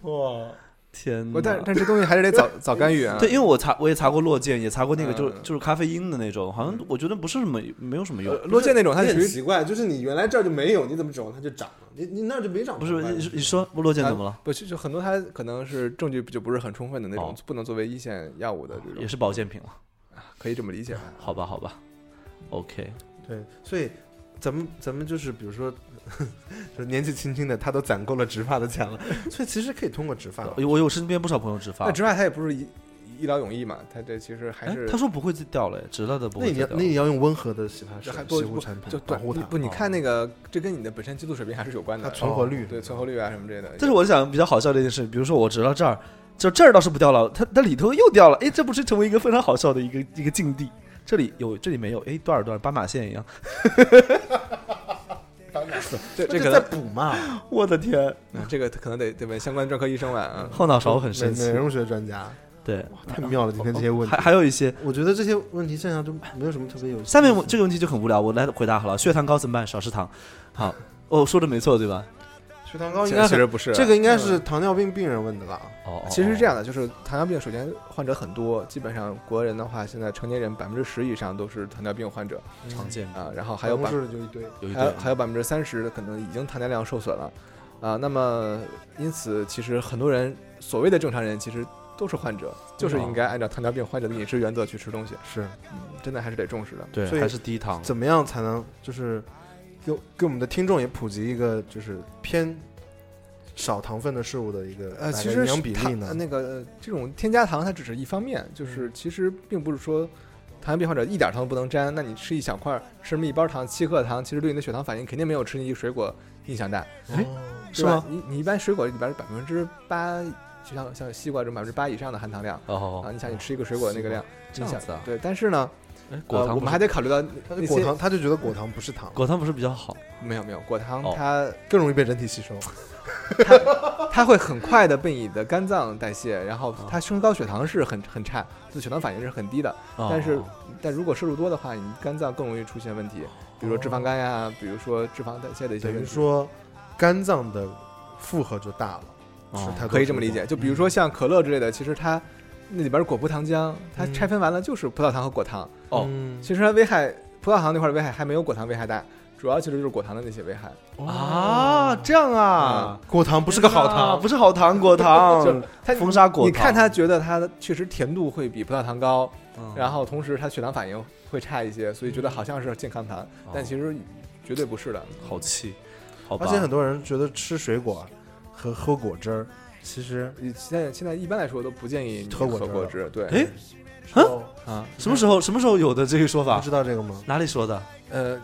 Speaker 5: 哇，
Speaker 2: 天
Speaker 3: 我但
Speaker 2: 哪！
Speaker 3: 但这东西还是得早早干预啊。
Speaker 2: 对，因为我查我也查过落剑，也查过那个就是
Speaker 3: 嗯
Speaker 2: 就是咖啡因的那种，好像我觉得不是什么没有什么用。
Speaker 3: 呃落剑那种它
Speaker 5: 你
Speaker 3: 属
Speaker 5: 很
Speaker 3: 于
Speaker 5: 奇怪，就是你原来这儿就没有，你怎么指望它就长了？你你那儿就没长
Speaker 2: 不
Speaker 5: 出
Speaker 2: 是
Speaker 5: 来，
Speaker 2: 你你说落剑怎么了？
Speaker 3: 不是就很多它可能是证据就不是很充分的那种
Speaker 2: 哦，
Speaker 3: 不能作为一线药物的这
Speaker 2: 也
Speaker 3: 种，
Speaker 2: 是保健品了，
Speaker 3: 可以这么理解吧？
Speaker 2: 好吧，好吧，OK，
Speaker 4: 对，所以咱们咱们就是比如说， 就是年纪轻轻的他都攒够了植发的钱了，所以其实可以通过植发。
Speaker 2: 我有我有身边不少朋友啊植发
Speaker 3: 那，植发它也不是一医疗泳衣嘛，它这其实还
Speaker 2: 哎
Speaker 3: 是，
Speaker 2: 他说不会自掉嘞，植了的不
Speaker 4: 那
Speaker 2: 会
Speaker 4: 你
Speaker 2: 自
Speaker 4: 要
Speaker 2: 掉
Speaker 4: 那。你要用温和的洗发水
Speaker 3: 这还、不
Speaker 4: 洗护
Speaker 3: 不
Speaker 4: 产品
Speaker 3: 就
Speaker 4: 保
Speaker 3: 对
Speaker 4: 护它。
Speaker 3: 不，你看那个这跟你的本身激素水平还是有关
Speaker 4: 它
Speaker 3: 的，
Speaker 4: 存活率
Speaker 3: 对哦存活率啊什么之类的。
Speaker 2: 但是我想比较好笑的一件事，比如说我植到这儿，就这儿倒是不掉了，它它里头又掉了，哎，这不是成为一个非常好笑的一个一个境地。这里有，这里没有，哎，多少多少斑马线一样，
Speaker 3: 这这可
Speaker 4: 那就再
Speaker 3: 能
Speaker 4: 补嘛，
Speaker 2: 我的天，
Speaker 3: 嗯这个可能得得问相关专科医生了啊。
Speaker 2: 后脑勺很
Speaker 4: 美
Speaker 2: 生
Speaker 4: 美
Speaker 2: 气，
Speaker 4: 容学专家，
Speaker 2: 对，
Speaker 4: 太妙了！今天这些问题
Speaker 2: 还，还有一些，
Speaker 4: 我觉得这些问题现在就没有什么特别有。
Speaker 2: 下面我这个问题就很无聊，我来回答好了，血糖高怎么办？少吃糖，好，我、说的没错对吧？
Speaker 4: 血糖高应
Speaker 3: 其
Speaker 4: 该
Speaker 3: 实其
Speaker 4: 很
Speaker 3: 实不哦是，
Speaker 4: 这个应该是啊嗯糖尿病病人问的了。啊
Speaker 2: 哦
Speaker 3: 其实是这样的，就是糖尿病，首先患者很多，基本上国人的话，现在成年人百分之十以上都是糖尿病患者
Speaker 4: 嗯
Speaker 2: 哦常见
Speaker 3: 啊，然后还有百
Speaker 4: 办公室就一堆，
Speaker 2: 有一
Speaker 3: 还
Speaker 2: 对
Speaker 3: 有还有百分之三十的可能已经糖耐量受损了啊。那么因此，其实很多人所谓的正常人，其实都是患者，就是应该按照糖尿病患者的饮食原则去吃东西，
Speaker 4: 是
Speaker 3: 嗯，真的还是得重视的。
Speaker 4: 所
Speaker 2: 对，
Speaker 4: 以
Speaker 2: 还是低糖，
Speaker 4: 怎么样才能就是给给我们的听众也普及一个就是偏少糖分的事物的一个
Speaker 3: 呃，
Speaker 4: 大概
Speaker 3: 其实
Speaker 4: 营
Speaker 3: 是
Speaker 4: 养比
Speaker 3: 它
Speaker 4: 例呢
Speaker 3: 呃？那个呃这种添加糖它只是一方面，就是其实并不是说糖尿病患者一点糖都不能沾，那你吃一小块儿，吃那么一包糖，七克糖，其实对你的血糖反应肯定没有吃你一个水果影响大，
Speaker 2: 哎
Speaker 4: 哦
Speaker 2: 是
Speaker 3: 对吧
Speaker 2: 吗？？
Speaker 3: 你你一般水果里边百分之八，就像像西瓜这种百分之八以上的含糖量
Speaker 2: 哦，
Speaker 3: 啊，你想你吃一个水果那个量，
Speaker 2: 这样子啊？
Speaker 3: 对，但是呢，
Speaker 2: 哎果
Speaker 3: 呃
Speaker 2: 糖不是、
Speaker 3: 我们还得考虑到
Speaker 4: 他
Speaker 3: 那
Speaker 4: 就
Speaker 3: 些
Speaker 4: 果糖，他就觉得果糖不是糖，
Speaker 2: 果糖不是比较好？
Speaker 3: 没有没有果糖
Speaker 2: 哦
Speaker 3: 它
Speaker 4: 更容易被人体吸收。
Speaker 3: 它会很快的被你的肝脏代谢，然后
Speaker 2: 哦
Speaker 3: 它升高血糖是很很差，就血糖反应是很低的。
Speaker 2: 哦
Speaker 3: 但是但如果摄入多的话，你肝脏更容易出现问题，比如说脂肪肝呀、比如说脂肪代谢的一些
Speaker 4: 等
Speaker 3: 问
Speaker 4: 于
Speaker 3: 题。
Speaker 4: 说肝脏的负荷就大了，
Speaker 2: 哦
Speaker 4: 是太多
Speaker 3: 可以这么
Speaker 4: 水
Speaker 3: 理
Speaker 4: 果
Speaker 3: 解，
Speaker 2: 嗯
Speaker 3: 就比如说像可乐之类的，其实它那里边果葡糖浆，它
Speaker 4: 嗯
Speaker 3: 拆分完了就是葡萄糖和果糖。
Speaker 2: 哦
Speaker 4: 嗯
Speaker 3: 其实它危害葡萄糖那块儿危害还没有果糖危害大，主要其实就是果糖的那些危害。嗯
Speaker 2: 啊，这样啊，
Speaker 4: 果糖不是个好
Speaker 2: 啊
Speaker 4: 糖，
Speaker 2: 不是好糖，果
Speaker 3: 就
Speaker 2: 糖，
Speaker 3: 它
Speaker 2: 封杀果糖。
Speaker 3: 你看它觉得它确实甜度会比葡萄糖高，
Speaker 2: 嗯，
Speaker 3: 然后同时它血糖反应会差一些，所以觉得好像是健康糖，
Speaker 2: 嗯
Speaker 3: 但其实绝对不是的。
Speaker 2: 哦好气，好吧
Speaker 4: 而且很多人觉得吃水果和喝果汁儿，其实
Speaker 3: 你现在现在一般来说都不建议你
Speaker 4: 喝
Speaker 3: 喝
Speaker 4: 果汁
Speaker 3: 果汁，对，
Speaker 2: 哎，
Speaker 4: 哦
Speaker 3: 啊，
Speaker 2: 什么时候什么时候有的这个说
Speaker 4: 不
Speaker 2: 法？
Speaker 4: 知道这个吗？
Speaker 2: 哪里说的？
Speaker 3: 呃，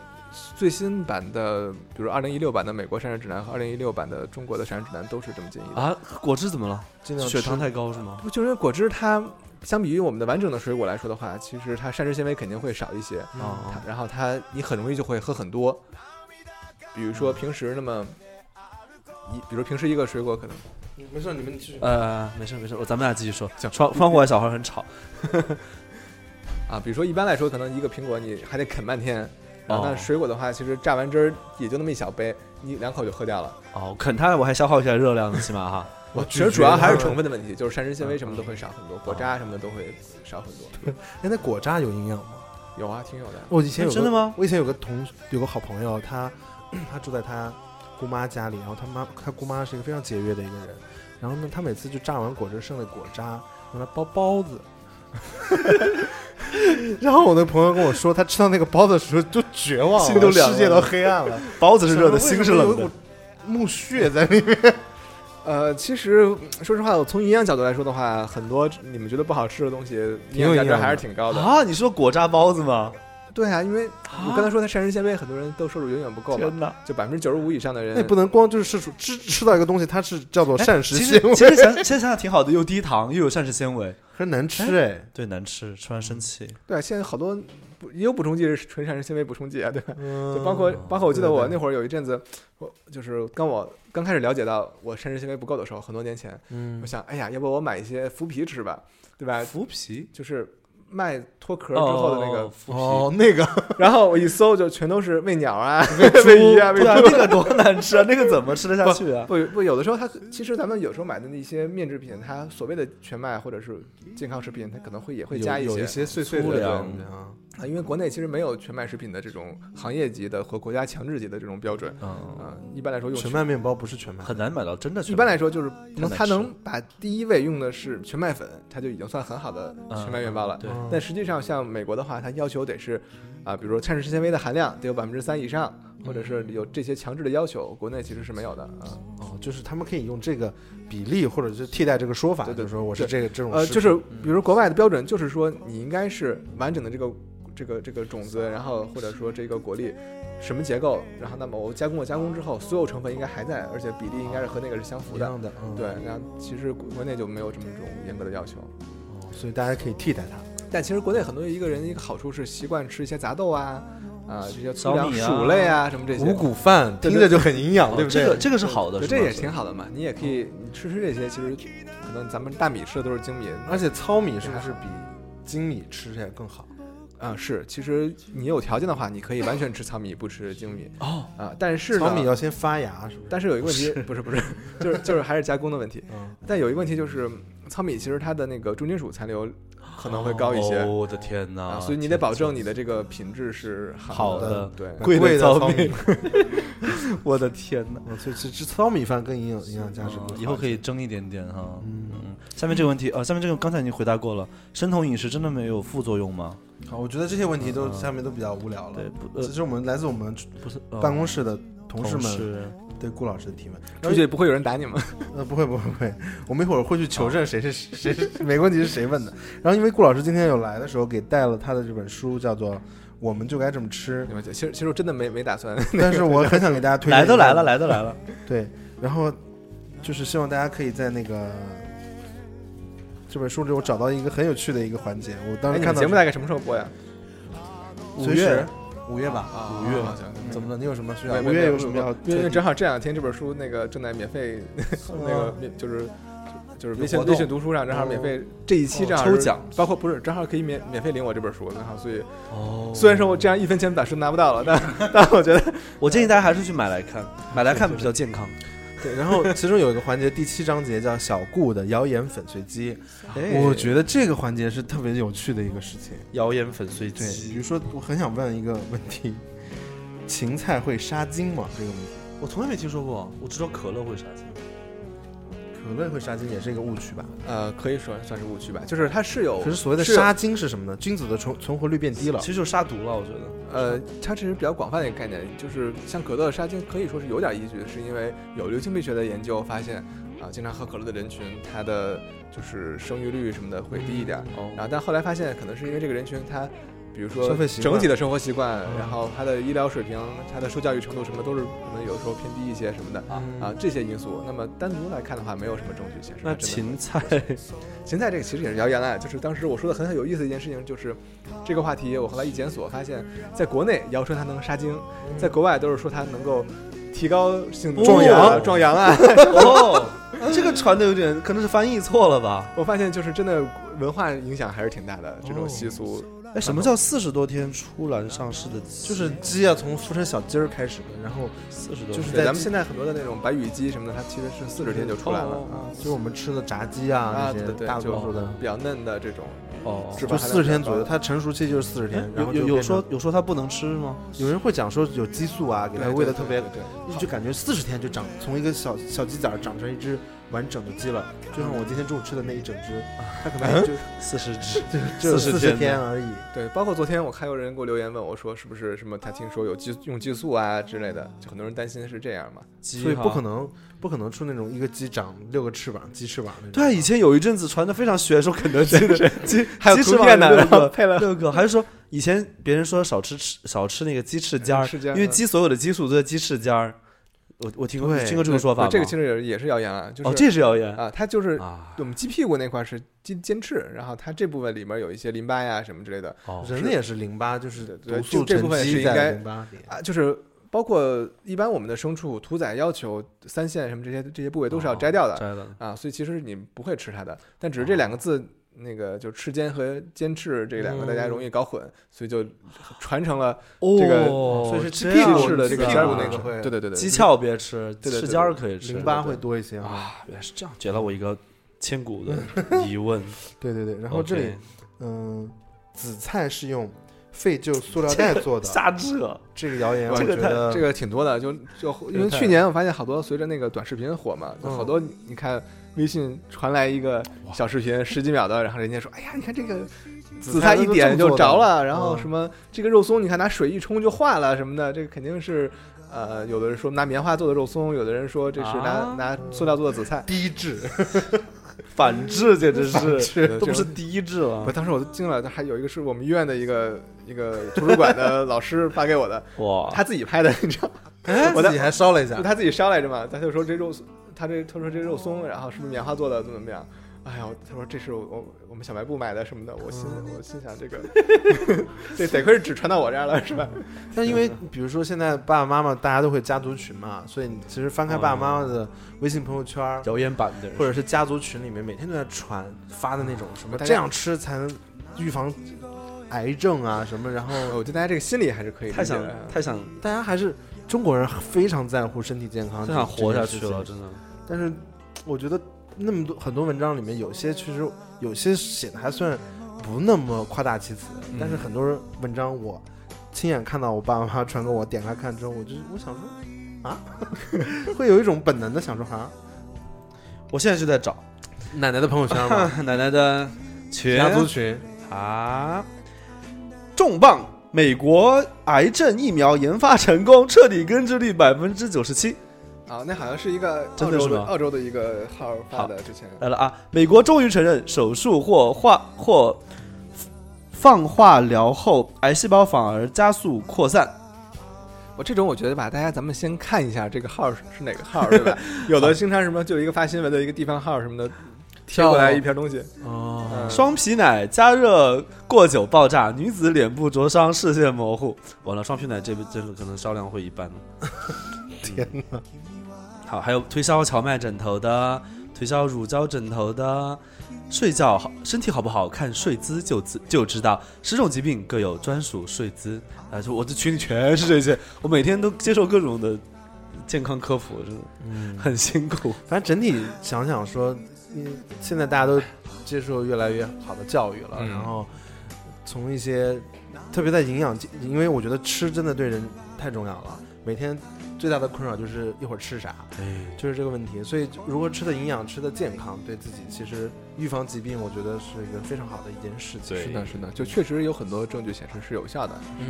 Speaker 3: 最新版的，比如二零一六版的美国膳食指南和二零一六版的中国的膳食指南都是这么建议的。
Speaker 2: 啊，果汁怎么了？
Speaker 4: 尽量
Speaker 2: 血糖
Speaker 4: 吃
Speaker 2: 太高是吗？
Speaker 3: 不就因为果汁它相比于我们的完整的水果来说的话，其实它膳食纤维肯定会少一些，
Speaker 4: 嗯
Speaker 2: 啊、
Speaker 3: 它
Speaker 2: 啊
Speaker 3: 然后它你很容易就会喝很多。比如说平时那么一，比如平时一个水果可能
Speaker 4: 没事，你们继续。
Speaker 2: 呃，没事没事，我咱们俩继续说。
Speaker 3: 讲
Speaker 2: 窗窗户外小孩很吵，
Speaker 3: 啊，比如说一般来说可能一个苹果你还得啃半天，然后
Speaker 2: 哦
Speaker 3: 那水果的话，其实榨完汁儿也就那么一小杯，你两口就喝掉了。
Speaker 2: 哦，啃它我还消耗一下热量呢，起码 哈。
Speaker 3: 我其实主要还是
Speaker 4: 它
Speaker 3: 成分的问题，就是膳食纤维什么都会少很多，果渣什么的都会少很多。
Speaker 4: 哎，那果渣有营养吗？
Speaker 3: 有啊，挺有的。
Speaker 4: 我以前有个
Speaker 2: 哎真的吗？
Speaker 4: 我以前有个同有个好朋友，他 他住在他姑妈家里，然后他妈他姑妈是一个非常节约的一个人，然后呢，他每次就榨完果汁剩的果渣用来包包子。 然后我的朋友跟我说，他吃到那个包子的时候就绝望了，
Speaker 2: 心都凉了
Speaker 4: 世界都黑 暗了，
Speaker 2: 包子是热的，
Speaker 4: 想说
Speaker 2: 心
Speaker 4: 为
Speaker 2: 是
Speaker 4: 什么有
Speaker 2: 冷
Speaker 4: 一
Speaker 2: 的
Speaker 4: 股。木屑在里面。
Speaker 3: 呃，其实嗯说实话，我从营养角度来说的话，很多你们觉得不好吃的东西，营
Speaker 4: 挺有
Speaker 3: 养价
Speaker 4: 营
Speaker 3: 值
Speaker 4: 养的
Speaker 3: 还是挺高的。
Speaker 2: 啊，你说果渣包子吗？
Speaker 3: 对啊，因为我刚才说它膳食纤维，很多人都摄入远远不够嘛，
Speaker 2: 天哪！
Speaker 3: 就百分之九十五以上的人，
Speaker 4: 那也不能光就是吃吃吃到一个东西，它是叫做膳食
Speaker 2: 哎其
Speaker 4: 纤
Speaker 2: 实
Speaker 4: 维，
Speaker 2: 其实想现在想想挺好的，又低糖又有膳食纤维，
Speaker 4: 很难吃哎。
Speaker 2: 对，难吃，吃完生气。
Speaker 3: 对啊，现在好多补也有补充剂是纯膳食纤维补充剂啊，对吧？
Speaker 4: 嗯
Speaker 3: 就包括包括我记得
Speaker 4: 对对
Speaker 3: 我
Speaker 4: 对
Speaker 3: 那会儿有一阵子，我就是刚我刚开始了解到我膳食纤维不够的时候，很多年前，
Speaker 4: 嗯
Speaker 3: 我想，哎呀，要不我买一些麸皮吃吧，对吧？
Speaker 2: 麸皮
Speaker 3: 就是卖脱壳之后的那个，
Speaker 2: 腐皮，
Speaker 4: 哦，那个
Speaker 3: 然后我一搜就全都是喂鸟啊，
Speaker 2: 对
Speaker 3: 喂鱼啊，喂
Speaker 2: 对啊，
Speaker 3: 猪。
Speaker 2: 那个多难吃啊，那个怎么吃得下去啊？
Speaker 3: 不不，有的时候它其实咱们有时候买的那些面制品，它所谓的全麦或者是健康食品，它可能会也会加
Speaker 4: 有有一些碎碎的
Speaker 2: 粗粮
Speaker 4: 东西啊，
Speaker 3: 啊，因为国内其实没有全麦食品的这种行业级的和国家强制级的这种标准
Speaker 2: 嗯，
Speaker 3: 啊、一般来说用
Speaker 4: 全麦面包不是全麦，
Speaker 2: 很难买到真的全
Speaker 3: 一
Speaker 2: 麦。
Speaker 3: 般来说就是能
Speaker 2: 太难
Speaker 3: 它
Speaker 2: 吃
Speaker 3: 能把第一位用的是全麦粉，它就已经算很好的全麦面包了。
Speaker 2: 对
Speaker 4: 嗯
Speaker 3: 但实际上，像美国的话，它要求得是，啊、比如说膳食纤维的含量得有百分之三以上，或者是有这些强制的要求，国内其实是没有的啊。
Speaker 4: 哦，就是他们可以用这个比例或者是替代这个说法，
Speaker 3: 对对
Speaker 4: 就是说我是这个这种
Speaker 3: 呃，
Speaker 4: 食
Speaker 3: 就是
Speaker 4: 品
Speaker 3: 比如国外的标准，就是说你应该是完整的这个这个这个种子，然后或者说这个果粒什么结构，然后那么我加工我加工之后，所有成分应该还在，而且比例应该是和那个是相符
Speaker 4: 一
Speaker 3: 的。
Speaker 4: 样的，嗯
Speaker 3: 对，，然后其实国国内就没有这么一种严格的要求。
Speaker 4: 哦所以大家可以替代它。
Speaker 3: 但其实国内很多一个人一个好处是习惯吃一些杂豆啊，啊这些粗
Speaker 2: 小
Speaker 3: 粮、
Speaker 2: 米啊
Speaker 3: 薯类啊什么这些，
Speaker 4: 五谷饭
Speaker 3: 对
Speaker 4: 听
Speaker 3: 对
Speaker 4: 着就很营养，
Speaker 2: 哦
Speaker 4: 对不
Speaker 2: 这
Speaker 4: 对
Speaker 2: 个？这个是好的，是
Speaker 3: 对这
Speaker 2: 吗
Speaker 3: 也挺好的嘛。你也可以你吃吃这些，其实可能咱们大米吃的都是精米，
Speaker 4: 而且糙米是不是比精米吃起来更好？
Speaker 3: 啊，是，其实你有条件的话，你可以完全吃糙米，不吃精米
Speaker 2: 哦。
Speaker 3: 啊。但是
Speaker 4: 糙米
Speaker 3: 呢，
Speaker 4: 要先发芽，是不是？
Speaker 3: 但是有一个问题，不是不是， 就是就是还是加工的问题。
Speaker 4: 嗯
Speaker 3: 但有一个问题就是，糙米其实它的那个重金属残留可能会高一些
Speaker 2: 哦我的天哪！
Speaker 3: 啊，所以你得保证你的这个品质是
Speaker 2: 好
Speaker 3: 的
Speaker 2: 的。
Speaker 3: 对，
Speaker 2: 贵的
Speaker 4: 贵的
Speaker 2: 糙
Speaker 4: 糙
Speaker 2: 米
Speaker 4: 米，
Speaker 2: 我的天哪！
Speaker 4: 嗯所以吃吃糙米饭更营养，营养价值更好。
Speaker 2: 嗯以后可以蒸一点点哈。嗯嗯。下面这个问题，呃，下面这个刚才已经回答过了。生酮饮食真的没有副作用吗？
Speaker 4: 好，啊我觉得这些问题
Speaker 3: 嗯
Speaker 4: 都下面都比较无聊了。
Speaker 2: 对，不，呃
Speaker 4: 其，实我们来自我们
Speaker 2: 不是哦
Speaker 3: 呃
Speaker 4: 办
Speaker 2: 室
Speaker 4: 公室的同事们
Speaker 2: 们
Speaker 4: 对顾老师的提问，
Speaker 3: 出去不会有人打你们。
Speaker 4: 呃，不会不会不会，我们一会儿会去求
Speaker 3: 啊
Speaker 4: 证谁是谁是没问题是谁问的。然后因为顾老师今天有来的时候给带了他的这本书，叫做《我们就该这么吃
Speaker 3: 你们其实其实我真的没没打算，》，哎
Speaker 4: 但是我很想给大家推荐。
Speaker 2: 来都来了，，来都 来了。
Speaker 4: 对，然后就是希望大家可以在那个这本书里，我找到一个很有趣的一个环节。我当
Speaker 3: 哎，
Speaker 4: 时
Speaker 3: 你
Speaker 4: 看
Speaker 3: 们
Speaker 4: 到
Speaker 3: 节目大概什么时候播呀？
Speaker 4: 五
Speaker 2: 五月
Speaker 4: 月五月吧，
Speaker 3: 啊，
Speaker 2: 五月
Speaker 3: 好像
Speaker 4: 怎么了？你有什么需要？
Speaker 3: 没
Speaker 4: 五啊月有什么要？
Speaker 3: 因为因为正好这两天这本书那个正在免费那个免就是就是微信
Speaker 4: 活动
Speaker 3: 微信读书上正好免费这一期
Speaker 2: 哦
Speaker 3: 正好
Speaker 2: 抽
Speaker 3: 是
Speaker 2: 奖，
Speaker 3: 包括不是正好可以免免费领我这本书，然后所以
Speaker 2: 哦
Speaker 3: 虽然说我这样一分钱把书拿不到了，但 但我觉得
Speaker 2: 我建议大家还是去买来看，买来看比较 健康。
Speaker 4: 对，然后其中有一个环节，第七章节叫“小顾的谣言粉碎机”，
Speaker 2: 哎
Speaker 4: 我觉得这个环节是特别有趣的一个事情。
Speaker 2: 谣言粉碎
Speaker 4: 对，
Speaker 2: 机，
Speaker 4: 比如说，我很想问一个问题：芹菜会杀精吗？这个问题，
Speaker 2: 我从来没听说过，我知道可乐会杀精。
Speaker 4: 可乐会杀精也是一个误区吧？
Speaker 3: 呃可以说算是误区吧，就是它是有
Speaker 4: 可是所谓的
Speaker 3: 是有
Speaker 4: 杀精是什么呢？君子的存存活率变低了
Speaker 2: 哦其。实就是杀毒了，我觉得。
Speaker 3: 呃它其实比较广泛的一个概念，就是像可乐杀精可以说是有点依据，是因为有流行病学的研究发现啊、经常喝可乐的人群他的就是生育率什么的会低一点。然
Speaker 2: 哦，
Speaker 3: 后但后来发现，可能是因为这个人群他，比如说
Speaker 4: 消费习惯嗯
Speaker 3: 整体的生活习惯，然后他的医疗水平、他的受教育程度什么都是可能有时候偏低一些什么
Speaker 4: 嗯
Speaker 3: 的啊这些因素。那么单独来看的话，没有什么证据显示它
Speaker 2: 那
Speaker 3: 真的
Speaker 2: 芹菜，
Speaker 3: 芹菜这个其实也是谣言了，就是当时我说的很有意思的一件事情，就是这个话题我后来一检索发现，在国内谣传它能杀精，
Speaker 4: 嗯
Speaker 3: 在国外都是说它能够提高性能
Speaker 2: 壮阳
Speaker 3: 啊壮阳啊。
Speaker 2: 哦， 这个传的有点，可能是翻译错了吧？
Speaker 3: 我发现就是真的文化影响还是挺大的，这种习
Speaker 4: 哦
Speaker 3: 俗。
Speaker 2: 哎，什么叫四十多天突然上市的鸡？
Speaker 4: 就是鸡要从孵成小鸡儿开始的，然后
Speaker 2: 四十多
Speaker 4: 就
Speaker 2: 天，
Speaker 4: 是
Speaker 3: 对，
Speaker 4: 在
Speaker 3: 咱们现在很多的那种白羽鸡什么的，它其实是四十天就出来了
Speaker 2: 哦
Speaker 3: 啊
Speaker 4: 就是我们吃的炸鸡啊
Speaker 3: 啊，
Speaker 4: 那
Speaker 3: 对
Speaker 4: 些
Speaker 3: 对对，
Speaker 4: 大
Speaker 3: 就
Speaker 4: 多数的，
Speaker 3: 比较嫩的这种，
Speaker 2: 哦
Speaker 3: 是吧
Speaker 4: 就四十天左右，它成熟期就是四十天
Speaker 2: 哎。
Speaker 4: 然后
Speaker 2: 有有
Speaker 4: 就
Speaker 2: 有
Speaker 4: 变成
Speaker 2: 说有说它不能吃吗？
Speaker 4: 有人会讲说有激素啊，给它
Speaker 3: 对
Speaker 4: 喂的特别
Speaker 3: 对，对对
Speaker 4: 就感觉四十天就长从一个小小鸡崽儿长成一只完整的鸡了，就像我今天中午吃的那一整只，它可能就
Speaker 2: 四十只，
Speaker 4: 就
Speaker 2: 40
Speaker 4: 四
Speaker 2: 天
Speaker 4: 十
Speaker 2: 呢
Speaker 4: 天而已。
Speaker 3: 对，包括昨天我看有人给我留言问我说，是不是什么他听说有激用激素啊之类的，就很多人担心是这样嘛。
Speaker 2: 所
Speaker 4: 所以不可。能不可能出那种一个鸡长六个翅膀鸡翅膀那种。
Speaker 2: 对，以前有一阵子传的非常玄，说肯德基的 鸡
Speaker 3: 还有
Speaker 2: 鸡翅
Speaker 3: 图
Speaker 2: 膀
Speaker 3: 片呢
Speaker 2: 有六
Speaker 3: 然后
Speaker 2: 个
Speaker 3: 配了
Speaker 2: 六个，还是说以前别人说少吃吃少吃那个鸡翅尖儿，
Speaker 3: 翅尖儿
Speaker 2: 因为鸡所有的激素都在鸡翅尖儿。我我听过
Speaker 4: 对
Speaker 2: 听过这个说法吗，
Speaker 3: 这个其实也是也是谣言啊，就是、
Speaker 2: 哦，这是谣言
Speaker 3: 啊，它就是
Speaker 2: 啊，
Speaker 3: 我们鸡屁股那块是鸡尖翅，然后它这部分里面有一些淋巴呀什么之类的
Speaker 2: 哦
Speaker 4: 人也是淋巴，就是
Speaker 3: 对
Speaker 4: 毒素
Speaker 3: 就这部
Speaker 4: 沉
Speaker 3: 分是
Speaker 4: 积
Speaker 3: 应该
Speaker 4: 在淋巴里。
Speaker 3: 啊，就是。包括一般我们的牲畜屠宰要求
Speaker 2: 哦
Speaker 3: 三线什么这些这些部位都是要摘掉的，
Speaker 2: 摘的
Speaker 3: 啊，所以其实你不会吃它的，但只是这两个字那个就赤尖和尖翅这两个
Speaker 5: 嗯
Speaker 3: 大家容易搞混，所以就传承了
Speaker 2: 哦
Speaker 3: 这个
Speaker 2: 所
Speaker 4: 以是
Speaker 2: 这
Speaker 4: 屁
Speaker 3: 屁
Speaker 4: 股
Speaker 2: 样
Speaker 3: 翅的这个
Speaker 4: 屁
Speaker 3: 尖
Speaker 4: 股
Speaker 3: 儿
Speaker 4: 那
Speaker 3: 个
Speaker 4: 个会
Speaker 3: 对对对对，
Speaker 2: 鸡鞘别吃，
Speaker 3: 对对对
Speaker 2: 翅尖儿可以吃。
Speaker 4: 淋巴
Speaker 2: 对
Speaker 4: 会多一些
Speaker 2: 对
Speaker 4: 啊。
Speaker 2: 啊，原来是这样，解了我一个千古 的疑问。
Speaker 4: 对对对，然后这里
Speaker 2: OK
Speaker 4: 嗯，紫菜是用废旧塑料袋做的，
Speaker 2: 瞎扯，
Speaker 4: 这个谣言我
Speaker 3: 这
Speaker 4: 觉
Speaker 3: 个
Speaker 4: 得
Speaker 3: 这个挺多的，就就因为去年我发现好多随着那个短视频火嘛，就
Speaker 4: 嗯
Speaker 3: 好多你你看微信传来一个小视频十几秒的，然后人家说，哎呀，你看这个紫菜一点就着了，然后什么这个肉松，你看拿水一冲就化了什么的，这个肯定是。呃，有的人说拿棉花做的肉松，有的人说这是拿、
Speaker 2: 啊
Speaker 3: 拿塑料做的紫菜。
Speaker 4: 低智，
Speaker 2: 反制简直是
Speaker 3: 是
Speaker 2: 都不是低智了
Speaker 3: 我。当时我都惊了，还有一个是我们医院的一个一个图书馆的老师发给 我的，
Speaker 2: 哇，
Speaker 3: 他自己拍的，你知道吗？我
Speaker 4: 我
Speaker 3: 的
Speaker 4: 自己还烧了一下
Speaker 3: 就，他自己商来着嘛，他就说这肉松，他这他说这肉松，然后是不是棉花做的，怎么怎么样？哎呀，他说这是我我我们小卖部买的什么的，我心我心想这个， 这得亏是只传到我这儿了，是吧？
Speaker 4: 但因为比如说现在爸爸妈妈大家都会家族群嘛，所以你其实翻开爸爸妈妈的微信朋友圈儿，
Speaker 2: 谣言版的人
Speaker 4: 或者是家族群里面每天都在传发的那种什么
Speaker 3: 大家
Speaker 4: 这样吃才能预防癌症啊什么，然后
Speaker 3: 我觉得大家这个心理还是可以理
Speaker 2: 太
Speaker 3: 解
Speaker 2: 想
Speaker 3: 的。啊
Speaker 2: 太想
Speaker 4: 大家还是中国人非常在乎身体健康，
Speaker 2: 太想活下
Speaker 4: 这
Speaker 2: 去
Speaker 4: 件事情
Speaker 2: 了，真的。
Speaker 4: 但是我觉得那么多很多文章里面，有些其实有些写的还算不那么夸大其词，
Speaker 3: 嗯
Speaker 4: 但是很多文章我亲眼看到我爸爸妈妈传给我，点开看之后，我就我想说啊， 会有一种本能的想说啊，
Speaker 2: 我现在就在找
Speaker 4: 奶奶的朋友圈 嘛，
Speaker 2: 奶奶的群
Speaker 4: 家族群，
Speaker 2: 啊，重磅！美国癌症疫苗研发成功，彻底根治率百分之九十七。
Speaker 3: 啊，那好像是一个
Speaker 2: 真
Speaker 3: 澳
Speaker 2: 的
Speaker 3: 洲
Speaker 2: 是吗
Speaker 3: 的澳洲的一个号发的，之前
Speaker 2: 来了啊！美国终于承认手术或化或放化疗后，癌细胞反而加速扩散。
Speaker 3: 我这种我觉得吧，大家咱们先看一下这个号是是哪个 号，对吧？啊有的经常什么就有一个发新闻的一个地方号什么的，贴过来一篇东西，
Speaker 4: 哦，
Speaker 2: 双皮奶加热过久爆炸，女子脸部灼伤，视线模糊。完了，双皮奶这个真的可能销量会一般。
Speaker 4: 天哪，
Speaker 2: 好，还有推销荞麦枕头的，推销乳胶枕头的。睡觉好，身体好不好看睡姿就知就知道，十种疾病各有专属睡姿。啊、就我这群里全是这些，我每天都接受各种的健康科普，真的
Speaker 4: 嗯，
Speaker 2: 很辛苦。
Speaker 4: 反正整体想想说，嗯，现在大家都接受越来越好的教育了，
Speaker 3: 嗯
Speaker 4: 然后从一些特别在营养，因为我觉得吃真的对人太重要了，每天最大的困扰就是一会儿吃啥，就是这个问题。所以如何吃的营养、吃的健康，对自己其实预防疾病，我觉得是一个非常好的一件事情。
Speaker 2: 对
Speaker 3: 是的，是的，就确实有很多证据显示是有效的，
Speaker 4: 嗯，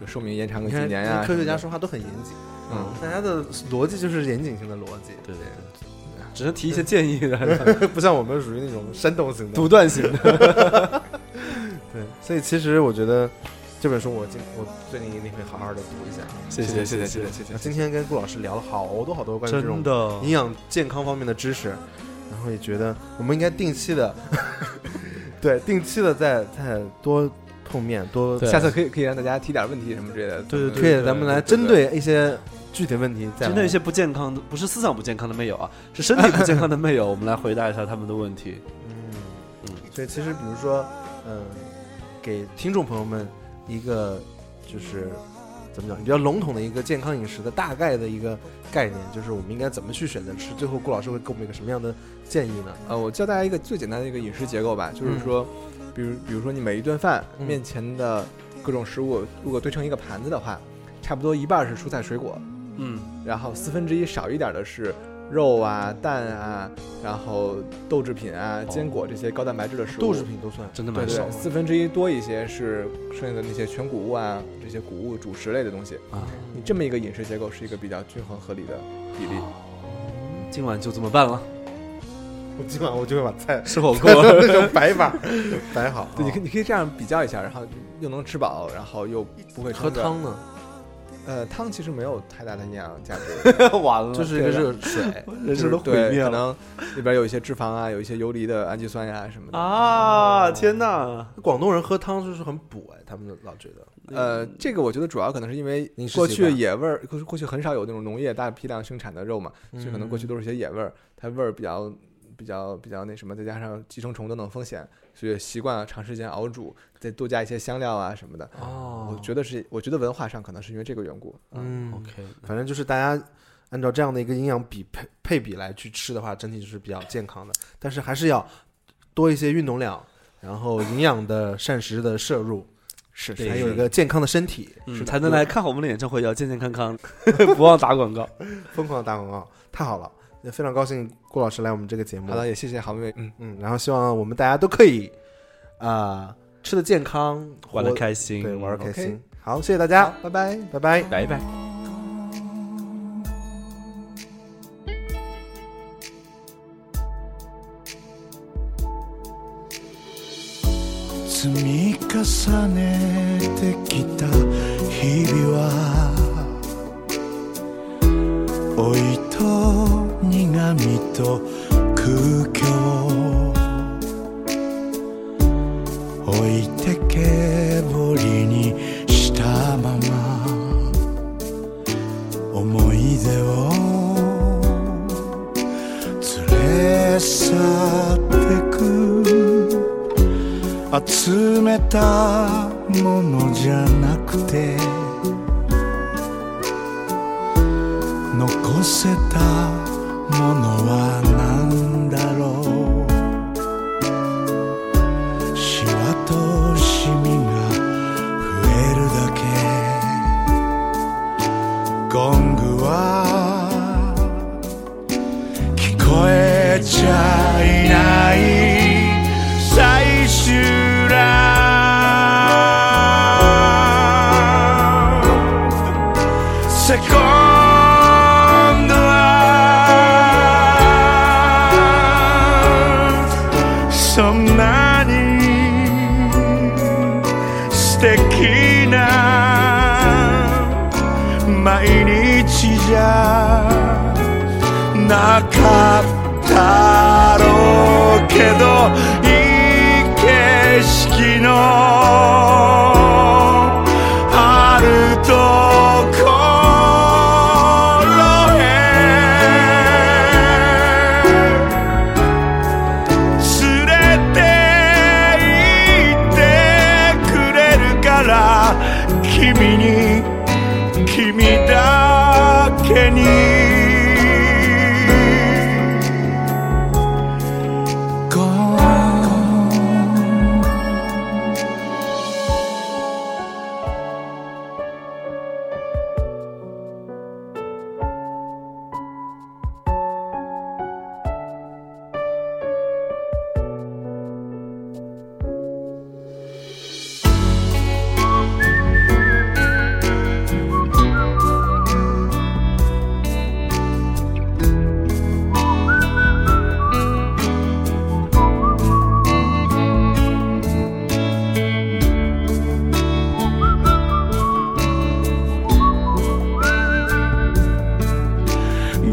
Speaker 3: 就寿命延长个
Speaker 4: 你
Speaker 3: 几
Speaker 4: 看
Speaker 3: 年哎呀、
Speaker 4: 科学家
Speaker 3: 什
Speaker 4: 说话都很严谨，
Speaker 3: 么的，嗯。
Speaker 4: 大家的逻辑就是严谨性的逻辑，
Speaker 2: 对对对，只能提一些建议，然后
Speaker 4: 不像我们属于那种煽动型的
Speaker 2: 独。断型的。
Speaker 4: 对，所以其实我觉得这本书我今我最近一定会好好的读一下。
Speaker 2: 谢
Speaker 3: 谢谢谢谢谢嗯谢谢谢
Speaker 4: 那。今天跟顾老师聊了好多好多关于这
Speaker 2: 真
Speaker 4: 种
Speaker 2: 的
Speaker 4: 营养健康方面的知识，然后也觉得我们应该定期的， 对，定期的再再多碰面，多
Speaker 2: 对
Speaker 3: 下次可以可以让大家提点问题什么之类的。
Speaker 2: 对对
Speaker 4: 可以咱们来针
Speaker 3: 对
Speaker 4: 对一些具体问题再
Speaker 2: 针
Speaker 4: 来
Speaker 2: 对一些不健康的，不是思想不健康的妹友啊， 是身体不健康的妹友， 我们来回答一下他们的问题。
Speaker 4: 嗯
Speaker 2: 嗯
Speaker 4: 所以其实比如说，嗯、给听众朋友们一个就是怎么讲比较笼统的一个健康饮食的大概的一个概念，就是我们应该怎么去选择吃。最后顾老师会给我们一个什么样的建议 呢？
Speaker 3: 呃，我教大家一个最简单的一个饮食结构吧，就是说，比如比如说你每一顿饭
Speaker 4: 嗯
Speaker 3: 面前的各种食物，如果堆成一个盘子的话，差不多一半儿是蔬菜水果，
Speaker 2: 嗯，
Speaker 3: 然后四分之一少一点的是肉啊、蛋啊，然后豆制品啊、坚果这些高蛋白质的食物。
Speaker 4: 哦豆制品都算，
Speaker 2: 真的
Speaker 3: 对
Speaker 2: 蛮
Speaker 3: 对
Speaker 2: 少
Speaker 3: 对，
Speaker 2: 的
Speaker 3: 四分之一多一些是剩下的那些全谷物啊，这些谷物主食类的东西。
Speaker 2: 啊。
Speaker 4: 嗯
Speaker 3: 你这么一个饮食结构是一个比较均衡合理的比例。
Speaker 4: 哦
Speaker 2: 今晚就这么办 了，
Speaker 4: 我今晚我就会把 菜
Speaker 2: 吃火锅。
Speaker 4: 那种摆法摆好。
Speaker 3: 对，你可以你可以这样比较一下，然后又能吃饱，然后又不会
Speaker 4: 喝
Speaker 3: 撑着。
Speaker 4: 汤呢，
Speaker 3: 呃，汤其实没有太大的营养价值，
Speaker 2: 完了， 啊
Speaker 4: 就是一个热 水，
Speaker 2: 人
Speaker 3: 就是
Speaker 2: 生都毁
Speaker 3: 对
Speaker 2: 灭
Speaker 3: 可
Speaker 2: 了
Speaker 3: 能里边有一些脂肪啊，有一些游离的氨基酸呀、什么的。
Speaker 2: 啊！天哪，
Speaker 4: 广东人喝汤就是很补哎，他们老觉得
Speaker 3: 呃，这个我觉得主要可能是因为
Speaker 4: 饮食
Speaker 3: 过
Speaker 4: 习
Speaker 3: 去
Speaker 4: 惯
Speaker 3: 野味儿，过去过去很少有那种农业大批量生产的肉嘛，所以可能过去都是些野味儿，它味儿比较比较比较那什么，再加上寄生虫等等风险，所以习惯了长时间熬煮，再多加一些香料啊什么的。
Speaker 5: 哦
Speaker 3: 我觉得是，我觉得文化上可能是因为这个缘故。
Speaker 5: 嗯
Speaker 2: OK，
Speaker 4: 反正就是大家按照这样的一个营养比配配比来去吃的话，整体就是比较健康的，但是还是要多一些运动量，然后营养的膳食的摄入，
Speaker 3: 是
Speaker 2: 对
Speaker 4: 还
Speaker 2: 是
Speaker 4: 有一个健康的身体。
Speaker 2: 嗯才能来看我们的演唱会，要健健康 康，不忘打广告。
Speaker 4: 疯狂的打广告，太好了！也非常高兴顾老师来我们这个节目
Speaker 3: 好，了，也谢谢好妹妹，嗯，
Speaker 4: 嗯，然后希望我们大家都可以，啊，吃的健康，
Speaker 2: 玩的
Speaker 4: 活
Speaker 2: 开心，
Speaker 4: 对，玩的开
Speaker 3: OK
Speaker 4: 心。好，谢谢大家，
Speaker 3: 拜拜。
Speaker 4: 拜拜。
Speaker 2: 拜拜。
Speaker 1: 積み重ねてきた日々は老いと苦みと空虚を置いてけぼりにしたまま思い出を連れ去ってく集めたものじゃなくて残せたものは何だろうシワとシミが増えるだけゴングは聞こえちゃいない最終ラウンドセコンドはそんなに素敵な毎日じゃなかったろうけどいい景色のあるところへ連れて行ってくれるから君に君だけにゴーン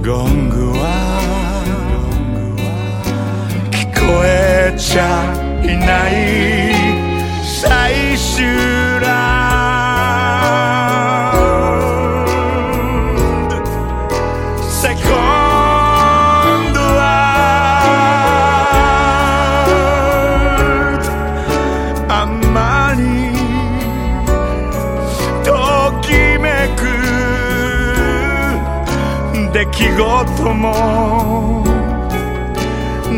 Speaker 1: ゴングは聞こえちゃいない最終ラウンドセコンドはあまりときめく出来事も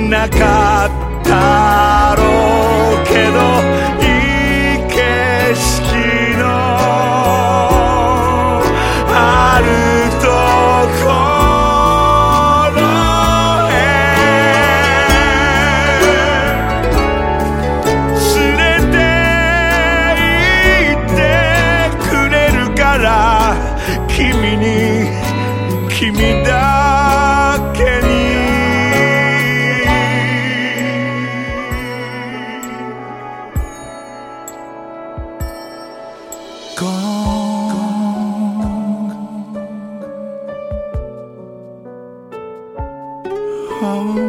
Speaker 1: なかったろうけどいい景色のあるところへ連れて行ってくれるから君に君だけにゴンゴン